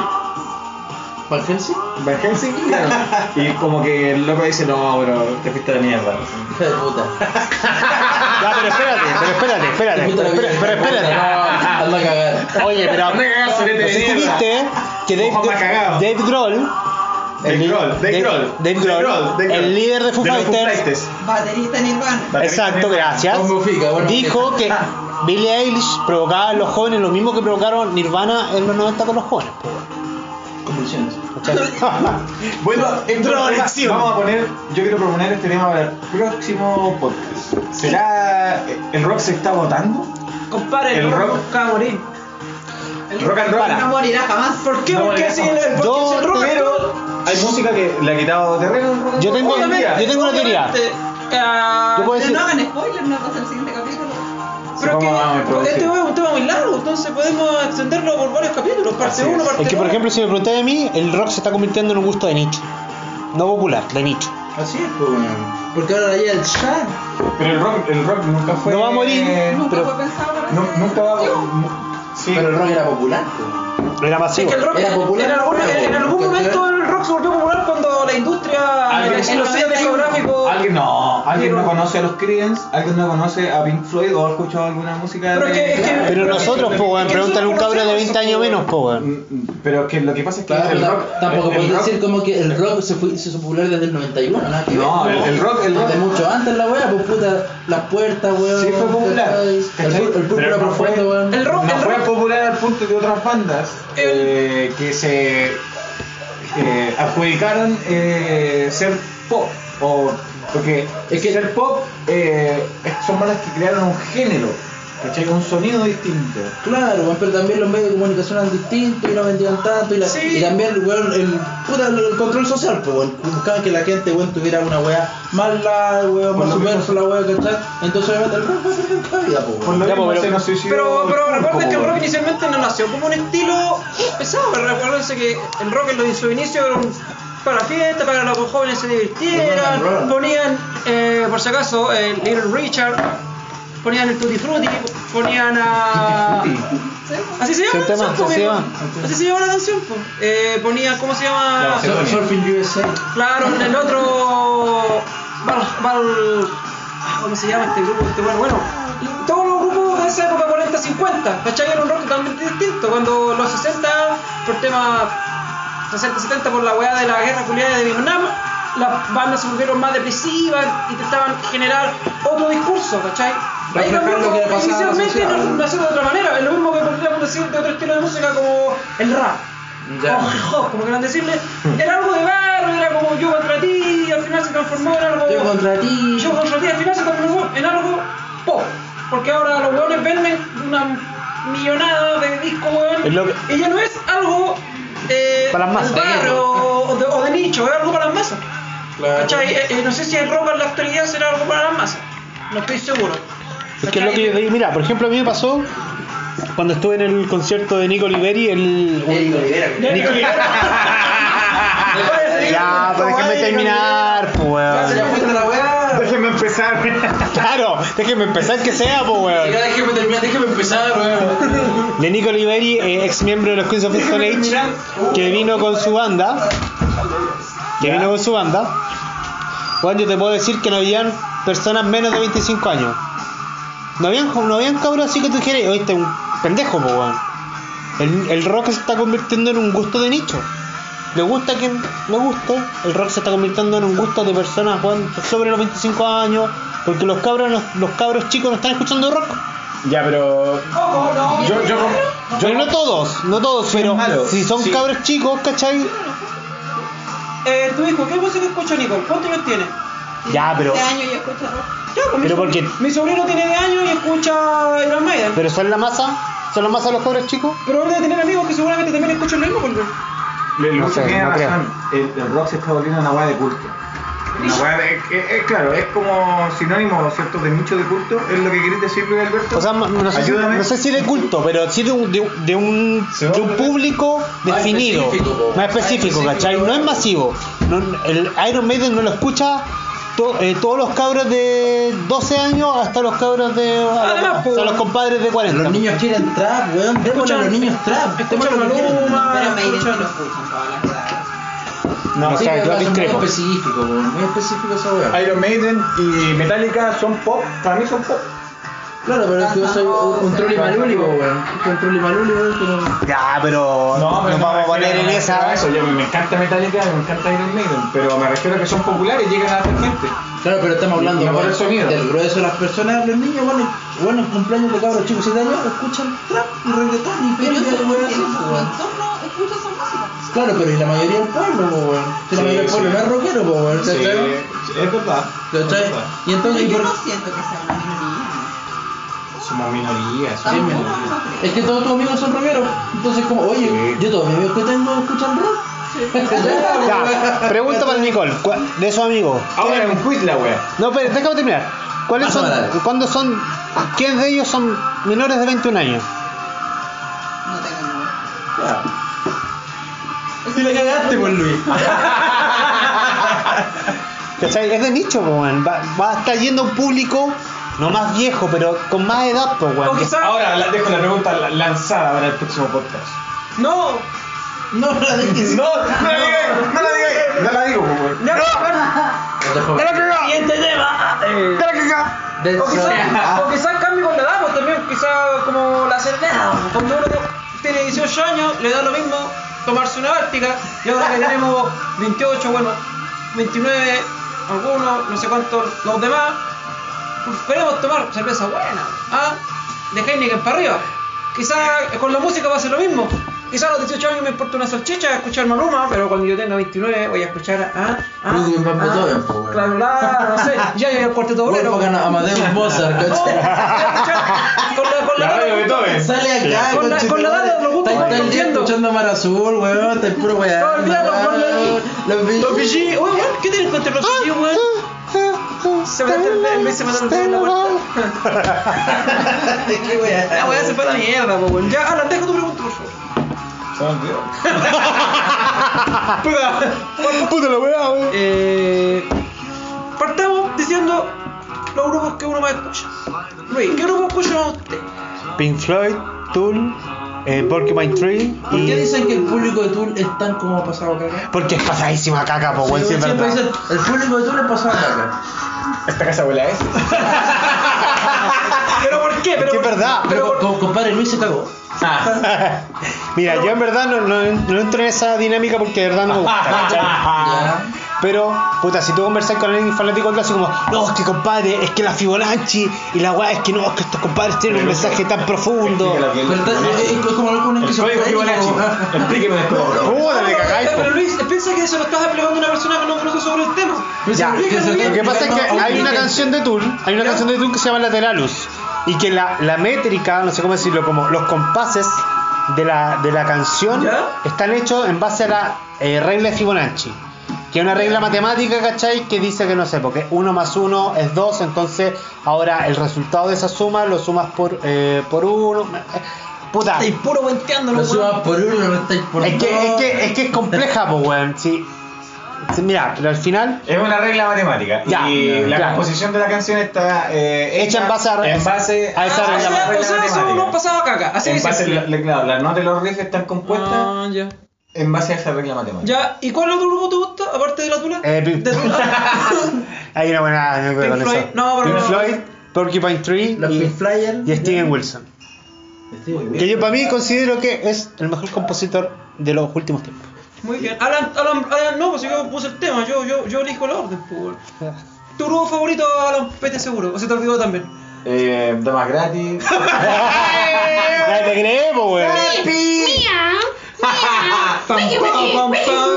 Speaker 2: ¿Van Helsing?
Speaker 5: ¿Van [laughs] Helsing? Claro. Y como que el loco dice, no, bro, te fuiste a la mierda.
Speaker 2: Hija de puta.
Speaker 1: Ya, pero espérate, pero espérate, espérate.
Speaker 2: Puta la
Speaker 1: Pero,
Speaker 2: vida,
Speaker 1: pero
Speaker 2: hija de puta.
Speaker 1: espérate.
Speaker 2: No, Anda a cagar.
Speaker 1: Oye, pero.
Speaker 5: Anda a cagar, sorete
Speaker 1: No sé
Speaker 5: de
Speaker 1: si
Speaker 5: mierda.
Speaker 1: viste que
Speaker 5: Ojo más
Speaker 1: Dave,
Speaker 5: cagado.
Speaker 1: Dave Grohl.
Speaker 5: Dave
Speaker 1: el li-
Speaker 5: Grohl, Dave Grohl.
Speaker 1: Dave
Speaker 5: Dave Grohl, Dave
Speaker 1: El
Speaker 5: Grohl.
Speaker 1: líder de Foo
Speaker 5: los Foo
Speaker 1: Fighters.
Speaker 5: Fighters.
Speaker 4: Baterista Nirvana.
Speaker 1: Exacto, gracias.
Speaker 2: Con Bufica, bueno,
Speaker 1: Dijo que Billie Eilish provocaba a los jóvenes lo mismo que provocaron Nirvana en los 90 con los jóvenes. po.
Speaker 2: Convulsiones.
Speaker 5: Bueno, entonces vamos a poner, yo quiero proponer este tema para el próximo podcast. ¿Será eh, el rock se está votando?
Speaker 3: Compadre,
Speaker 5: El
Speaker 3: el
Speaker 5: rock.
Speaker 3: rock busca morir.
Speaker 5: Rock and
Speaker 4: No
Speaker 5: roll.
Speaker 4: morirá jamás.
Speaker 3: ¿Por qué?
Speaker 5: No,
Speaker 3: Porque
Speaker 5: no.
Speaker 3: así el el podcast
Speaker 1: Yo,
Speaker 3: es rock.
Speaker 1: pero,
Speaker 5: Hay música que le ha quitado terreno. al rock and
Speaker 1: Yo
Speaker 5: roll.
Speaker 1: tengo-
Speaker 5: Hoy en
Speaker 1: yo
Speaker 5: día.
Speaker 1: tengo una teoría.
Speaker 3: Obviamente, eh, ah,
Speaker 1: Yo puedo
Speaker 4: Pero
Speaker 1: decir.
Speaker 4: no hagan spoilers, no pasa el siguiente capítulo.
Speaker 3: Pero
Speaker 5: ¿Cómo vamos a
Speaker 3: es que
Speaker 5: introducir?
Speaker 3: este es un tema muy largo, entonces podemos extenderlo por varios capítulos, parte
Speaker 5: Así
Speaker 3: 1,
Speaker 5: es.
Speaker 3: parte 2.
Speaker 1: Es que, por ejemplo, si me preguntáis a mí, el rock se está convirtiendo en un gusto de nicho. No popular, de nicho.
Speaker 2: Así es, pues, weón. Porque ahora la lleva el chat.
Speaker 5: Pero el rock, el rock nunca fue.
Speaker 1: No va a morir.
Speaker 4: Nunca
Speaker 1: Pero-
Speaker 4: fue pensado para
Speaker 5: nu-
Speaker 4: hacer
Speaker 5: nunca va a
Speaker 4: acción.
Speaker 5: Sí.
Speaker 2: Pero el rock era popular, pues.
Speaker 1: Era
Speaker 3: Sí,
Speaker 1: masivo.
Speaker 3: que el rock
Speaker 2: Era popular.
Speaker 3: en algún, en- en algún momento el rock se volvió popular cuando la industria,
Speaker 5: Alguien-
Speaker 3: el explosivo discográfico.
Speaker 5: Alguien no, alguien
Speaker 3: Pero-
Speaker 5: no conoce a los Creedence, alguien no conoce a Pink Floyd o ha escuchado alguna música
Speaker 3: Pero
Speaker 5: de
Speaker 3: es que- es que-
Speaker 1: Pero nosotros, po, weón, pregúntale a un cabro de 20 años menos, po, weón.
Speaker 5: Mm, Pero que lo que pasa es que
Speaker 2: Claro,
Speaker 5: el rock,
Speaker 2: tampoco
Speaker 5: el- el
Speaker 2: podéis
Speaker 5: rock-
Speaker 2: decir como que el rock se, fue, se hizo popular desde el 91, nada que
Speaker 5: No,
Speaker 2: ver.
Speaker 5: el- el rock- el
Speaker 2: Desde
Speaker 5: rock-
Speaker 2: mucho antes la wea, pues puta, las puertas, weón.
Speaker 5: Sí fue popular.
Speaker 2: ¿cachai? El,
Speaker 5: ¿cachai?
Speaker 2: pú- el
Speaker 5: Pero
Speaker 2: púrpura
Speaker 5: no fue-
Speaker 2: profundo, weón.
Speaker 3: el rock-
Speaker 5: no
Speaker 3: el
Speaker 5: fue
Speaker 3: rock-
Speaker 5: popular al punto de otras bandas eh, que se eh, adjudicaron eh, ser pop. O, porque
Speaker 2: Es que-
Speaker 5: ser pop eh, es- son bandas que crearon un género, ¿cachai? un sonido distinto.
Speaker 2: Claro, weón, pero también los medios de comunicación eran distintos y no vendían tanto y, la,
Speaker 3: Sí.
Speaker 2: y también weón, el, puta, el, el control social, pues weón, buscaban que la gente weón, tuviera una weá más larga, weón,
Speaker 5: Por
Speaker 2: más
Speaker 5: lo
Speaker 2: superflua, weón, ¿cachai? Entonces obviamente el rock fue perdiendo cabida, pues
Speaker 5: Por
Speaker 2: weón.
Speaker 5: lo
Speaker 1: Ya,
Speaker 5: mismo
Speaker 1: pero-
Speaker 5: se nos suicidó
Speaker 3: Pero, pero
Speaker 5: Kurt
Speaker 3: recuerden que el
Speaker 5: Cobain.
Speaker 3: rock inicialmente no nació como un estilo pesado, pero recuérdense que el rock en los- en su inicio era un para la fiesta, para que los jóvenes se divirtieran.
Speaker 2: Rock and roll.
Speaker 3: Ponían, eh, por si acaso, el Little Richard, ponían el Tutti Frutti, ponían a. Así se llama
Speaker 1: Sí,
Speaker 3: la canción,
Speaker 1: tema, así
Speaker 3: po,
Speaker 1: se
Speaker 3: viejo.
Speaker 1: llama.
Speaker 3: Así se llama la canción, po. Eh, ponían, ¿cómo se llama?
Speaker 2: Sur- Surfing USA.
Speaker 3: Claro, el otro. Val- Val- ah, ¿Cómo se llama este grupo? Este bueno, bueno. Todos los grupos de esa época 40-50, ¿cachai? Era un rock totalmente distinto. Cuando los 60, por tema 60-70, por la weá de la guerra culiada de Vietnam, las bandas se volvieron más depresivas, intentaban generar otro discurso, ¿cachai? Ahí
Speaker 2: Reflejar
Speaker 3: cambió
Speaker 2: lo que pasaba en la
Speaker 3: inicialmente
Speaker 2: sociedad.
Speaker 3: no- nació de otra manera, es lo mismo que podríamos decir de otro estilo de música como el rap
Speaker 2: Ya.
Speaker 3: ojo, como quieran decirle, era algo de barro, era como yo contra ti, y al final se transformó en algo.
Speaker 2: Yo contra ti.
Speaker 3: Yo contra ti, al final se transformó en algo pop. Porque ahora los weones venden una millonada de discos,
Speaker 1: Es
Speaker 3: weón.
Speaker 1: lo que-
Speaker 3: Y ya no es algo eh,
Speaker 1: Para las masas.
Speaker 3: de barrio o de, o de nicho, es algo para las masas.
Speaker 2: Claro.
Speaker 3: ¿Cachai? Eh, eh, no sé si el rock en la actualidad será algo para las masas. No estoy seguro.
Speaker 1: Es que es lo que
Speaker 3: ¿Cachai?
Speaker 1: yo digo, mira, por ejemplo, a mí me pasó cuando estuve en el concierto de Nico Oliveri, el... [laughs]
Speaker 2: Eric Olivera.
Speaker 3: Ya, Nico, ya.
Speaker 1: Ya, pues déjame terminar, pues,
Speaker 2: Se
Speaker 1: weón.
Speaker 2: ya fuiste a la weá.
Speaker 5: Déjenme empezar.
Speaker 1: Claro, déjeme empezar que sea, pues, weón.
Speaker 2: Ya déjeme terminar, déjeme empezar, weón.
Speaker 1: de Nico Oliveri, eh, ex miembro de los Queens of the Stone Age, que vino con su banda. Que vino con su banda. Bueno, yo te puedo decir que no habían personas menos de 25 años. No habían, no habían cabros así que tú dijeras, oíste, un pendejo, po, weón. El, el rock se está convirtiendo en un gusto de nicho. Le gusta a quien le guste. El rock se está convirtiendo en un gusto de personas, weón, sobre los 25 años. Porque los cabros, los, los cabros chicos no están escuchando rock.
Speaker 5: Ya, pero. Yo, yo, yo-
Speaker 1: Pero no todos, no todos, pero
Speaker 5: es malo.
Speaker 1: si son
Speaker 5: Sí.
Speaker 1: cabros chicos, ¿cachai?
Speaker 3: Eh, tu hijo, ¿qué música escucha Nicole? ¿Cuántos años tiene?
Speaker 1: Ya, pero,
Speaker 4: Este año yo escucho rock.
Speaker 3: Ya, pues, mi
Speaker 1: Pero
Speaker 3: sobr-
Speaker 1: porque-
Speaker 3: Mi sobrino tiene 10 años y escucha Iron Maiden. Pero,
Speaker 1: pero son la masa, son la masa los cabros chicos.
Speaker 3: debe tener amigos que seguramente también escuchan lo mismo. pues, Porque...
Speaker 5: le-
Speaker 1: No
Speaker 5: lo
Speaker 1: sé,
Speaker 5: que tiene
Speaker 1: no creo.
Speaker 5: razón. El, el rock se está volviendo una weá de culto. Una weá de. Es, es- claro, es como sinónimo, ¿cierto? De nicho de culto. Es lo que querés decir, Luis Alberto.
Speaker 1: O sea, no no sé, si,
Speaker 5: Ayúdame.
Speaker 1: no sé si de culto, pero sí de un, de, un- de un,
Speaker 5: Se va
Speaker 1: de un
Speaker 5: a volver-
Speaker 1: público definido,
Speaker 2: específico, po.
Speaker 1: más específico,
Speaker 2: Más específico,
Speaker 1: ¿cachai? No es masivo. No- el Iron Maiden no lo escucha to- eh, todos los cabros de 12 años hasta los cabros de.
Speaker 3: Además, po.
Speaker 1: hasta los compadres de 40.
Speaker 2: Los niños quieren trap, weón. Démosle a los niños trap.
Speaker 3: Escucha
Speaker 2: Démosle a los niños
Speaker 3: Maluma,
Speaker 4: Pero me iré si
Speaker 3: escucha-
Speaker 4: no escuchan todas las cosas.
Speaker 1: no, o
Speaker 2: Sí,
Speaker 1: sea, yo
Speaker 2: pero son muy
Speaker 1: discrepo.
Speaker 2: específico, weón. Muy específico esa weá.
Speaker 5: Iron Maiden y Metallica son pop. Para mí son pop.
Speaker 2: Claro, pero es que yo soy un un troll y maluli, po, weón. Un troll y maluli, weón. pero-
Speaker 1: Ya, pero. No,
Speaker 5: pero
Speaker 1: vamos a
Speaker 5: me
Speaker 1: poner
Speaker 5: refiero-
Speaker 1: en
Speaker 5: no me refiero
Speaker 1: esa.
Speaker 5: a Eso. Yo, me encanta Metallica, me encanta Iron Maiden. Pero me refiero a que son populares y llegan a la gente.
Speaker 2: Claro, pero estamos hablando
Speaker 5: No por
Speaker 2: weón,
Speaker 5: el sonido.
Speaker 2: del grueso de las personas, los niños, bueno, bueno, en cumpleaños de cabros chicos de 7 años escuchan trap y reggaetón y
Speaker 4: Pero yo
Speaker 2: cumbia
Speaker 4: sé
Speaker 2: y
Speaker 4: por
Speaker 2: weón
Speaker 4: qué
Speaker 2: así, po,
Speaker 4: no, mi
Speaker 2: weón.
Speaker 4: entorno escucha esa música.
Speaker 2: Claro, pero y la mayoría del pueblo, po, weón. Si la
Speaker 5: Sí,
Speaker 2: mayoría del pueblo
Speaker 5: sí.
Speaker 2: no es rockero, po, weón.
Speaker 5: Sí,
Speaker 2: ¿Cachai?
Speaker 5: es verdad. es
Speaker 2: ¿Cachai?
Speaker 5: verdad.
Speaker 2: Y entonces, ¿y
Speaker 4: Pero
Speaker 2: por
Speaker 4: yo no siento que sea una minoría.
Speaker 5: Somos minorías.
Speaker 2: Sí, me- Es que todos tus amigos son rockeros. Entonces, como, oye, yo todos mis amigos que tengo escuchan rock. [laughs]
Speaker 1: Ya, pregunta para Nicole, ¿cuál- de esos amigos.
Speaker 5: Ahora es un quiz la wea.
Speaker 1: No, pero déjame terminar. ¿Cuáles
Speaker 2: Ah,
Speaker 1: son,
Speaker 2: dale.
Speaker 1: cuándo son, quién de ellos son menores de 21 años?
Speaker 4: No tengo nada.
Speaker 2: Y le cagaste, por Luis.
Speaker 1: ¿Cachai? Es de nicho, po, weón. Va, va a estar yendo a un público, no más viejo, pero con más edad, po,
Speaker 3: O
Speaker 1: weón.
Speaker 3: quizás.
Speaker 5: Ahora la- dejo la pregunta la- lanzada para el próximo podcast.
Speaker 3: No,
Speaker 2: No, no la dejes.
Speaker 5: No, no la digas, no la digas. No la digo, pues, weón.
Speaker 3: ya no. Siguiente tema. Eh,
Speaker 2: Del
Speaker 3: O quizás o
Speaker 2: sol.
Speaker 3: quizás cambie con la edad, pues también, quizás como la cerveza. pues, Cuando uno tiene 18 años, le da lo mismo tomarse una báltica. Y ahora que tenemos 28, bueno, 29, algunos, no sé cuántos, los demás, pues, queremos tomar cerveza buena. ¿ah? De Heineken para arriba. Quizás con la música va a ser lo mismo. Quizás a los 18 años me importa una salchicha escuchar Maluma, pero cuando yo tenga 29 voy a escuchar. Ah, ah,
Speaker 2: Ludwig van Beethoven, pues,
Speaker 3: ah,
Speaker 2: bueno.
Speaker 3: claro, claro, no sé. Ya llega el cuarteto obrero.
Speaker 2: Wolfgang Amadeus Mozart,
Speaker 3: No, [laughs] con
Speaker 2: ¿cachai?
Speaker 3: la- con la- con la-
Speaker 5: La radio Beethoven.
Speaker 2: Sale acá,
Speaker 3: Oh. Con la-
Speaker 2: conchito,
Speaker 3: con la
Speaker 2: madre.
Speaker 3: data, los gustos
Speaker 2: Está-
Speaker 3: van
Speaker 2: está el día
Speaker 3: cambiando.
Speaker 2: escuchando Mar Azul, weón, te puro weón.
Speaker 3: Todo el día los- con la-
Speaker 2: Los
Speaker 3: Los PG,
Speaker 2: bichis.
Speaker 3: Oye, weón, ¿qué tenés contra los PG, weón? Se me el mes se me la
Speaker 2: [laughs]
Speaker 3: vuelta.
Speaker 2: Qué weón.
Speaker 3: La weá se fue a la mierda, po, weón. Ya, Alan, deja tu pregunta, por favor.
Speaker 5: Se me olvidó.
Speaker 1: Puta la weá, weón.
Speaker 3: Eh, partamos diciendo los grupos que uno más escucha. Luis, ¿qué grupo escucha más usted?
Speaker 1: Pink Floyd, Tool, eh, Porcupine Tree
Speaker 2: ¿Por qué dicen que el público de Tool es tan como pasado caca?
Speaker 1: Porque es pasadísima caca, po, weón,
Speaker 2: Sí,
Speaker 1: sí, es
Speaker 2: siempre
Speaker 1: verdad.
Speaker 2: dicen, el público de Tool es pasado caca.
Speaker 5: Esta casa huele a eso.
Speaker 3: ¿Pero por qué?
Speaker 1: Es
Speaker 3: ¿Pero
Speaker 1: que es
Speaker 3: por-
Speaker 1: verdad.
Speaker 2: Pero, co- compadre Luis se cagó.
Speaker 5: Ah,
Speaker 1: Mira, yo en verdad no, no, no entro en esa dinámica porque de verdad no me [laughs] gusta, ¿cachai?
Speaker 2: Ah.
Speaker 1: Pero, puta, si tú conversas con alguien fanático del así como, no, es que compadre, es que la Fibonacci y la weá, es que no, es que estos compadres tienen un mensaje tan profundo.
Speaker 5: explícala bien.
Speaker 2: Pero está-
Speaker 1: eh,
Speaker 2: es, es como algo con el que
Speaker 5: El
Speaker 2: se
Speaker 5: código Fibonacci.
Speaker 2: [laughs]
Speaker 5: Explíqueme el código.
Speaker 1: Puta, te cagáis, po.
Speaker 3: Pero Luis, piensa que eso lo estás aplicando a una persona que no conoce sobre el tema.
Speaker 1: Ya, Lo que pasa es que hay una canción de Tool, hay una canción de Tool que se llama Lateralus y que la, la métrica, no sé cómo decirlo, como los compases de la, de la canción
Speaker 3: ¿Ya?
Speaker 1: están hechos en base a la eh, regla de Fibonacci, que es una regla matemática, ¿cachai? Que dice que no sé, porque 1 más 1 es 2, entonces ahora el resultado de esa suma lo sumas por, eh, por 1. Puta,
Speaker 3: Estáis
Speaker 1: es
Speaker 3: puro venteándolo,
Speaker 2: Lo
Speaker 3: weón.
Speaker 2: subas por uno, lo estáis por
Speaker 1: que, es,
Speaker 2: dos.
Speaker 1: que, es que es compleja, pues, weón. Sí. Sí, Mira, pero al final
Speaker 5: Es una regla matemática.
Speaker 1: Ya,
Speaker 5: y la
Speaker 1: ya.
Speaker 5: composición de la canción está eh,
Speaker 1: Hecha en base a-
Speaker 5: en base
Speaker 1: a esa
Speaker 3: Ah,
Speaker 1: regla
Speaker 3: o sea,
Speaker 5: matemática.
Speaker 3: o sea, son unos pasados caca. Así
Speaker 5: en
Speaker 3: dice.
Speaker 5: base la, la- claro, las notas y los riffs están compuestas
Speaker 3: Ah, ya.
Speaker 5: en base a esa regla matemática.
Speaker 3: Ya, ¿y cuál otro grupo te gusta? Aparte de la tula.
Speaker 1: Eh, Pink-
Speaker 3: De Tula.
Speaker 1: Hay una buena anécdota
Speaker 3: Pink
Speaker 1: con
Speaker 3: Floyd.
Speaker 1: eso.
Speaker 3: No, pero
Speaker 1: Pink
Speaker 3: no.
Speaker 1: Floyd, Porcupine Tree
Speaker 2: Los Pink
Speaker 1: y,
Speaker 2: Flyers.
Speaker 1: y Steven Wilson.
Speaker 2: Sí, muy bien.
Speaker 1: Que yo para mí considero que es el mejor compositor de los últimos tiempos.
Speaker 3: Muy bien. Alan, Alan, Alan, no, pues yo puse el tema, yo, yo, yo elijo el orden, pues. weón. Tu grupo favorito, Alan Pete, seguro. O se te olvidó también.
Speaker 5: Eh,
Speaker 1: [laughs]
Speaker 5: damas gratis.
Speaker 1: Ya te creemos, weón.
Speaker 3: Pam, pam, pam, pam, pam,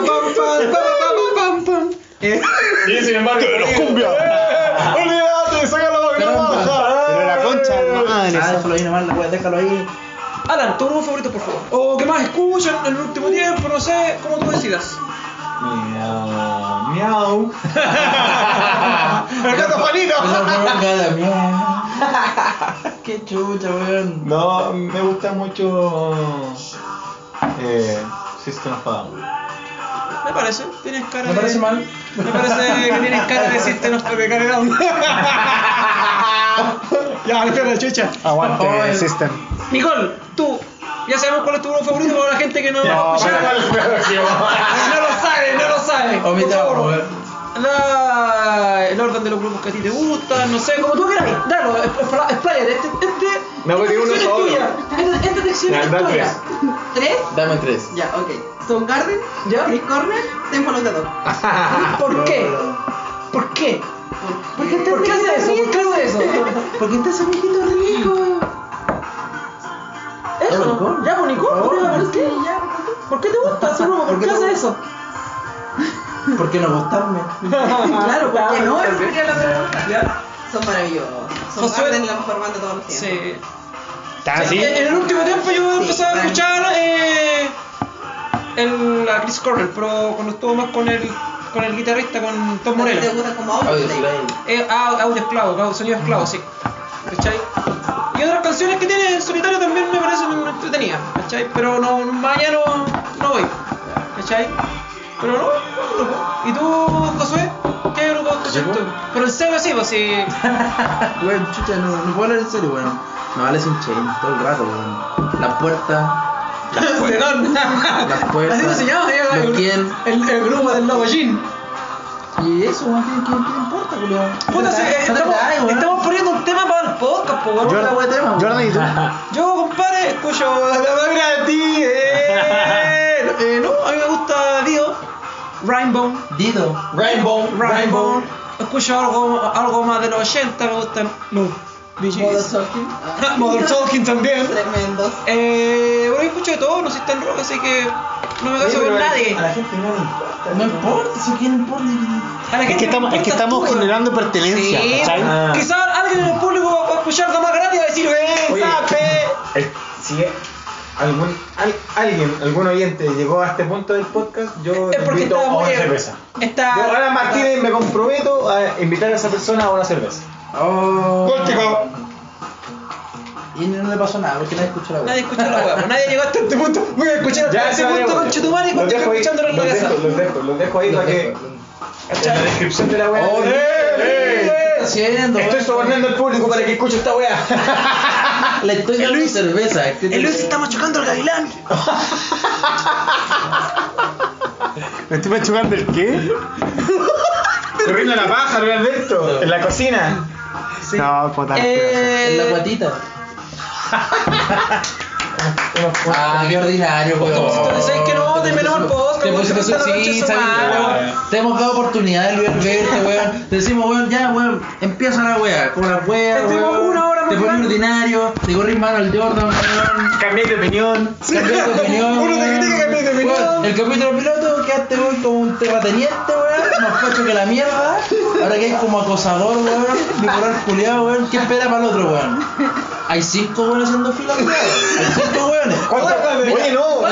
Speaker 3: pam, pam, pam, pam, pam. Eh,
Speaker 5: y sin embargo,
Speaker 1: [laughs] ¡Olvídate! ¡Saca la baja! Pero la concha, madre.
Speaker 2: Ah,
Speaker 1: esa-
Speaker 2: déjalo ahí nomás, la wea, déjalo ahí.
Speaker 3: Alan, tu grupo favorito, por favor. O que más escuchan en el último tiempo, no sé, como tú decidas.
Speaker 5: Miau, miau.
Speaker 1: ¡El gato Juanito! [laughs]
Speaker 2: Esa bronca de mierda. Qué chucha, weón.
Speaker 5: No, me gusta mucho eh, System of a Down.
Speaker 3: Me parece, tienes cara
Speaker 2: Me
Speaker 3: de-
Speaker 2: parece mal.
Speaker 3: Me parece que tienes cara de decirte no estoy cargado. ya, no la chucha.
Speaker 1: Aguante,
Speaker 2: Ay.
Speaker 1: System.
Speaker 3: [laughs] Nicole, tú, ya sabemos cuál es tu grupo favorito para la gente que no lo va a escuchar. No lo sabe, no lo sabe. Por
Speaker 2: Omitamos,
Speaker 3: favor,
Speaker 2: weón.
Speaker 3: da el orden de los grupos que a ti te gustan, no sé, como tú quieras. Dalo, es- es- expláyate. Este, este,
Speaker 5: Me voy
Speaker 3: esta
Speaker 5: de uno
Speaker 3: sección es
Speaker 5: solo.
Speaker 3: tuya. Esta, esta sección
Speaker 5: Ya,
Speaker 3: es
Speaker 5: da
Speaker 3: tuya.
Speaker 4: ¿Tres?
Speaker 2: Dame tres.
Speaker 4: Ya, ok. Son Garden,
Speaker 3: Ya.
Speaker 4: Chris Cornell, Tempo Lotador.
Speaker 3: ¿Por qué? ¿Por qué?
Speaker 4: ¿Por qué
Speaker 3: ¿Por qué hace eso? ¿Por qué hace eso?
Speaker 2: Porque estás un viejito rico.
Speaker 3: Eso,
Speaker 2: Nicole.
Speaker 3: ya por Nicole,
Speaker 2: Por favor,
Speaker 3: ¿por qué? ¿Por qué te gusta ese grupo? ¿Por
Speaker 2: ¿Por
Speaker 3: qué
Speaker 2: qué te
Speaker 3: hace eso?
Speaker 2: ¿Por qué no gustarme?
Speaker 3: [laughs]
Speaker 4: Claro, ¿por qué no? Esa sería la pregunta.
Speaker 3: Ah, ¿Ya?
Speaker 4: Son maravillosos. Son
Speaker 3: Josué-
Speaker 4: Garden, la mejor banda de todos los tiempos.
Speaker 3: Sí.
Speaker 1: ¿Tan así?
Speaker 3: En el último tiempo yo
Speaker 4: Sí,
Speaker 3: empecé a
Speaker 4: claro.
Speaker 3: escuchar eh, el, a Chris Cornell, pero cuando estuvo más con el, con el guitarrista, con Tom
Speaker 4: ¿No te
Speaker 3: Morello.
Speaker 4: gusta como Audio
Speaker 2: Audio
Speaker 4: Slave?
Speaker 2: Slave.
Speaker 3: Eh, au- audio esclavo, au- sonido esclavo, sí. ¿Cachai? Y otras canciones que tiene en solitario también me parecen entretenidas, ¿cachai? Pero no, más allá no, no voy, ¿cachai? Pero no, no, grupo. ¿Y tú, Josué? ¿Qué grupo escuchas tú? Pero en serio sí, pues sí.
Speaker 2: Weón, chucha, no, no puedo hablar en serio, weón. Me vale sin chain todo el rato, weón. La puerta,
Speaker 3: [laughs] ¿De dónde?
Speaker 2: las puertas.
Speaker 3: Así no se llama, se llama
Speaker 2: ¿De
Speaker 3: el,
Speaker 2: quién?
Speaker 3: el, el grupo del Lobo Jean.
Speaker 2: Y eso, weón, ¿qué, qué, qué importa, culiao?
Speaker 3: Puta, sí, eh, estamos, estamos poniendo un tema para el podcast, po, weón.
Speaker 2: Yo-
Speaker 1: Jordan,
Speaker 2: tema,
Speaker 1: Jordan, ¿y tú?
Speaker 3: Yo, compadre, escucho la más gratis. Eh, eh, no, a mí me gusta Dio, Rainbow,
Speaker 2: Dido.
Speaker 5: Rainbow,
Speaker 3: Rainbow. Escucho algo, algo más de los 80, me gustan los
Speaker 4: Modern
Speaker 3: BGs.
Speaker 4: Talking.
Speaker 3: [laughs]
Speaker 4: Ah.
Speaker 3: Modern Talking también.
Speaker 4: Tremendos.
Speaker 3: Eh, bueno, yo escucho de todo, no soy tan rock, así que no me caso con nadie.
Speaker 5: A la gente no le importa.
Speaker 2: No importa, si quién importa.
Speaker 3: A
Speaker 1: Es
Speaker 3: la gente
Speaker 1: que
Speaker 3: le
Speaker 1: estamos, es que
Speaker 3: importas
Speaker 1: estamos
Speaker 3: tú, weón.
Speaker 1: generando pertenencia,
Speaker 3: Sí.
Speaker 1: ¿cachai?
Speaker 5: Ah.
Speaker 3: Quizás alguien en el público va a escuchar la más gratis y va a decir, ¡eh,
Speaker 5: Oye.
Speaker 3: sape!
Speaker 5: El- si algún, al- alguien, algún oyente llegó a este punto del podcast, yo
Speaker 3: Es porque
Speaker 5: invito
Speaker 3: estaba
Speaker 5: a
Speaker 3: muy.
Speaker 5: una cerveza.
Speaker 3: Está.
Speaker 5: Yo ahora Martínez me
Speaker 3: Pues,
Speaker 5: comprometo a invitar a esa persona a una cerveza.
Speaker 2: Oh. Y no le pasó nada, porque nadie escuchó la
Speaker 3: Nadie
Speaker 2: voz.
Speaker 3: escuchó la hueá, nadie llegó hasta este punto. Voy a escuchar hasta este punto con Chetumani y
Speaker 5: Los
Speaker 3: continúo
Speaker 5: dejo ahí,
Speaker 3: escuchándolo en la
Speaker 5: los
Speaker 3: casa.
Speaker 5: dejo, los dejo, los dejo ahí para que. En la descripción de la wea.
Speaker 2: Oh,
Speaker 5: ¡Eh, eh!
Speaker 2: ¿Qué está haciendo?
Speaker 5: Estoy sobornando al público para que escuche esta wea.
Speaker 2: Ah, Le estoy dando
Speaker 3: Luis.
Speaker 2: cerveza. ¿Qué te-
Speaker 3: El Luis está machacando al gavilán.
Speaker 5: Ah,
Speaker 1: ¿Me estoy machucando el qué?
Speaker 5: Corriendo la paja, Luis Alberto. En la cocina.
Speaker 1: No, puta.
Speaker 2: En la
Speaker 3: Eh,
Speaker 2: guatita. [laughs] ah, qué ordinario,
Speaker 3: Tú
Speaker 2: weón.
Speaker 3: decís que no, te menos al podcast,
Speaker 2: Te
Speaker 3: weón,
Speaker 2: pusiste
Speaker 3: te
Speaker 2: su
Speaker 3: metes a la
Speaker 2: sí,
Speaker 3: concha de
Speaker 2: sabes,
Speaker 3: su madre,
Speaker 2: weón.
Speaker 5: weón.
Speaker 2: Te hemos dado oportunidad, Luis Alberto, weón. Te decimos, weón, ya, weón, empieza la wea. Con la wea,
Speaker 3: Te tengo
Speaker 2: weón.
Speaker 3: una hora
Speaker 2: Te
Speaker 3: más,
Speaker 2: pones
Speaker 3: weón.
Speaker 2: ordinario, te corres mano al Jordan, weón.
Speaker 5: Cambié de opinión.
Speaker 2: Cambié de opinión.
Speaker 1: Uno te
Speaker 2: weón.
Speaker 1: critica, cambié de opinión.
Speaker 2: Weón, El capítulo piloto quedaste weón como un terrateniente, weón. Más puesto que la mierda. Ahora que es como acosador, weón. Bipolar culiado, weón. ¿Qué espera para el otro, weón? Hay cinco weones haciendo fila, weón. Hay cinco weones.
Speaker 5: Oye, no.
Speaker 2: La
Speaker 4: ¿Cuántas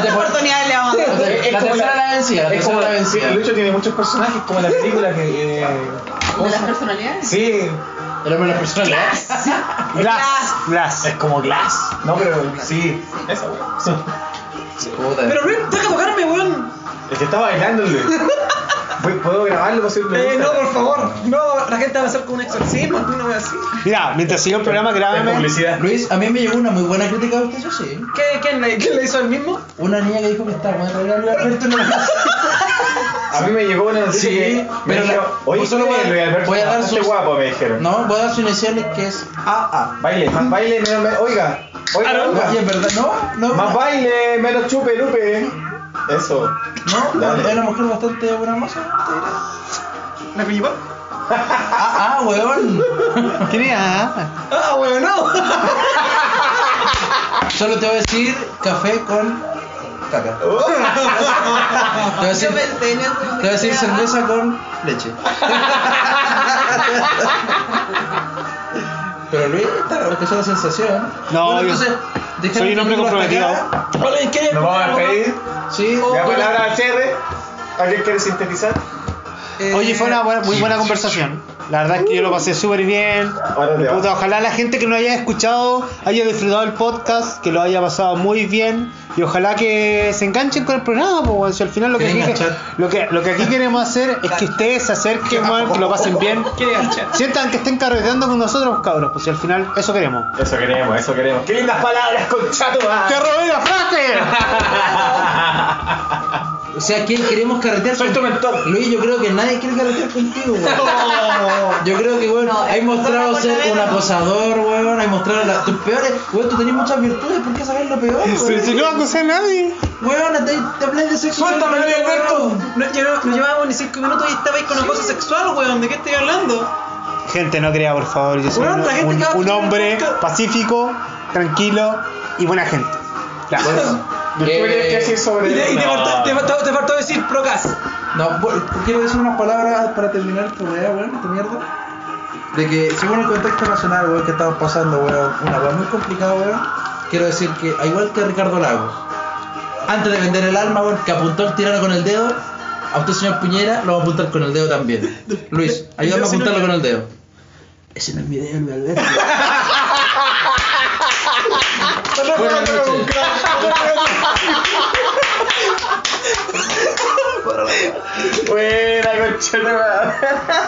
Speaker 2: temporada-
Speaker 4: oportunidades le vamos a dar?
Speaker 5: Es
Speaker 2: La
Speaker 5: como
Speaker 2: tercera la vencida, la
Speaker 5: es como
Speaker 2: tercera la vencida.
Speaker 5: Lucho tiene muchos personajes como la película que. eh,
Speaker 7: ¿De las personalidades?
Speaker 5: Sí,
Speaker 2: El hombre de ¿eh? la personalidad.
Speaker 1: Glass, Glass.
Speaker 5: es como Glass. No, pero sí, esa wea.
Speaker 2: Puta.
Speaker 3: Pero Luis, deja tocarme, weón.
Speaker 5: El que está bailando, Luis. Voy- ¿Puedo grabarlo para subirlo?
Speaker 3: Eh, no, por favor. No, la gente va a pensar con un exorcismo, una wea así.
Speaker 1: Mira, mientras siga el programa,
Speaker 5: Es
Speaker 1: grábame.
Speaker 5: publicidad.
Speaker 2: Luis, a mí me llegó una muy buena crítica a usted, eso sí.
Speaker 3: ¿Qué, quién, le, ¿Quién le hizo el mismo?
Speaker 2: Una niña que dijo que estaba buena la Luis Alberto en la
Speaker 5: A mí me llegó una noticia
Speaker 2: Sí,
Speaker 5: que me
Speaker 2: pero la-
Speaker 5: dijeron, oye,
Speaker 2: solo voy a-
Speaker 5: Luis Alberto,
Speaker 2: voy a dar
Speaker 5: bastante
Speaker 2: sus-
Speaker 5: guapo, me dijeron. Ah,
Speaker 2: No, voy a dar sus iniciales que es AA.
Speaker 5: Baile, más baile, menos... me- Oiga, oiga,
Speaker 2: Ah, No,
Speaker 5: oiga.
Speaker 2: y en verdad, no, no.
Speaker 5: Más baile, menos chupe, lupe. Eso.
Speaker 2: No, la-
Speaker 5: Dale.
Speaker 2: es una mujer bastante buena moza, te diré.
Speaker 3: ¿La pilló?
Speaker 2: Ah, ah, weón.
Speaker 1: ¿Quién es? Ah,
Speaker 3: Ah, weón, no.
Speaker 2: Solo te voy a decir café con caca. Te voy a decir,
Speaker 4: Yo
Speaker 2: te
Speaker 4: pensé en eso.
Speaker 2: voy a decir cerveza con leche. Pero Luis, está porque es una sensación.
Speaker 1: No, yo
Speaker 2: dejemos
Speaker 1: soy un hombre
Speaker 2: el capítulo hasta
Speaker 1: comprometido.
Speaker 2: acá.
Speaker 3: Vale, ¿qué?
Speaker 5: Nos vamos a despedir. pues,
Speaker 2: Sí,
Speaker 5: La
Speaker 2: bueno,
Speaker 5: palabra al cierre. ¿Alguien quiere sintetizar?
Speaker 3: Eh,
Speaker 1: Oye, fue una buena- muy buena conversación. La verdad es que yo lo pasé súper bien.
Speaker 5: Ahora te
Speaker 1: Puta,
Speaker 5: vas.
Speaker 1: ojalá la gente que nos haya escuchado haya disfrutado el podcast, que lo haya pasado muy bien y ojalá que se enganchen con el programa, po, weón. si al final lo que,
Speaker 2: Quieren
Speaker 1: aquí,
Speaker 2: enganchar.
Speaker 1: lo que lo que aquí queremos hacer es que ustedes se acerquen, weón, que lo pasen bien,
Speaker 3: ¿Quién es el chat?
Speaker 1: sientan que estén carreteando con nosotros, cabros, pues si al final eso queremos.
Speaker 5: Eso queremos, eso queremos. ¡Qué lindas palabras, conchato!
Speaker 1: ¡Te robé la [laughs] frase!
Speaker 2: O sea, ¿quién queremos carretear?
Speaker 5: Soy tu mentor.
Speaker 2: Luis, yo creo que nadie quiere carretear contigo, weón.
Speaker 1: No.
Speaker 2: Yo creo que, weón,
Speaker 4: No,
Speaker 2: hay
Speaker 4: es
Speaker 2: mostrado
Speaker 4: una
Speaker 2: ser un
Speaker 4: cortadera.
Speaker 2: acosador, weón. Hay mostrado las- tus peores. Weón, tú tenés muchas virtudes, ¿por qué saber lo peor, weón?
Speaker 1: Si, si no acusé a nadie.
Speaker 2: Weón, te, te hablás de sexo.
Speaker 3: Suéltame,
Speaker 2: weón,
Speaker 3: Luis Alberto.
Speaker 2: weón.
Speaker 3: No, yo no, no llevábamos ni 5 minutos y estabais con acoso sexual, weón. ¿De qué estoy hablando?
Speaker 1: Gente, no crea, por favor. Yo soy
Speaker 3: Weón, la gente
Speaker 1: un, un-
Speaker 3: que va a
Speaker 1: un
Speaker 3: escuchar el
Speaker 1: hombre
Speaker 3: podcast.
Speaker 1: pacífico, tranquilo y buena gente. Gracias.
Speaker 5: ¿Qué querías que decir sobre
Speaker 3: Eh, Y te, y te,
Speaker 5: No.
Speaker 3: faltó, te, faltó, te faltó decir procas.
Speaker 2: No, weón, quiero decir unas palabras para terminar esta weá, weón, esta mierda. De que, según el contexto nacional, weón, que estamos pasando, weón, una weá muy complicada, weón. Quiero decir que, al igual que Ricardo Lagos, antes de vender el arma, weón, que apuntó el tirano con el dedo, a usted, señor Piñera, lo va a apuntar con el dedo [laughs] también. Luis, ayúdame a apuntarlo con el dedo. Ese no es mi dedo, Luis Alberto. [laughs] Buenas noches.
Speaker 5: Buena, conchato.